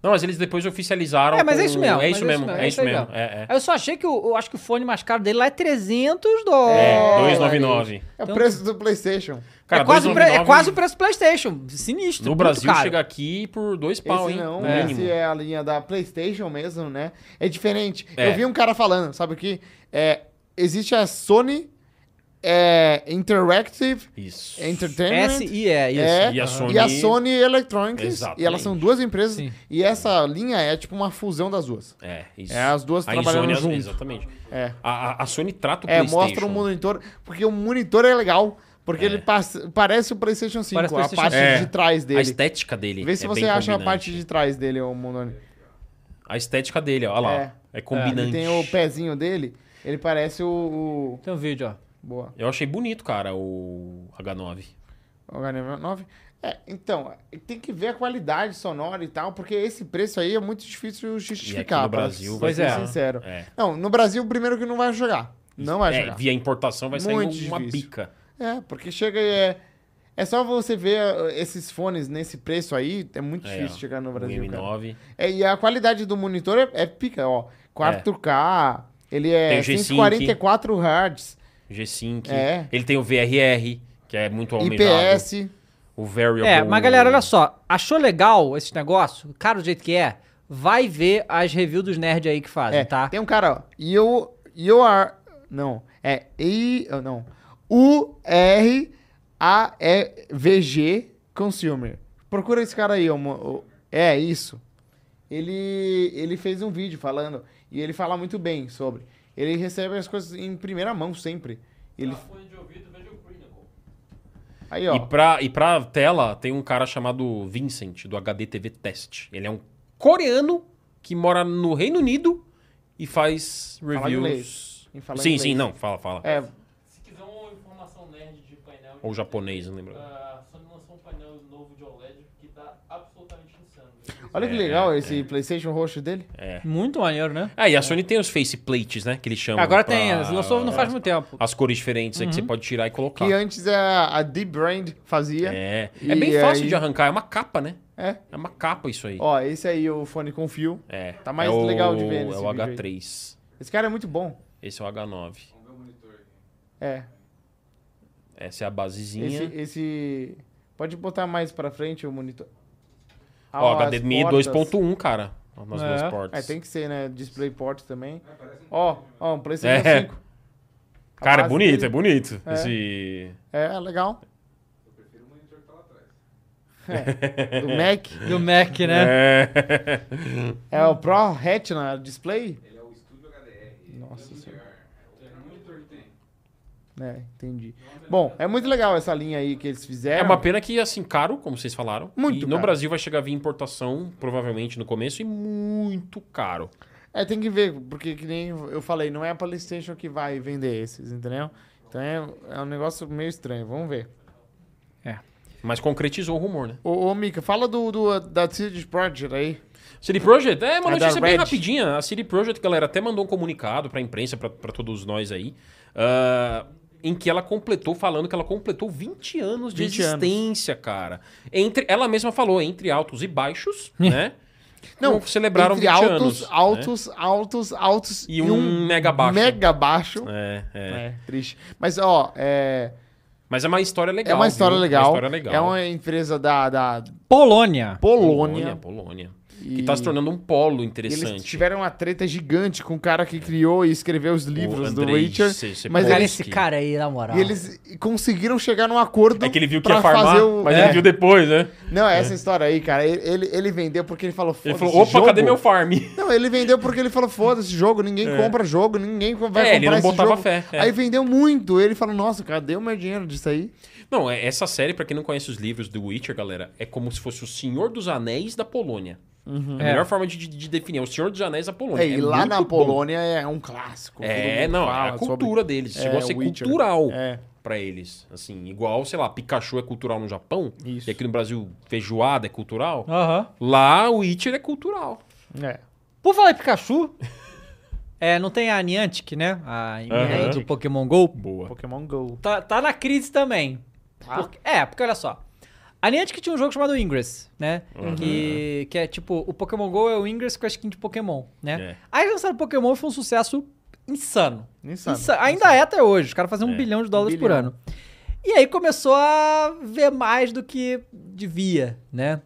Não, mas eles depois oficializaram.
É, mas é
com-
isso mesmo,
É
mas
isso mesmo, é isso
aí
mesmo.
mesmo.
É, é.
Eu só achei que o- eu acho que o fone mais caro dele lá é 300
É,
dólares.
299.
É
Então
o preço do PlayStation.
Cara,
é, quase o pre- é
299
quase o preço do PlayStation. Sinistro.
No
muito
Brasil
caro.
chega aqui por dois
é
pau,
esse
hein?
não,
no
esse
mínimo.
é a linha da PlayStation mesmo, né? É diferente.
É.
Eu vi um cara falando, sabe o que? É, existe a Sony é, Interactive
Isso.
S
Entertainment.
e é, isso.
É,
E a
e a
Sony-
Sony Electronics.
Exatamente.
E elas são duas empresas.
Sim.
E essa linha é tipo uma fusão das duas.
É, isso.
É, as duas
a
trabalhando
Insônia-
junto.
Exatamente.
É.
A, a- a Sony trata o
É,
PlayStation.
mostra o monitor. Porque o monitor é legal. Porque ele passa- parece o PlayStation 5,
Parece o PlayStation
a parte
É.
de trás
A
dele.
estética dele.
Vê se
é
você
bem
acha a
combinante.
parte de trás dele, ô Mondoni.
A estética dele, ó, olha lá.
É.
É, combinante.
Ele tem o pezinho dele, ele parece o. o-
Tem um vídeo, ó.
Boa.
Eu achei bonito, cara, o H9.
O H9. É, então, tem que ver a qualidade sonora e tal, porque esse preço aí é muito difícil
E aqui
justificar.
no
pra
Brasil,
ser
Pois
vai
é.
ser-
sincero.
É.
Não, no Brasil, primeiro que não vai jogar. Não vai
É,
jogar.
via importação vai sair
Muito
uma
difícil.
bica.
É, porque chega e é. É só você ver uh, esses fones nesse preço aí, é muito
É,
difícil
ó.
chegar no
O
Brasil. cara.
M9.
É, e a qualidade do monitor é, é pica, ó. 4K, ele
Tem
é
o G5.
144 Hz,
G5.
É.
Ele tem o VRR, que é muito almejado.
IPS.
O Variable.
É, mas galera, olha só. Achou legal esse negócio? Caro do jeito que é? Vai ver as reviews dos nerds aí que fazem,
É,
tá?
Tem um cara, ó. You, you are. Não. É I. oh, Não. U-R-A-E-V-G Consumer. Procura esse cara aí, ó, mo- ó. É isso. Ele, ele fez um vídeo falando. E ele fala muito bem sobre. Ele recebe as coisas em primeira mão sempre. Ele,
Pra fone de ouvido, veja o Crinicle.
aí, ó.
E pra, e pra tela, tem um cara chamado Vincent, do HD TV Test. Ele é um coreano que mora no Reino Unido e faz reviews.
inglês. E fala
Sim,
inglês.
sim, não, fala, fala.
É,
Se quiser uma informação nerd de painel.
Ou japonês, não lembro.
A Sony lançou um painel novo de OLED que tá absolutamente insano.
olha
É,
que legal esse PlayStation roxo dele.
Muito maneiro, né?
Ah, e a Sony tem os faceplates, né? Que eles chamam.
Agora
pra- é,
tem, lançou não faz muito tempo.
As cores diferentes aí que você
Uhum.
pode tirar e colocar.
Que antes a, a Deep Brand fazia.
É.
E
é bem fácil
aí-
de arrancar, é uma capa, né?
É.
É uma capa isso aí.
Ó, esse aí, o fone com fio.
é.
tá mais
É o-
legal de ver nesse
É o
vídeo aí.
H3.
Esse cara é muito bom.
Esse é o H9.
É.
Essa é a basezinha.
Esse, esse. Pode botar mais pra frente o monitor. Ah,
Ó,
as
HDMI
portas.
2.1, cara. Nas
É.
duas
É,
portas.
tem que ser, né? DisplayPort também. Ó, ó, um PlayStation
É.
5. A
Cara, é
base
bonito,
dele-
é bonito.
É.
Esse.
É, legal. É, do Mac.
Do Mac, né?
É.
É o Pro Retina Display? Ele é o Studio HDR. Nossa senhora. um É, entendi. Bom, é muito legal essa linha aí que eles
É
fizeram.
uma pena que, assim, caro, como vocês falaram.
Muito
E no
caro.
Brasil vai chegar via importação, provavelmente no começo, e muito caro.
É, tem que ver, porque que nem eu falei, não é a PlayStation que vai vender esses, entendeu? Então é, é um negócio meio estranho, vamos ver.
Mas concretizou o rumor, né?
Ô, ô Mika, fala do, do- da CD Projekt aí.
City Project é uma
A da
notícia bem
Red.
rapidinha. A City Project, galera, até mandou um comunicado pra imprensa, pra- pra todos nós aí, ah, em que ela completou, falando que ela completou 20 anos de
20 anos.
existência, cara. Entre, ela mesma falou, entre altos e baixos, né?
Não,
Como celebraram
Entre
20
altos,
anos. né?
altos, altos, altos
E um mega baixo.
Mega baixo.
É, é.
É, triste. Mas, ó, é,
Mas é uma história legal.
é uma história
viu?
legal.
Uma história legal.
É uma empresa da, da
Polônia.
Polônia.
Polônia. que tá se tornando um polo interessante.
Eles tiveram uma treta gigante com o cara que criou e escreveu os livros do
Andrei
Witcher.
C- C-
mas
Polsky.
eles-
Cara, esse cara aí, na moral.
E eles conseguiram chegar num acordo.
Tá. É que ele viu que
pra
ia farmar,
fazer o-
mas
É.
ele viu depois, né?
Não, é essa história aí, cara. Ele, ele, ele vendeu porque ele falou,
Ele
foda-se.
falou, opa,
jogo.
cadê meu farm?
Não, ele vendeu porque ele falou, foda-se, jogo, ninguém compra jogo, ninguém co- vai comprar
É, ele não
esse
botava
jogo.
fé, é.
Aí vendeu muito. Ele falou, nossa, cadê o meu dinheiro disso aí?
Não, é- essa série, pra quem não conhece os livros do Witcher, galera, é como se fosse o Senhor dos Anéis da Polônia. É a
É.
melhor forma de, de- de definir, é o Senhor dos Anéis da Polônia.
É, e
É
lá
muito
na
bom.
Polônia é um clássico. todo
É,
mundo
não,
fala
é a cultura deles.
É,
Chegou a ser
Witcher.
cultural
É.
pra eles. Assim, igual, sei lá, Pikachu é cultural no Japão,
Isso.
e aqui no Brasil feijoada é cultural.
Aham.
Lá o Witcher é cultural.
sobre- É.
Por falar em Pikachu, é, não tem a Niantic, né? A
Aham.
empresa do Pokémon GO.
Boa.
Pokémon GO.
Tá, tá na crise também.
Tá?
Porque- é, porque olha só. A Niantic tinha um jogo chamado Ingress, né? Que, que é tipo, o Pokémon GO é o Ingress com a skin de Pokémon, né?
É.
Aí lançaram o Pokémon e foi um sucesso insano.
Insano,
Insa- Ainda é até hoje. Os caras fazem um bilhão de dólares por
bilhão.
ano. E aí começou a ver mais do que devia, né?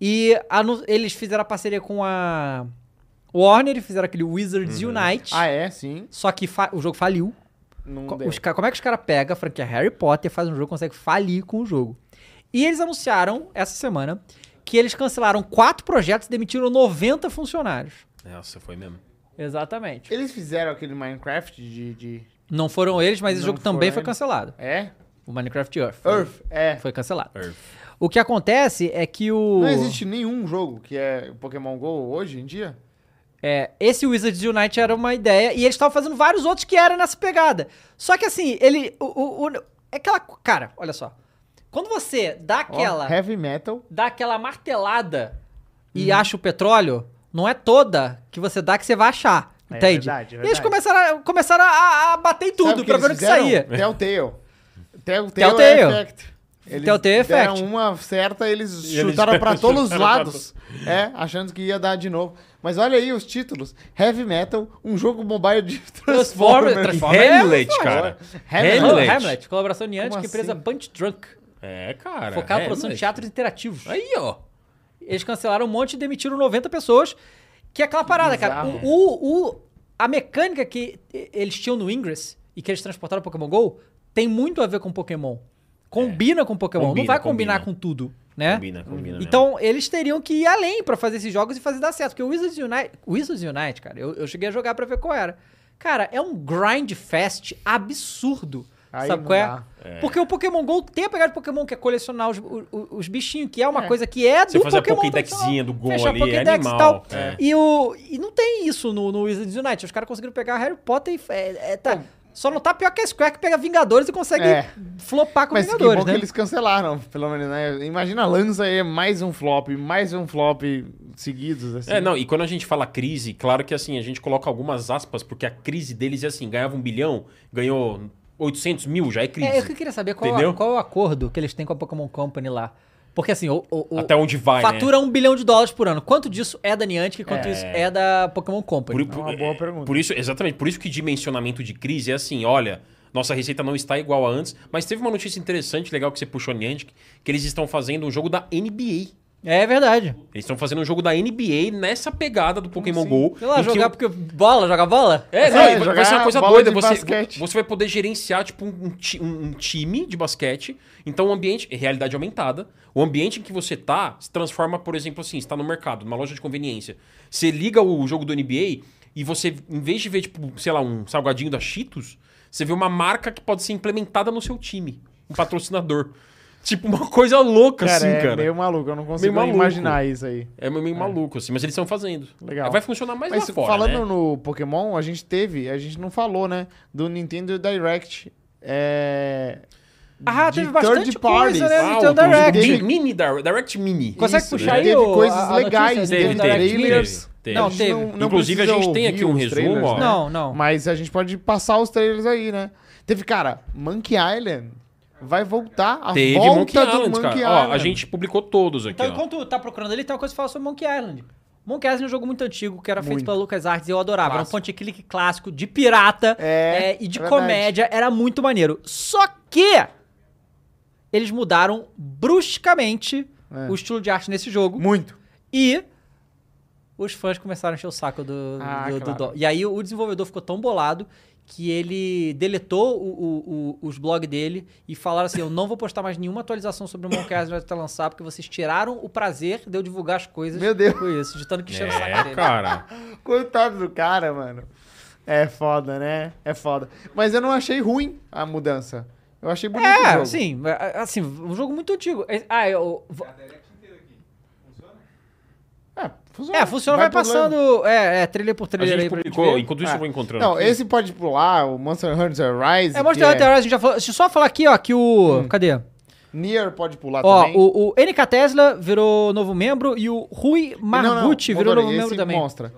E anu- eles fizeram a parceria com a Warner e fizeram aquele Wizards Unite.
Ah, é, sim.
Só que fa- o jogo faliu.
Não
Co-
deu.
os ca- como é que os caras pegam a franquia Harry Potter, faz um jogo, consegue falir com o jogo. E eles anunciaram essa semana que eles cancelaram quatro projetos e demitiram 90 funcionários.
Nossa, foi mesmo.
Exatamente.
Eles fizeram aquele Minecraft de... de-
Não foram eles, mas esse
Não
jogo também
foram
foi
eles.
cancelado.
É?
O Minecraft Earth.
Earth, é.
Foi cancelado.
Earth.
O que acontece é que o.
Não
Tipo,
existe nenhum jogo que é Pokémon GO hoje em dia.
É, esse Wizards Unite era uma ideia e eles estavam fazendo vários outros que eram nessa pegada. Só que assim, ele. O, o- o- é aquela. Cara, olha só. Quando você dá
Ó,
aquela.
heavy Metal.
dá aquela martelada
Uhum.
e acha o petróleo, não é toda que você dá que você vai achar.
É
Entende?
verdade, é
E eles
verdade.
começaram, a- começaram a, a bater em tudo
Sabe
pra ver o
eles
que
fizeram?
saía.
Telltale. Telltale, é
Telltale.
Effect. Eles
Telltale é Effect.
deram uma certa, eles
E eles
chutaram pra todos os
chutaram pra
lados. É, achando que ia dar de novo. Mas olha aí os títulos. Heavy Metal, um jogo mobile de
Transformers,
Transformers.
Transformers.
Hamlet,
Hamlet,
cara.
Hamlet.
é Hamlet.
Hamlet.
Hamlet, colaboração Niantic,
Como
empresa
assim?
Punch Drunk,
É, cara.
focada na
é,
produção de
moleque.
teatros interativos.
Aí, ó.
Eles cancelaram um monte e demitiram 90 pessoas, que é aquela parada, cara.
Bizarro.
O, o- o- a mecânica que e- eles tinham no Ingress e que eles transportaram pro Pokémon GO tem muito a ver com Pokémon. Combina com Pokémon, não
Combina,
vai combinar
combina.
com tudo, né?
Combina, combina. mesmo.
Então, eles teriam que ir além pra fazer esses jogos e fazer dar certo. Porque o Wizards Unite, Wizards Unite cara, eu, eu cheguei a jogar pra ver qual era. Cara, é um grind fest absurdo.
Aí
sabe
não
qual é?
dá.
Porque o Pokémon GO tem a pegada de Pokémon, que é colecionar os, o- o- os bichinhos, que é uma coisa que é do
Você fazer a
Pokémon.
Pokédexinha
tradicional.
do Go
Fechar a
ali, é
Pokédex e
animal.
tal.
É.
E, o, e não tem isso no, no Wizards Unite. Os caras conseguiram pegar Harry Potter e. é- é, tá- só não tá pior que a Square que pega Vingadores e consegue
É.
flopar com
Mas que
Vingadores,
bom
né?
que eles cancelaram, pelo menos, né? Imagina, lança aí mais um flop, mais um flop seguidos, assim.
É, não, e quando a gente fala crise, claro que assim, a gente coloca algumas aspas, porque a crise deles é assim, ganhava um bilhão, ganhou 800 mil, já é crise.
É, eu que queria saber qual,
Entendeu?
qual é o acordo que eles têm com a Pokémon Company lá. Porque assim, o, o- o-
Até onde vai, né?
fatura um bilhão de dólares por ano. Quanto disso é da Niantic e quanto
É.
isso é da Pokémon Company?
É uma boa pergunta.
Por isso, exatamente, por isso que dimensionamento de crise é assim, olha, nossa receita não está igual a antes, mas teve uma notícia interessante, legal que você puxou, Niantic, que eles estão fazendo um jogo da NBA.
É verdade.
Eles estão fazendo um jogo da NBA nessa pegada do Pokémon
assim?
GO.
Sei lá,
em que
jogar
o-
porque bola, joga bola?
É, não,
É,
e vai- vai
jogar
ser uma coisa
bola
doida.
de
Você,
basquete.
você vai poder gerenciar, tipo, um, ti- um- um time de basquete. Então, o ambiente... é Realidade aumentada. O ambiente em que você tá se transforma, por exemplo, assim, está no mercado, numa loja de conveniência. Você liga o jogo do NBA e você, em vez de ver, tipo, sei lá, um salgadinho da Cheetos, você vê uma marca que pode ser implementada no seu time. Um patrocinador. tipo, uma coisa louca,
Cara,
assim,
é
cara.
meio maluco, eu não consigo
maluco.
imaginar isso aí.
É meio maluco, assim. Mas eles estão fazendo.
Legal.
Vai funcionar mais
Mas
lá fora,
falando
né?
no Pokémon, a gente teve, a gente não falou, né? Do Nintendo Direct. É.
Ah,
de
teve bastante
third
coisa,
parties.
né?
Ah,
Nintendo
o- o-
Direct.
Mini, mini Direct, Direct Mini.
Consegue
Isso,
puxar
né?
aí
Teve
o-
coisas
a- a
legais,
notícia?
teve
Nintendo Direct
teve,
Trailers?
teve.
Não,
A gente
teve.
não
Inclusive, a
precisa
gente tem
ouvir
aqui um
os
resumo,
trailers,
ó.
né?
Não, não.
Mas a gente pode passar os trailers aí, né? Teve, cara, Monkey Island vai voltar a
Teve
volta
Monkey
do
Island,
Monkey
cara.
Island.
Ó, a gente publicou todos aqui,
Então,
ó.
enquanto tá procurando ali, tem uma coisa que fala sobre Monkey Island. Monkey Island é um jogo muito antigo, que era feito
Muito.
pela LucasArts e eu adorava. Era um
Clássico.
point and click clássico, de pirata
É,
é, e de
é verdade.
comédia. Era muito maneiro. Só que eles mudaram bruscamente
É.
o estilo de arte nesse jogo.
Muito.
E os fãs começaram a encher o saco do,
Ah,
do, do
claro.
dó. E aí o desenvolvedor ficou tão bolado que ele deletou o- o- o- os blogs dele e falaram assim: eu não vou postar mais nenhuma atualização sobre o Moncast até lançar, porque vocês tiraram o prazer de eu divulgar as coisas
Meu Deus.
com isso, de tanto que encheram o saco
É,
dele.
cara.
Coitado do cara, mano. É foda, né? É foda. Mas eu não achei ruim a mudança. Eu achei bonito o
É,
jogo.
assim, é, assim, um jogo muito antigo. É, Ah, eu. vou-
É, funciona.
É, funciona, vai,
pulando.
passando. É, é, trailer por
A
trailer aí
gente
pra gente
publicou,
ver.
enquanto isso
Ah,
eu vou encontrando.
Não,
aqui.
esse pode pular, o Monster Hunter Rise.
É, Monster
que
Hunter Rise, a gente já falou. Deixa eu só falar aqui, ó, que
Hum.
o. Cadê?
Nier pode pular
Ó,
também.
o, o NK Tesla virou novo membro e o Rui
Não, não,
Margucci virou
Mondoro,
novo
esse
membro também.
Monstra.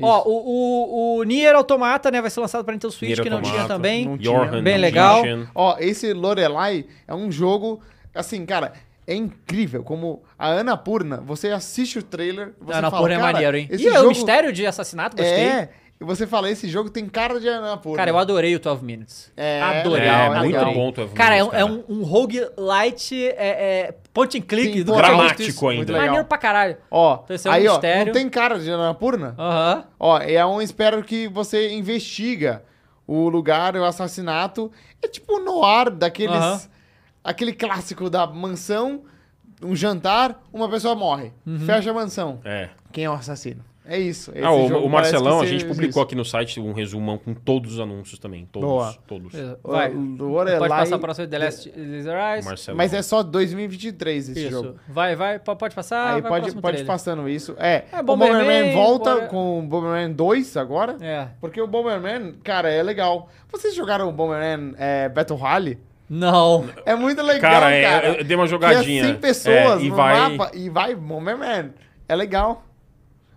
Ó, o, o, o Nier Automata, né, vai ser lançado pra Nintendo Switch,
Nier
que não tinha
Automata,
também.
não tinha.
Your Hand
Bem
Dungeon.
legal.
Ó, esse Lorelai é um jogo, assim, cara, é incrível. Como a Ana Purna, você assiste o trailer, você
Não, não,
fala,
porra, é
cara,
maneiro, hein?
Esse
e é o
jogo
mistério de assassinato, gostei.
É, e você fala, esse jogo tem cara de Ana Purna.
Cara, eu adorei o 12 Minutes.
É,
É,
adorei.
legal,
é muito
legal.
bom. tu
Cara, é um,
Evandro,
é um, um roguelite é, é, point and click.
Sim,
do
pô,
Dramático
muito
ainda.
legal.
Maneiro pra caralho.
Ó,
Então esse é um
aí, ó,
mistério.
não tem cara de Ana Purna?
Aham.
Ó, é um espero que você investiga o lugar, o assassinato. É tipo no ar daqueles.
Aham.
Aquele clássico da mansão, um jantar, uma pessoa morre.
Uhum.
Fecha a mansão.
É.
Quem é o assassino? É isso. Esse
Ah, o,
jogo
o
parece
Marcelão,
que
a
ser
gente publicou
isso.
aqui no site um resumão com todos os anúncios também. Todos.
Boa. É.
Todos.
Vai.
O
Pode
Lorelai.
passar pra você, The
É.
Last Laser Eyes.
Marcelão.
Mas é só 2023 esse
Isso.
jogo.
Vai, vai, po- pode passar.
Aí
vai
pode,
próximo
pode
trailer.
passando isso. É,
É,
o
Bomberman,
Bomberman volta
bora.
com o Bomberman 2 agora.
É.
Porque o Bomberman, cara, é legal. Vocês jogaram o Bomberman é, Battle Rally?
Não.
É muito legal,
Cara,
cara.
é, eu- eu dei uma jogadinha.
Que é 100 pessoas
É, e
no
vai-
mapa e vai Bomberman. É legal.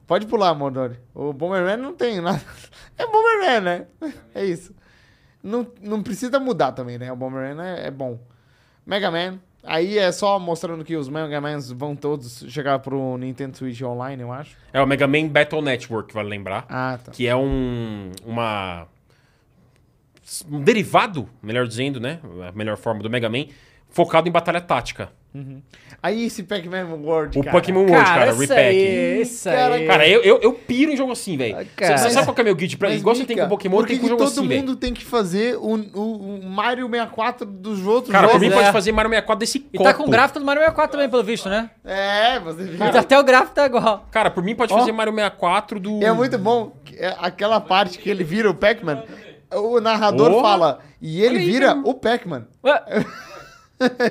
Pode pular, Mondoni. O Bomberman não tem nada. É Bomberman, né? É isso. Não, não precisa mudar também, né? O Bomberman é, é bom. Mega Man. Aí é só mostrando que os Mega Mans vão todos chegar pro Nintendo Switch Online, eu acho.
É o Mega Man Battle Network, vale lembrar.
Ah, tá.
Que é um. Uma. Um derivado, melhor dizendo, né? A melhor forma do Mega Man. Focado em batalha tática.
Aí esse Pac-Man World,
O
cara.
Pokémon World, cara,
isso
repack.
aí, isso
Cara, é
aí.
Cara, eu, eu, eu piro em jogo assim, velho.
cara.
Você sabe qual que é meu guide? Pra,
Mas,
igual você tem com
Mika,
Pokémon,
por
tem
que
com
que
jogo
todo
assim, velho.
mundo tem que fazer o, o, o Mario 64 dos outros
Cara, por
jogos?
mim
Pois é.
pode fazer Mario 64 desse
E
copo.
tá com o gráfico do Mario 64 também, pelo visto, né?
É, você
Mas até o gráfico tá igual.
Cara, por mim pode
Ó.
fazer Mario 64 do...
E é muito bom que é aquela parte que ele vira o Pac-Man. O narrador
Oh.
fala e ele
Olha aí,
vira
cara.
o Pac-Man.
Ué,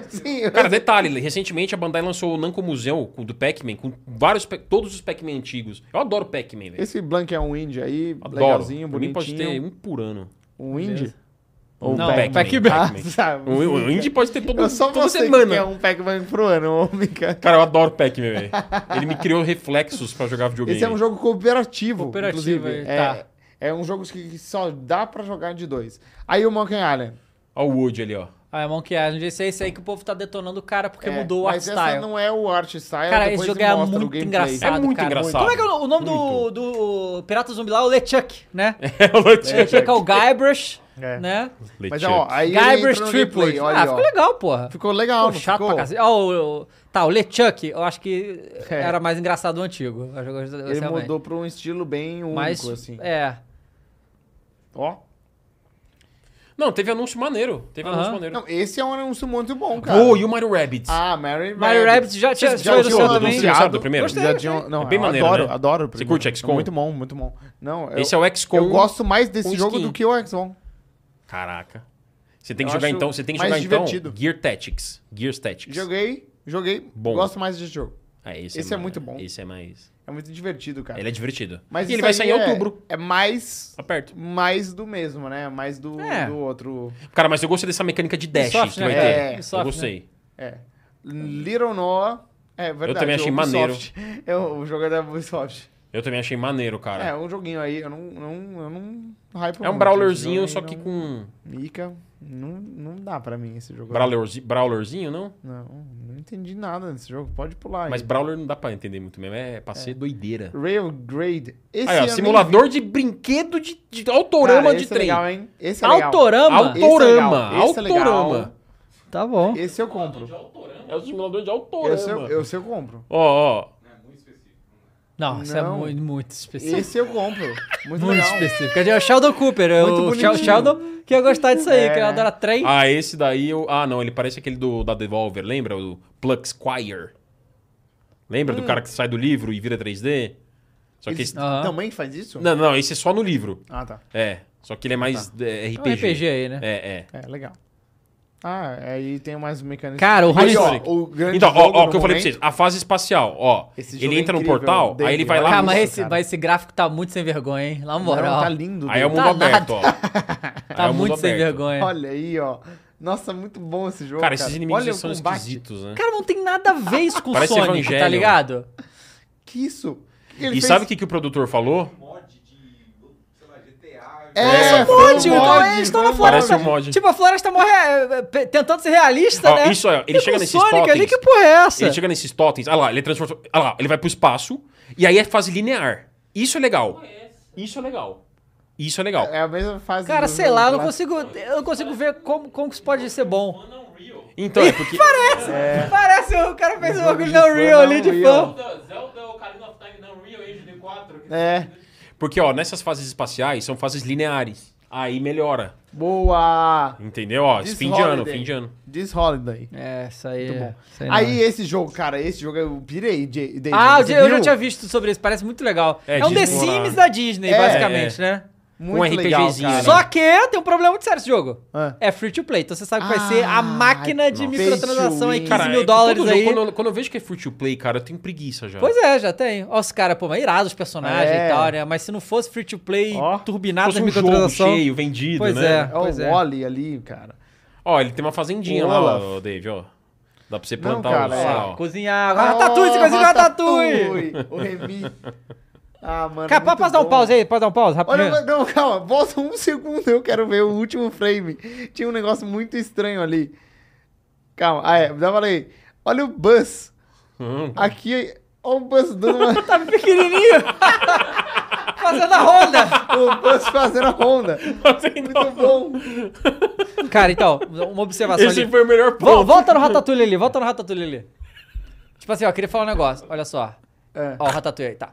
Sim,
Cara, detalhe, recentemente a Bandai lançou o Namco Museu com- do Pac-Man, com vários, Pac- todos os Pac-Man antigos. Eu adoro Pac-Man, velho.
esse Blank é um indie aí,
Adoro.
legalzinho,
Por mim
bonitinho.
pode ter um por ano.
Um indie?
Não,
Pac-Man?
Pac-Man.
Ah,
Pac-Man.
sabe.
Um, um indie pode ter todo,
Eu só
toda
você
semana.
que é um Pac-Man pro ano, ô, Mika.
Cara, eu adoro Pac-Man, velho. Ele me criou reflexos pra jogar videogame.
Esse é um jogo cooperativo,
Cooperativo,
inclusive.
aí,
É,
tá.
é um jogo que só dá pra jogar de dois. Aí o Monkey Island.
Olha o Wood ali, ó.
Ah, é Monkey Island. Esse é esse aí que o povo tá detonando o cara porque
É,
mudou o
mas essa
artstyle.
não é o art style.
Cara,
depois
esse jogo é
mostra o
muito
gameplay.
engraçado.
é muito
cara,
engraçado.
Como é que é o o nome do,
Muito.
do pirata zumbi lá? O LeChuck, né?
É o Lechuk.
LeChuck é o Guybrush,
É.
né?
Mas ó, aí ele
Guybrush
entra no
Triplet.
gameplay, olha
Ah,
aí,
ficou
ó.
legal, porra.
Ficou legal,
Pô,
não
chato
ficou?
pra cacete. Ó, o- o- tá, o LeChuck, eu acho que
É.
era mais engraçado o antigo. Eu acho que eu- eu
Ele
sei bem.
mudou pra um estilo bem único,
Mas,
assim.
é.
Ó.
Não, teve anúncio maneiro. Teve
Aham.
anúncio maneiro.
Não, esse é um anúncio muito bom, cara.
Pô, e o Mario Rabbids?
Ah, Mary
Mario Rabbit já tinha
já
foi anunciado
tinha
também.
anunciado.
do primeiro?
Gostei,
já
gostei.
tinha, não,
É bem
eu
maneiro,
adoro,
né?
adoro. o
Você
primeiro.
curte XCOM?
Muito bom, muito bom. Não, eu,
Esse é o XCOM.
eu gosto mais desse
com
jogo
skin.
do que o XCOM.
Caraca. Você tem que
Eu
jogar
acho
então, você tem que
mais
jogar
divertido.
então Gear Tactics. Gear Tactics.
Joguei, joguei.
Bom.
Gosto mais desse jogo.
Ah,
Esse é
ma-
muito bom.
Esse é mais.
É muito divertido, cara.
Ele é divertido.
Mas
e ele
isso
vai sair em
aí é-
outubro.
É mais,
Tá perto.
mais do mesmo, né? Mais do,
É.
do outro.
Cara, mas eu gostei dessa mecânica de dash
Ubisoft,
que
né?
vai
É,
ter.
é,
Ubisoft,
eu gostei.
É. Little Noah. É verdade.
também achei
Ubisoft. É o o jogo é da Ubisoft.
Eu também achei maneiro,
É,
cara.
um joguinho aí, eu não, não, eu não hype
É,
muito,
um brawlerzinho,
esse
só
jogo aí
que
não-
com.
Mica, não, não dá pra mim esse jogo.
Brawlerzi... Brawlerzinho, não?
Não, não entendi nada desse jogo, pode pular aí.
Mas Brawler não dá pra entender muito mesmo. É pra ser doideira.
Railgrade, esse
Aí,
eu
ó,
nem-
simulador de brinquedo de, de autorama
Cara,
de
esse é
trem.
legal, hein? Esse é legal.
Autorama?
Esse é legal,
Autorama,
esse é legal.
autorama.
Tá bom.
Esse eu compro.
É o simulador de
Esse eu,
autorama.
esse eu compro.
Ó, ó.
Não, isso é
Não.
muito, muito específico.
Esse eu compro.
Muito
Muito, legal.
específico. É o Sheldon Cooper. é
Muito
o
bonitinho.
Shel- Sheldon que ia gostar disso aí,
É.
que ele adora trem.
Ah, esse daí eu. Ah, não, ele parece aquele do, da Devolver, lembra? O Plux Choir. Lembra do cara que sai do livro e vira 3D? Só que
Hum. Eles
esse.
Aham.
Também faz isso?
Não, não, esse é só no livro.
Ah, tá.
É. Só que ele é mais é,
É
RPG.
um RPG aí, né?
É, é.
É, legal. Ah, aí tem umas mecânicas.
Cara, o
Aí,
Rony-
ó, o grande
Então, ó,
jogo
ó, o
no
que eu falei pra
momento-
vocês, a fase espacial, ó.
Esse jogo
ele
é
entra no
incrível,
portal,
Dave,
aí ele vai
vai
lá.
Cara,
Ah,
mas
isso,
esse,
cara.
mas esse gráfico tá muito sem vergonha, hein? Lá na
Não,
moral.
tá lindo.
Aí é o
Deus.
mundo
Tá
aberto, ó.
Tá
Aí é o mundo
muito sem
aberto.
vergonha.
Olha aí, ó. Nossa, muito bom esse jogo.
Cara, esses inimigos
Olha o
são
combate.
esquisitos, né?
Cara, não tem nada a ver isso com
Parece
Sonic,
Evangelho.
tá ligado?
Que isso? O que
E
ele fez?
sabe o que, que o produtor falou?
mod de, sei lá, GTA.
É,
É,
foi
Pode,
um
então
mod,
eles estão
foi
na
um
floresta.
Parece um mod.
Tipo, a floresta morre é, é, pe- tentando ser realista,
Ó,
né?
isso aí, ó, ele
E
chega
com
nesses
Sonic ali,
totens.
que porra é essa?
Ele chega nesses totens, ah lá, ele transforma. Ah lá, ele vai pro espaço, e aí é fase linear. Isso é legal. Isso é legal. Isso é legal.
É a mesma fase.
Cara,
do
sei
jogo
lá, eu não
lá.
consigo, eu não consigo ver como, como que isso pode ser bom.
Mano, Unreal.
Então, é porque.
Parece o cara fez um
Jogo
bagulho
de
na
fã,
Unreal ali de
Unreal.
fã.
Zelda, Zelda Ocarina of Time, não, Unreal Engine 4. que-
É.
Porque, ó, nessas fases espaciais são fases lineares. Aí melhora.
Boa!
Entendeu? Ó,
This
fim de ano,
holiday.
fim de ano.
This Holiday.
É, isso aí.
Muito bom.
isso não
Aí
é.
esse jogo, cara, esse jogo eu pirei. J- David,
Ah, eu
você
já- eu já
viu?
tinha visto sobre isso, parece muito legal.
É,
É, um The
Disney.
Sims da Disney,
É,
basicamente, né?
Muito
um
legal,
RPGzinho,
cara.
né?
Só que tem um problema muito sério esse jogo.
Ah.
É free to play, então você sabe que vai
Ah,
ser a máquina de
nossa.
microtransação aí,
Pay to
15
win.
é
mil
que
dólares
todo
aí.
jogo, quando, eu- quando eu vejo que é free to play, cara, eu tenho preguiça já.
Pois é, já tem. Ó, os caras, pô, mas irado os personagens
É.
e tal, né? Mas se não fosse free to play,
Ó.
turbinado
Fosse
de
um jogo
microtransação.
cheio, vendido,
Pois
né?
É o
Pois é.
Wally ali, cara.
Ó, ele tem uma fazendinha lá,
Olaf.
ó, Dave, ó. Dá pra você
Não,
plantar
cara,
o
é.
sal.
Cozinhar. Ah, Ratatouille, você cozinha ratatouille.
Ratatouille, O Remy. Ah, mano.
Cara, pode
muito
pode dar um
bom.
pause aí? Pode dar um pause?
Olha,
Rapidinho.
mas não, calma, volta um segundo, eu quero ver o último frame. Tinha um negócio muito estranho ali. Calma, ah, é, dá pra ler. Olha o Buzz.
Hum.
Aqui, olha o Buzz dando uma-
Tá pequenininho. Fazendo a ronda.
o Buzz fazendo a ronda. Muito bom.
Cara, então, uma observação
Esse
ali.
foi o melhor
Vol-
ponto.
Volta no Ratatouille ali, volta no Ratatouille ali. Tipo assim, ó, queria falar um negócio. Olha só.
É.
Ó, o Ratatouille aí, tá.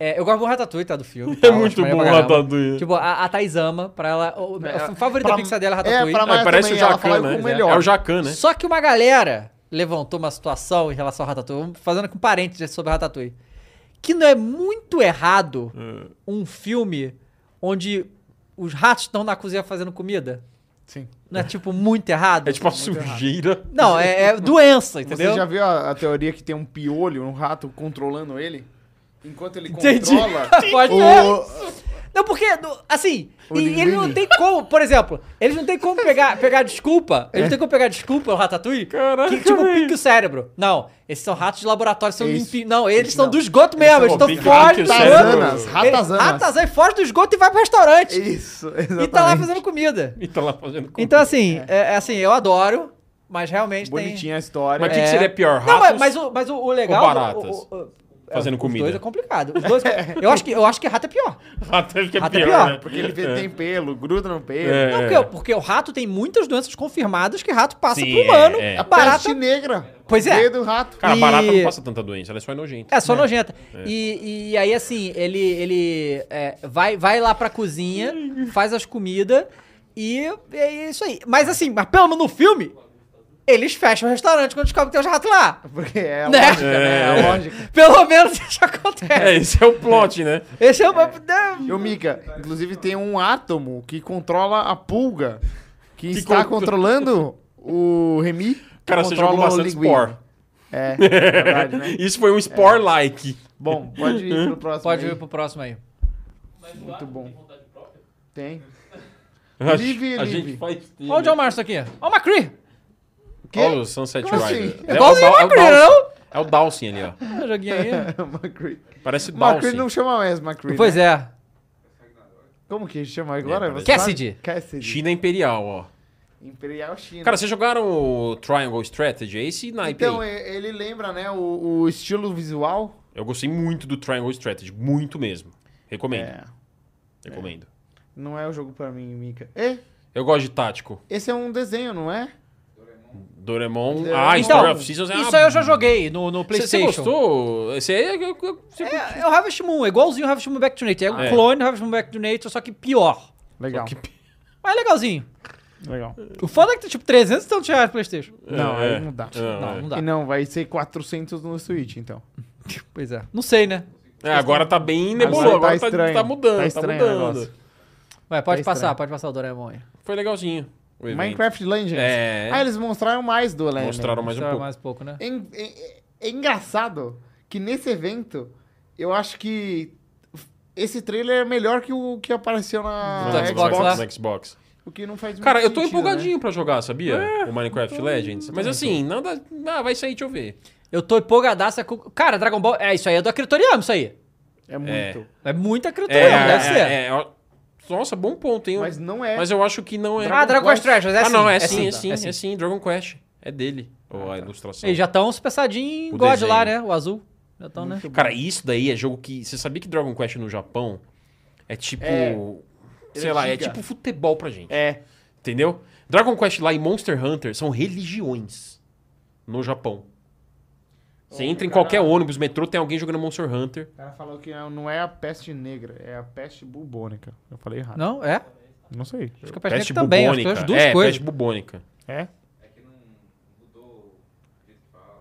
É, eu gosto do Ratatouille, tá? Do filme.
É
tá,
muito
ótimo, maneiro
bom
pra
o
caramba.
Ratatouille.
Tipo, a, a Thaís ama, pra ela. O, a favorita
pra-
pizza dela é
é,
Ratatouille.
pra-
É, parece o
também, ela
Jacan,
fala com
né?
o melhor.
É o Jacan, né?
Só que uma galera levantou uma situação em relação ao Ratatouille, fazendo com parênteses sobre Ratatouille. Que não é muito errado
É.
um filme onde os ratos estão na cozinha fazendo comida?
Sim.
Não é tipo muito errado?
É tipo uma sujeira.
Não, é, é doença, entendeu?
Você já viu a, a teoria que tem um piolho, um rato controlando ele? Enquanto ele
Entendi. Tá
controla.
Pode
o-
Não, porque, do- assim,
O
e ele não
linguine.
tem como, por exemplo, eles não tem como pegar, pegar desculpa, eles não tem como pegar desculpa o Ratatouille,
Caraca,
que tipo,
velho.
pique o cérebro. Não, esses são ratos de laboratório, são
Isso.
limpi... Não, eles são
Não.
do esgoto mesmo, eles estão
são big
fora do
pique o
esgoto.
cérebro.
Ratazanas, ratazanas.
Ratazana foge do esgoto e vai pro restaurante,
Isso, exatamente.
e tá lá fazendo comida.
E tá lá fazendo com-
Então, assim, é, é assim, eu adoro, mas realmente tem...
Bonitinha a história.
Mas o que, que
é.
seria pior? Ratos?
Não, mas, mas o, mas o- o legal...
Ou baratas?
o- o- o-
Fazendo
Os dois
comida.
é complicado. Os dois, eu, acho que, eu acho que rato é pior.
Rato acho que é
Rato é
pior,
pior,
né?
Porque ele vê-
É.
tem pelo, gruda no pelo.
É.
Não, porque, porque o rato tem muitas doenças confirmadas que rato passa
Sim,
pro humano.
é, é.
A
A barata
peste negra.
Pois é.
Veio do rato.
Cara,
E-
barata não passa tanta doença, ela só é nojenta.
é só nojenta. E, e aí, assim, ele, ele é, vai, vai lá pra cozinha, faz as comidas e é isso aí. Mas assim, mas pelo menos no filme, eles fecham o restaurante quando descobrem que tem os ratos lá.
Porque é a
Né?
lógica, né? É a lógica.
Pelo menos isso
É,
acontece.
esse é o plot, né?
Esse é o...
E o Mika, inclusive tem um átomo que controla a pulga, que,
Que
está
contro-
controlando o Remy. que
O cara, você
controla
jogou
o
bastante
Linguini.
Spore.
É, verdade, né?
Isso foi um Spore-like.
Bom, pode ir pro próximo
Pode
aí.
ir pro próximo aí.
Mas o
Muito
Arthur
bom.
tem vontade própria?
Tem.
A
Livre,
gente- a
livre.
gente faz trilha.
Olha o John Marston aqui. Olha o McCree.
Quê?
Olha o Sunset
Como
Rider.
assim?
É, o,
Igualzinho o
Dal- é, o
McCree,
Dawson.
não?
é o Dawson ali, ó.
Olha o joguinho aí.
McCree.
Parece Dawson.
McCree não chama mais McCree.
Pois
né?
é.
Como que chama agora?
É,
Você
Cassidy.
sabe? Cassidy.
China Imperial, ó.
Imperial China.
Cara, vocês jogaram o Triangle Strategy? É esse naipe
então,
aí.
e- ele lembra, né, o, o estilo visual.
Eu gostei muito do Triangle Strategy. Muito mesmo. Recomendo.
É.
Recomendo.
Não é o jogo pra mim, Mika. É,
Eu gosto de tático.
esse é um desenho, não é?
Doraemon.
É.
Ah,
Então,
Story of Seasons é
Isso
uma-
aí eu já joguei no, no
Você- Você
PlayStation.
gostou? Você eu- eu- você
Tipo,
curtiu.
É, é o Harvest Moon, é igualzinho o Harvest Moon Back to Nature. É um
É.
clone do Harvest Moon Back to Nature, só que pior.
Legal.
Mas é legalzinho.
Legal.
O foda é que tá tipo 300 e tantos reais no PlayStation.
Não,
É.
aí não dá.
Não, não dá.
E não, vai ser 400 no Switch, então.
Pois é. Não sei, né?
É, agora tá bem nebuloso,
Agora tá
agora, tá,
estranho.
tá mudando,
Tá
tá,
estranho o
mudando.
negócio.
Vai, pode
Tá
passar,
estranho.
pode passar o Doraemon aí.
Foi legalzinho. o evento.
Minecraft Legends.
É.
Ah, eles mostraram mais do Legends.
Mostraram mais um
Só
pouco.
mais pouco, né?
É, en- é- é engraçado que nesse evento, eu acho que esse trailer é melhor que o que apareceu na
Do
Xbox.
Xbox lá.
no Xbox. né?
O que não faz muito
Cara, eu tô
sentido,
empolgadinho
né? É,
pra jogar, sabia? o Minecraft Legends. Mas assim, nada. Ah, vai sair, deixa eu ver.
Eu tô empolgadaça com... Cara, Dragon Ball... É, isso aí é do Acritoriano, isso aí.
É muito.
É muito Acritoriano,
É,
deve ser.
é, é, ó. Nossa, bom ponto, hein?
Mas não é.
Mas eu acho que não é.
Ah, Dragon Quest Treasures, é
ah,
sim.
não, é sim, é
tá,
sim, é sim, Dragon Quest. É dele.
Ah,
Ou
tá.
a ilustração.
Eles já estão super saiyajin
O
God
desenho.
lá, né? O azul. Já estão, né?
Cara, isso daí é jogo que. Você sabia que Dragon Quest no Japão é tipo.
É.
Sei
é
lá, é
giga.
tipo futebol pra gente.
É.
Entendeu? Dragon Quest lá e Monster Hunter são religiões no Japão.
Oh,
Você entra em qualquer ônibus, metrô, tem alguém jogando Monster Hunter.
O cara falou que não é a peste negra, é a peste bubônica. Eu falei errado.
Não, é?
Não, sei.
Acho que a
Peste
Peste também, acho que
bubônica.
as duas
é,
coisas.
peste bubônica.
É?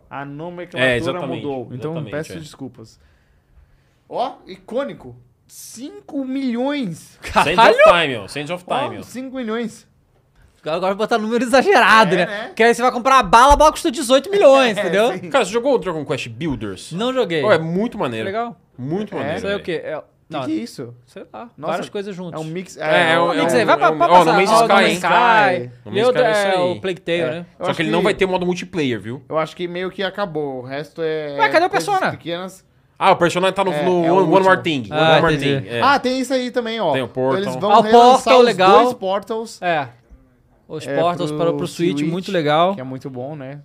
A
É,
nomenclatura
exatamente,
mudou. Então
exatamente,
peço
é.
desculpas. Ó, icônico. 5 milhões.
Sands of Time, ó. Sands of Time,
Ó,
ó.
5 milhões.
Agora vai botar número exagerado,
É,
né?
né? É,
Porque aí você vai comprar a bala, a bala custa 18 milhões, entendeu?
Hum. Cara, você jogou o Dragon Quest Builders?
Não joguei.
Pô, é muito maneiro.
Legal.
Muito
É.
maneiro.
Isso aí é o
velho.
quê? É,
O
não,
que é isso?
sei lá.
Nossa,
várias coisas juntas.
É um mix.
É, é, um- é,
Mix
um-
aí, vai pra-
é um-
pra
ó, no
passar.
Man's
Ó,
No
Sky,
Man's
hein?
Sky.
No Man's
Meu
Sky é isso
é,
aí.
o Plague Tale, né?
Eu
Só
acho
que ele não vai ter modo multiplayer, viu?
Eu acho que meio que acabou. O resto é.
Ué, cadê o
coisas
Persona?
Pequenas.
Ah, o personagem tá no,
É,
no
é o
One, One
último.
More Thing.
Ah,
One More
entendi.
Thing. é.
Ah, tem isso aí também, ó.
Tem o Portal.
Eles vão
Ah, o
relançar
Portal,
os
legal.
dois Portals.
É. Os
É,
portals
pro
para pro Switch,
Switch,
muito legal.
Que é muito bom, né?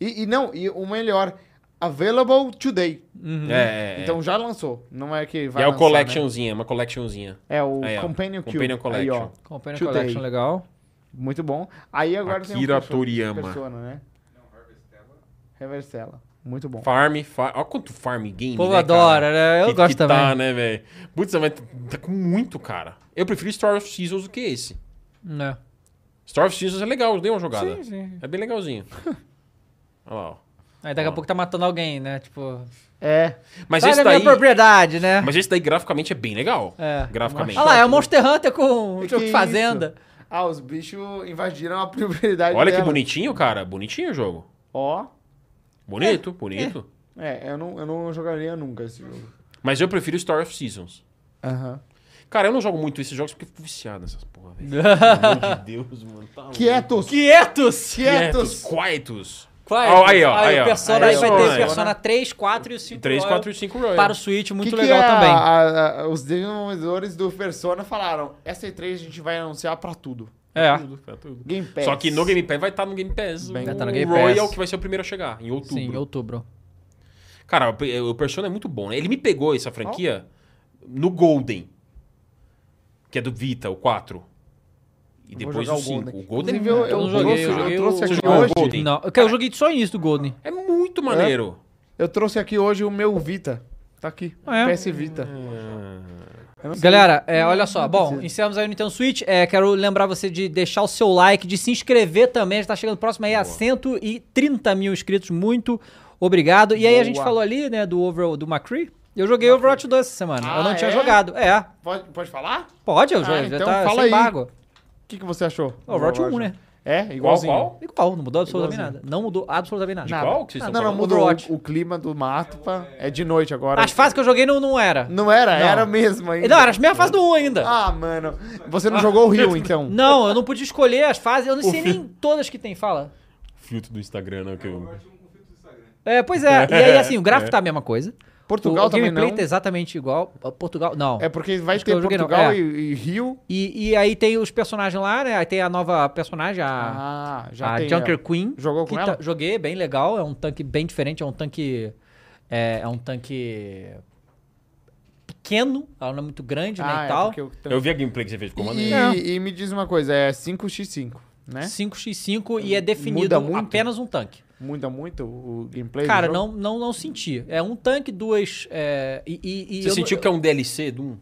E, e não, e o melhor. Available today.
É, é, é.
Então já lançou. Não é que vai
E
né?
é o
lançar,
Collectionzinha, é uma Collectionzinha.
né? É o
Aí, ó.
Companion Cube.
Companion
Aí, ó.
Collection.
Companion
Today.
Collection legal.
Muito bom. Aí agora tem o
Akira
Persona-
Toriyama.
Persona, né? Reverstella. Muito bom.
Farm, farm. Olha quanto farm game.
O povo
né, cara?
adora, né? Eu
que,
gosto
que
também.
Tá, né, velho? Putz, mas tá com muito, cara. Eu prefiro Star of Seasons do que esse.
Né?
Star of Seasons é legal, eu dei uma jogada. É bem legalzinho. Olha lá, ó.
Aí daqui a
Ó.
pouco tá matando alguém, né? Tipo.
É.
Mas
sai
esse
da
daí.
minha propriedade, né?
Mas esse daí graficamente é bem legal.
É.
Graficamente.
Olha lá, é o Monster Hunter com o
Que
jogo de
isso?
fazenda.
Ah, os bichos invadiram a prioridade
Olha que
dela.
bonitinho, cara. Bonitinho o jogo.
Ó.
Bonito, bonito.
É, eu não, eu não jogaria nunca esse jogo.
Mas eu prefiro Star of Seasons.
Aham.
Cara, eu não jogo muito esses jogos porque eu fico viciado nessas porra, velho. Pelo amor de Deus, mano. Tá louco.
Quietos!
Quietos!
Quietos, quietos.
Qual é?
Ó, aí, ó, aí,
o
ó.
Persona
Aí,
aí vai
ó,
ter
aí, ó.
o Persona 3, 4 e o 5
3,
Royal
4 e 5 Royal.
para o Switch, muito
Que que
legal
é a-
também.
a- a- os desenvolvedores do Persona falaram: essa E3 a gente vai anunciar pra tudo.
É.
Tudo, tá tudo.
Game Pass.
Só que no Game Pass vai estar no Game Pass.
Bem,
vai
o
tá no Game
Royal
Pass.
que vai ser o primeiro a chegar, em outubro.
Sim, outubro.
Cara, o o Persona é muito bom, né? Ele me pegou essa franquia no Golden. Que é do Vita, o 4. E
Vou
depois
jogar
o
o Golden.
5. O Golden é
Inclusive,
Eu
eu, eu
não joguei,
trouxe,
eu joguei
eu trouxe
o-
aqui
Você jogou o
hoje.
Golden?
Não, eu- eu joguei só início do Golden.
é muito maneiro.
Eu trouxe aqui hoje o meu Vita. Tá aqui.
Ah, é?
PS Vita.
Ah.
Eu não sei.
Galera, é, olha só. Bom,
precisa.
encerramos aí o Nintendo Switch. É, quero lembrar você de deixar o seu like, de se inscrever também. A gente tá chegando próximo aí a 130 mil inscritos. Muito obrigado. E aí a gente
Boa.
falou ali, né, do Overall do McCree. Eu joguei Overwatch 2 essa semana. eu
Ah,
não tinha
é?
jogado. É,
Pode, pode falar?
pode, eu
Ah,
já, já
então
tá
fala
sem
aí.
embargo.
O que, que você achou?
Overwatch 1, né? Ah,
É, igualzinho.
qual?
Igual, não mudou absolutamente nada. Não mudou absolutamente nada.
Nada.
qual que vocês
Ah,
estão
Não, não,
falando?
mudou
Overwatch.
o, o clima do mapa. É de noite agora.
As fases que eu joguei não, não era.
Não era,
Não.
era mesmo ainda.
Não, era as mesmas fases do 1 ainda.
Ah, mano. Você não jogou o Rio, então?
Não, eu não podia escolher as fases. Eu não sei nem todas que tem, fala.
Filtro do Instagram, né? Que eu...
É, pois é. E aí, assim, o gráfico tá a mesma coisa.
Portugal
o o
também
gameplay
não.
tá exatamente igual. Ah, Portugal, não.
É porque vai
que
ter
eu joguei, não.
Portugal
É.
e, e Rio.
E, e aí tem os personagens lá, né? Aí tem a nova personagem, a,
Ah, já
a
tem.
Junker
ó.
Queen.
Jogou com
que
ela?
tá- joguei, bem legal. É um tanque bem diferente. É um tanque... É, é um tanque... Pequeno. Ela não é muito grande, né?
Ah,
e
é
tal.
porque eu...
eu vi a gameplay que você fez, ficou maneiro.
E, e me diz uma coisa, é 5x5, né?
5x5 e é definido
muito?
apenas um tanque.
Muda muito o o gameplay. do
Cara,
jogo?
não, não, não senti. É um tanque, duas. é, e, e- e
Você
eu-
sentiu que é um DLC do 1?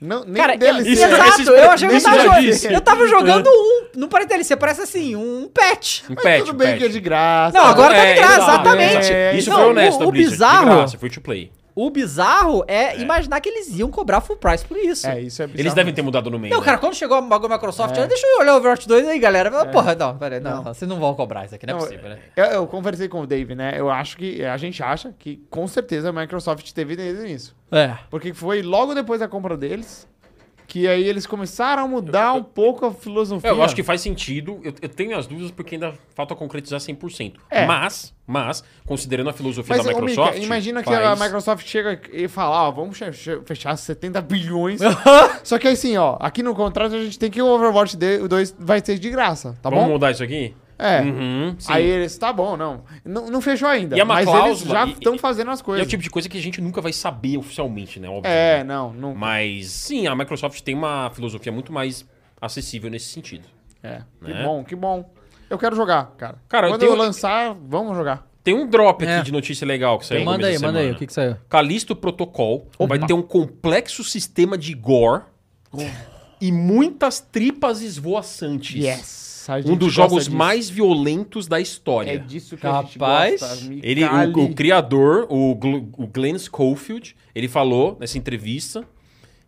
não. Nem
Cara,
DLC.
eu,
Isso,
exato,
esses-
eu achei que eu
isso
tava,
já
jogando,
disse.
eu tava jogando um. Não parece DLC, parece assim, um patch.
Um
Mas
patch,
tudo
um
bem
patch.
que é de graça.
Não, agora tá
É,
de graça,
exato,
exatamente.
é, Isso
Não,
foi honesto,
o,
da
o
Blizzard, de
bizarro,
graça, free to play.
o bizarro é, imaginar que eles iam cobrar full price por isso.
É, isso é bizarro.
Eles devem ter mudado no meio.
Não,
né?
cara, quando chegou a Microsoft, olha, deixa eu olhar o Overwatch 2 aí, galera. Porra, não, peraí, não, não, vocês não vão cobrar isso aqui, não, é
Não,
possível, né?
Eu, eu conversei com o Dave, né? Eu acho que. A gente acha que com certeza a Microsoft teve dedo nisso.
É.
Porque foi logo depois da compra deles que aí eles começaram a mudar um pouco a filosofia.
É, Eu acho que faz sentido. Eu, eu tenho as dúvidas porque ainda falta concretizar 100%.
É.
Mas, mas, considerando a filosofia
Mas,
da
ô, Mika,
Microsoft.
imagina que
faz-
a Microsoft chega e fala, ó, vamos che- che- fechar 70 bilhões. Só que assim, ó, aqui no contrato a gente tem que o Overwatch 2 vai ser de graça, tá
Vamos
bom?
mudar isso aqui?
É.
Uhum, sim.
Aí eles, tá bom, não. Não, não fechou ainda.
E é uma
mas
cláusula,
eles já
e-
estão
e-
fazendo as
E é
coisas.
o tipo de coisa que a gente nunca vai saber oficialmente, né? Óbvio.
É,
né?
não, não.
Mas, sim, a Microsoft tem uma filosofia muito mais acessível nesse sentido.
É. Que
Né?
bom, que bom. Eu quero jogar, cara.
Cara, eu
Quando eu,
tenho-
lançar, vamos jogar.
Tem um drop aqui
É.
de notícia legal que saiu. no
Manda aí,
começo da
manda aí, o
semana.
que que saiu?
Callisto Protocol vai ter um complexo sistema de gore e muitas tripas esvoaçantes.
Yes.
Um dos jogos mais violentos da história.
É disso que
Rapaz,
a gente gosta.
Ele, o, o criador, o, Gl- o Glenn Schofield, ele falou nessa entrevista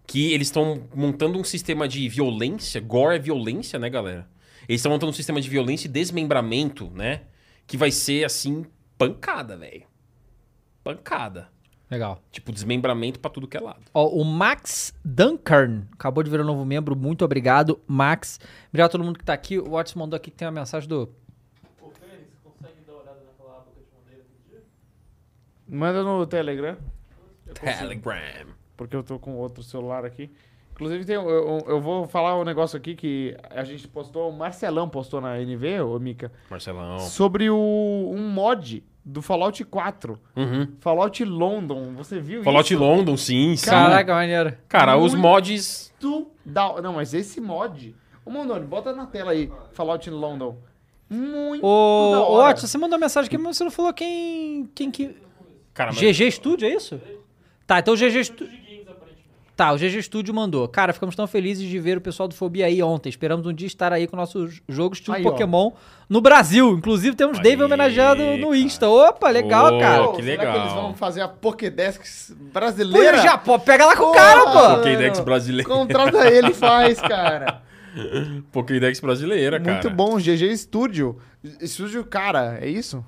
que eles estão montando um sistema de violência, gore é violência, né, galera? Eles estão montando um sistema de violência e desmembramento, né? Que vai ser assim, pancada, velho. Pancada.
Legal.
Tipo, desmembramento pra tudo que é lado.
Ó, o Max Dunkern acabou de virar um novo membro. Muito obrigado, Max. Obrigado a todo mundo que tá aqui. O Watson mandou aqui que tem uma mensagem do.
Ô, Fênix, consegue dar uma olhada naquela aba que eu te mandei outro dia?
Manda no Telegram, É
Telegram.
porque eu tô com outro celular aqui. Inclusive, tem, um, eu, eu- eu vou falar um negócio aqui que a gente postou, o Marcelão postou na NV, ô Mika,
Marcelão.
sobre o, um mod do Fallout 4.
Uhum.
Fallout London, você viu
Fallout
isso?
London, sim, sim.
Caraca, maneiro.
Cara, os
muito-
mods.
Fallout London. Não, mas esse mod... Ô, Mondoni, bota na tela aí, Fallout London. Muito da
Ô,
hora.
Watson, você mandou uma mensagem aqui, mas você não falou quem. quem que.
Cara, mas-
GG Studio, é isso? Tá, então o GG Studio. Tá, o GG Studio mandou. Cara, ficamos tão felizes de ver o pessoal do Fobia aí ontem. Esperamos um dia estar aí com nossos jogos estilo
Aí, ó.
Pokémon no Brasil. Inclusive, temos
Aí,
David homenageado no
cara.
Insta. Opa, legal,
Ô,
cara.
que
Será que
legal.
eles vão fazer a Pokédex
Pô,
brasileira?
ele já, pô, pega lá com o cara,
Porra!
pô.
Pokédex brasileiro.
Contrata ele e faz, cara.
Pokédex brasileira, cara.
É Muito bom, GG Studio. Studio, cara, é isso?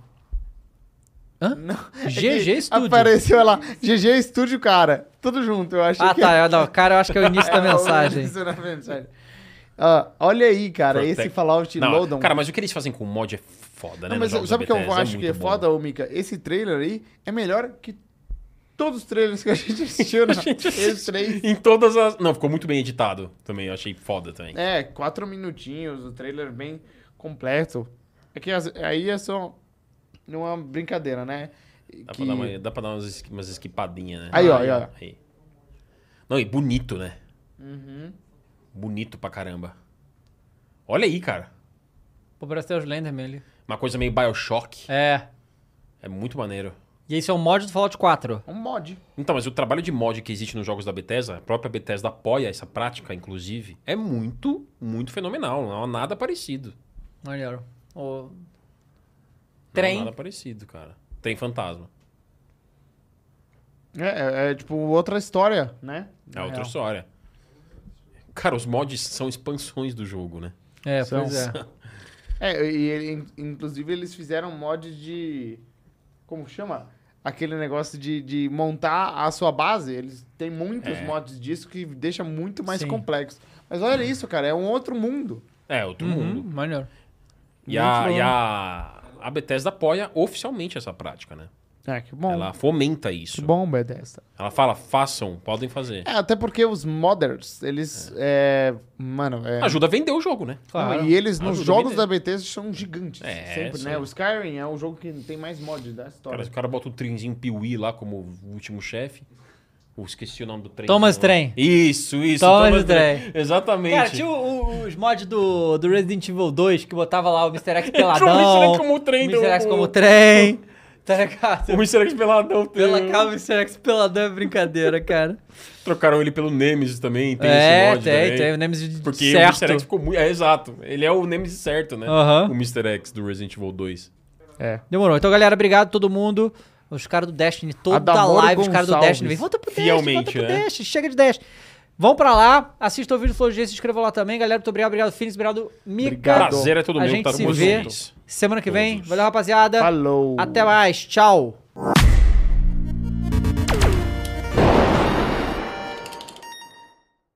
Hã?
Não, é que
GG Studio.
Apareceu lá, GG Studio, cara. Tudo junto, eu acho
Ah,
que
tá. eu- Não, cara, eu acho que é o início da
É,
mensagem.
isso na mensagem. Ah, olha aí, cara,
Protect-
esse Fallout
Não,
Lodon.
cara, mas o que eles fazem com o mod é foda, né?
Não, mas
nos jogos
sabe o que
da
eu
Bethesda?
acho que é
muito bom.
foda, ô Mika? Esse trailer aí é melhor que todos os trailers que a gente assistiu né? na E3.
Em todas as. Não, ficou muito bem editado também. Eu achei foda também.
É, quatro minutinhos, o trailer bem completo. É que as- aí é só. Não é uma brincadeira, né?
Dá,
Que-
pra dar uma- dá pra dar umas, es- umas esquipadinhas, né?
Aí, ó, aí, ó.
Não, e bonito, né?
Uhum.
Bonito pra caramba. Olha aí, cara.
Pô, parece ter os Lenderman ali.
Uma coisa meio Bioshock.
É.
É muito maneiro.
E esse é o mod do Fallout 4.
Um mod.
Então, mas o trabalho de mod que existe nos jogos da Bethesda, a própria Bethesda apoia essa prática, inclusive, é muito, muito fenomenal. Não há nada parecido.
Maneiro. O...
Não
Trem.
há nada parecido, cara. Tem fantasma.
É, é, é, tipo outra história, né?
É
Na
outra
real.
história. Cara, os mods são expansões do jogo, né?
É,
São-
pois é.
É, e ele- in- inclusive eles fizeram mod de. Como chama? Aquele negócio de, de montar a sua base. Eles têm muitos mods disso que deixa muito mais
Sim.
complexo. Mas olha isso, cara, é um outro mundo.
É, outro
Uhum,
mundo.
maneiro.
E, a, e a, a Bethesda apoia oficialmente essa prática, né?
É, que bom.
Ela fomenta
Que
isso.
bom, Bethesda.
Ela fala, façam, podem fazer.
É, até porque os modders, eles. É. mano, é.
Ajuda a vender o jogo, né?
Claro.
Não, e eles nos
Ajuda
jogos
mesmo.
da Bethesda são gigantes.
É,
sempre,
sim.
né? O Skyrim é o jogo que tem mais mods da
Cara,
história.
se o cara bota o trenzinho Piuí lá como o último chefe. o- esqueci o nome do trem.
Thomas
Não.
Train.
Isso, isso.
Thomas Train. um
Exatamente.
Cara, tinha o- o- os mods do, do Resident Evil 2 que botava lá o Mr. X
Tinha o Mr.
peladão.
X como o trem do-
Mr. X como trem. Tá ligado?
O Mr. X peladão.
Pela
tem-
cara, o Mr. X peladão é brincadeira, cara.
Trocaram ele pelo Nemesis também. Tem esse
é,
mod
tem,
também.
tem. O Nemesis
Porque
certo.
o Mr. X ficou muito. É, exato. Ele é o Nemesis certo, né?
Aham.
O Mr. X do Resident Evil 2.
É.
Demorou. Então, galera, obrigado a todo mundo. Os caras do Destiny, toda a
Adamoro
live, os caras do
Gonçalves.
Destiny. vem, Volta pro Destiny, volta
Fielmente,
pro
né?
Destiny, chega de Destiny. Vão pra lá, assistam o vídeo do Flow G, se inscrevam lá também. Galera, muito obrigado, obrigado, Phoenix, obrigado, Mika.
Obrigado.
Prazer é todo
A
mundo
gente
estar
se
com
vê.
vocês.
Semana que vem.
Todos.
Valeu, rapaziada.
Falou.
Até mais. Tchau.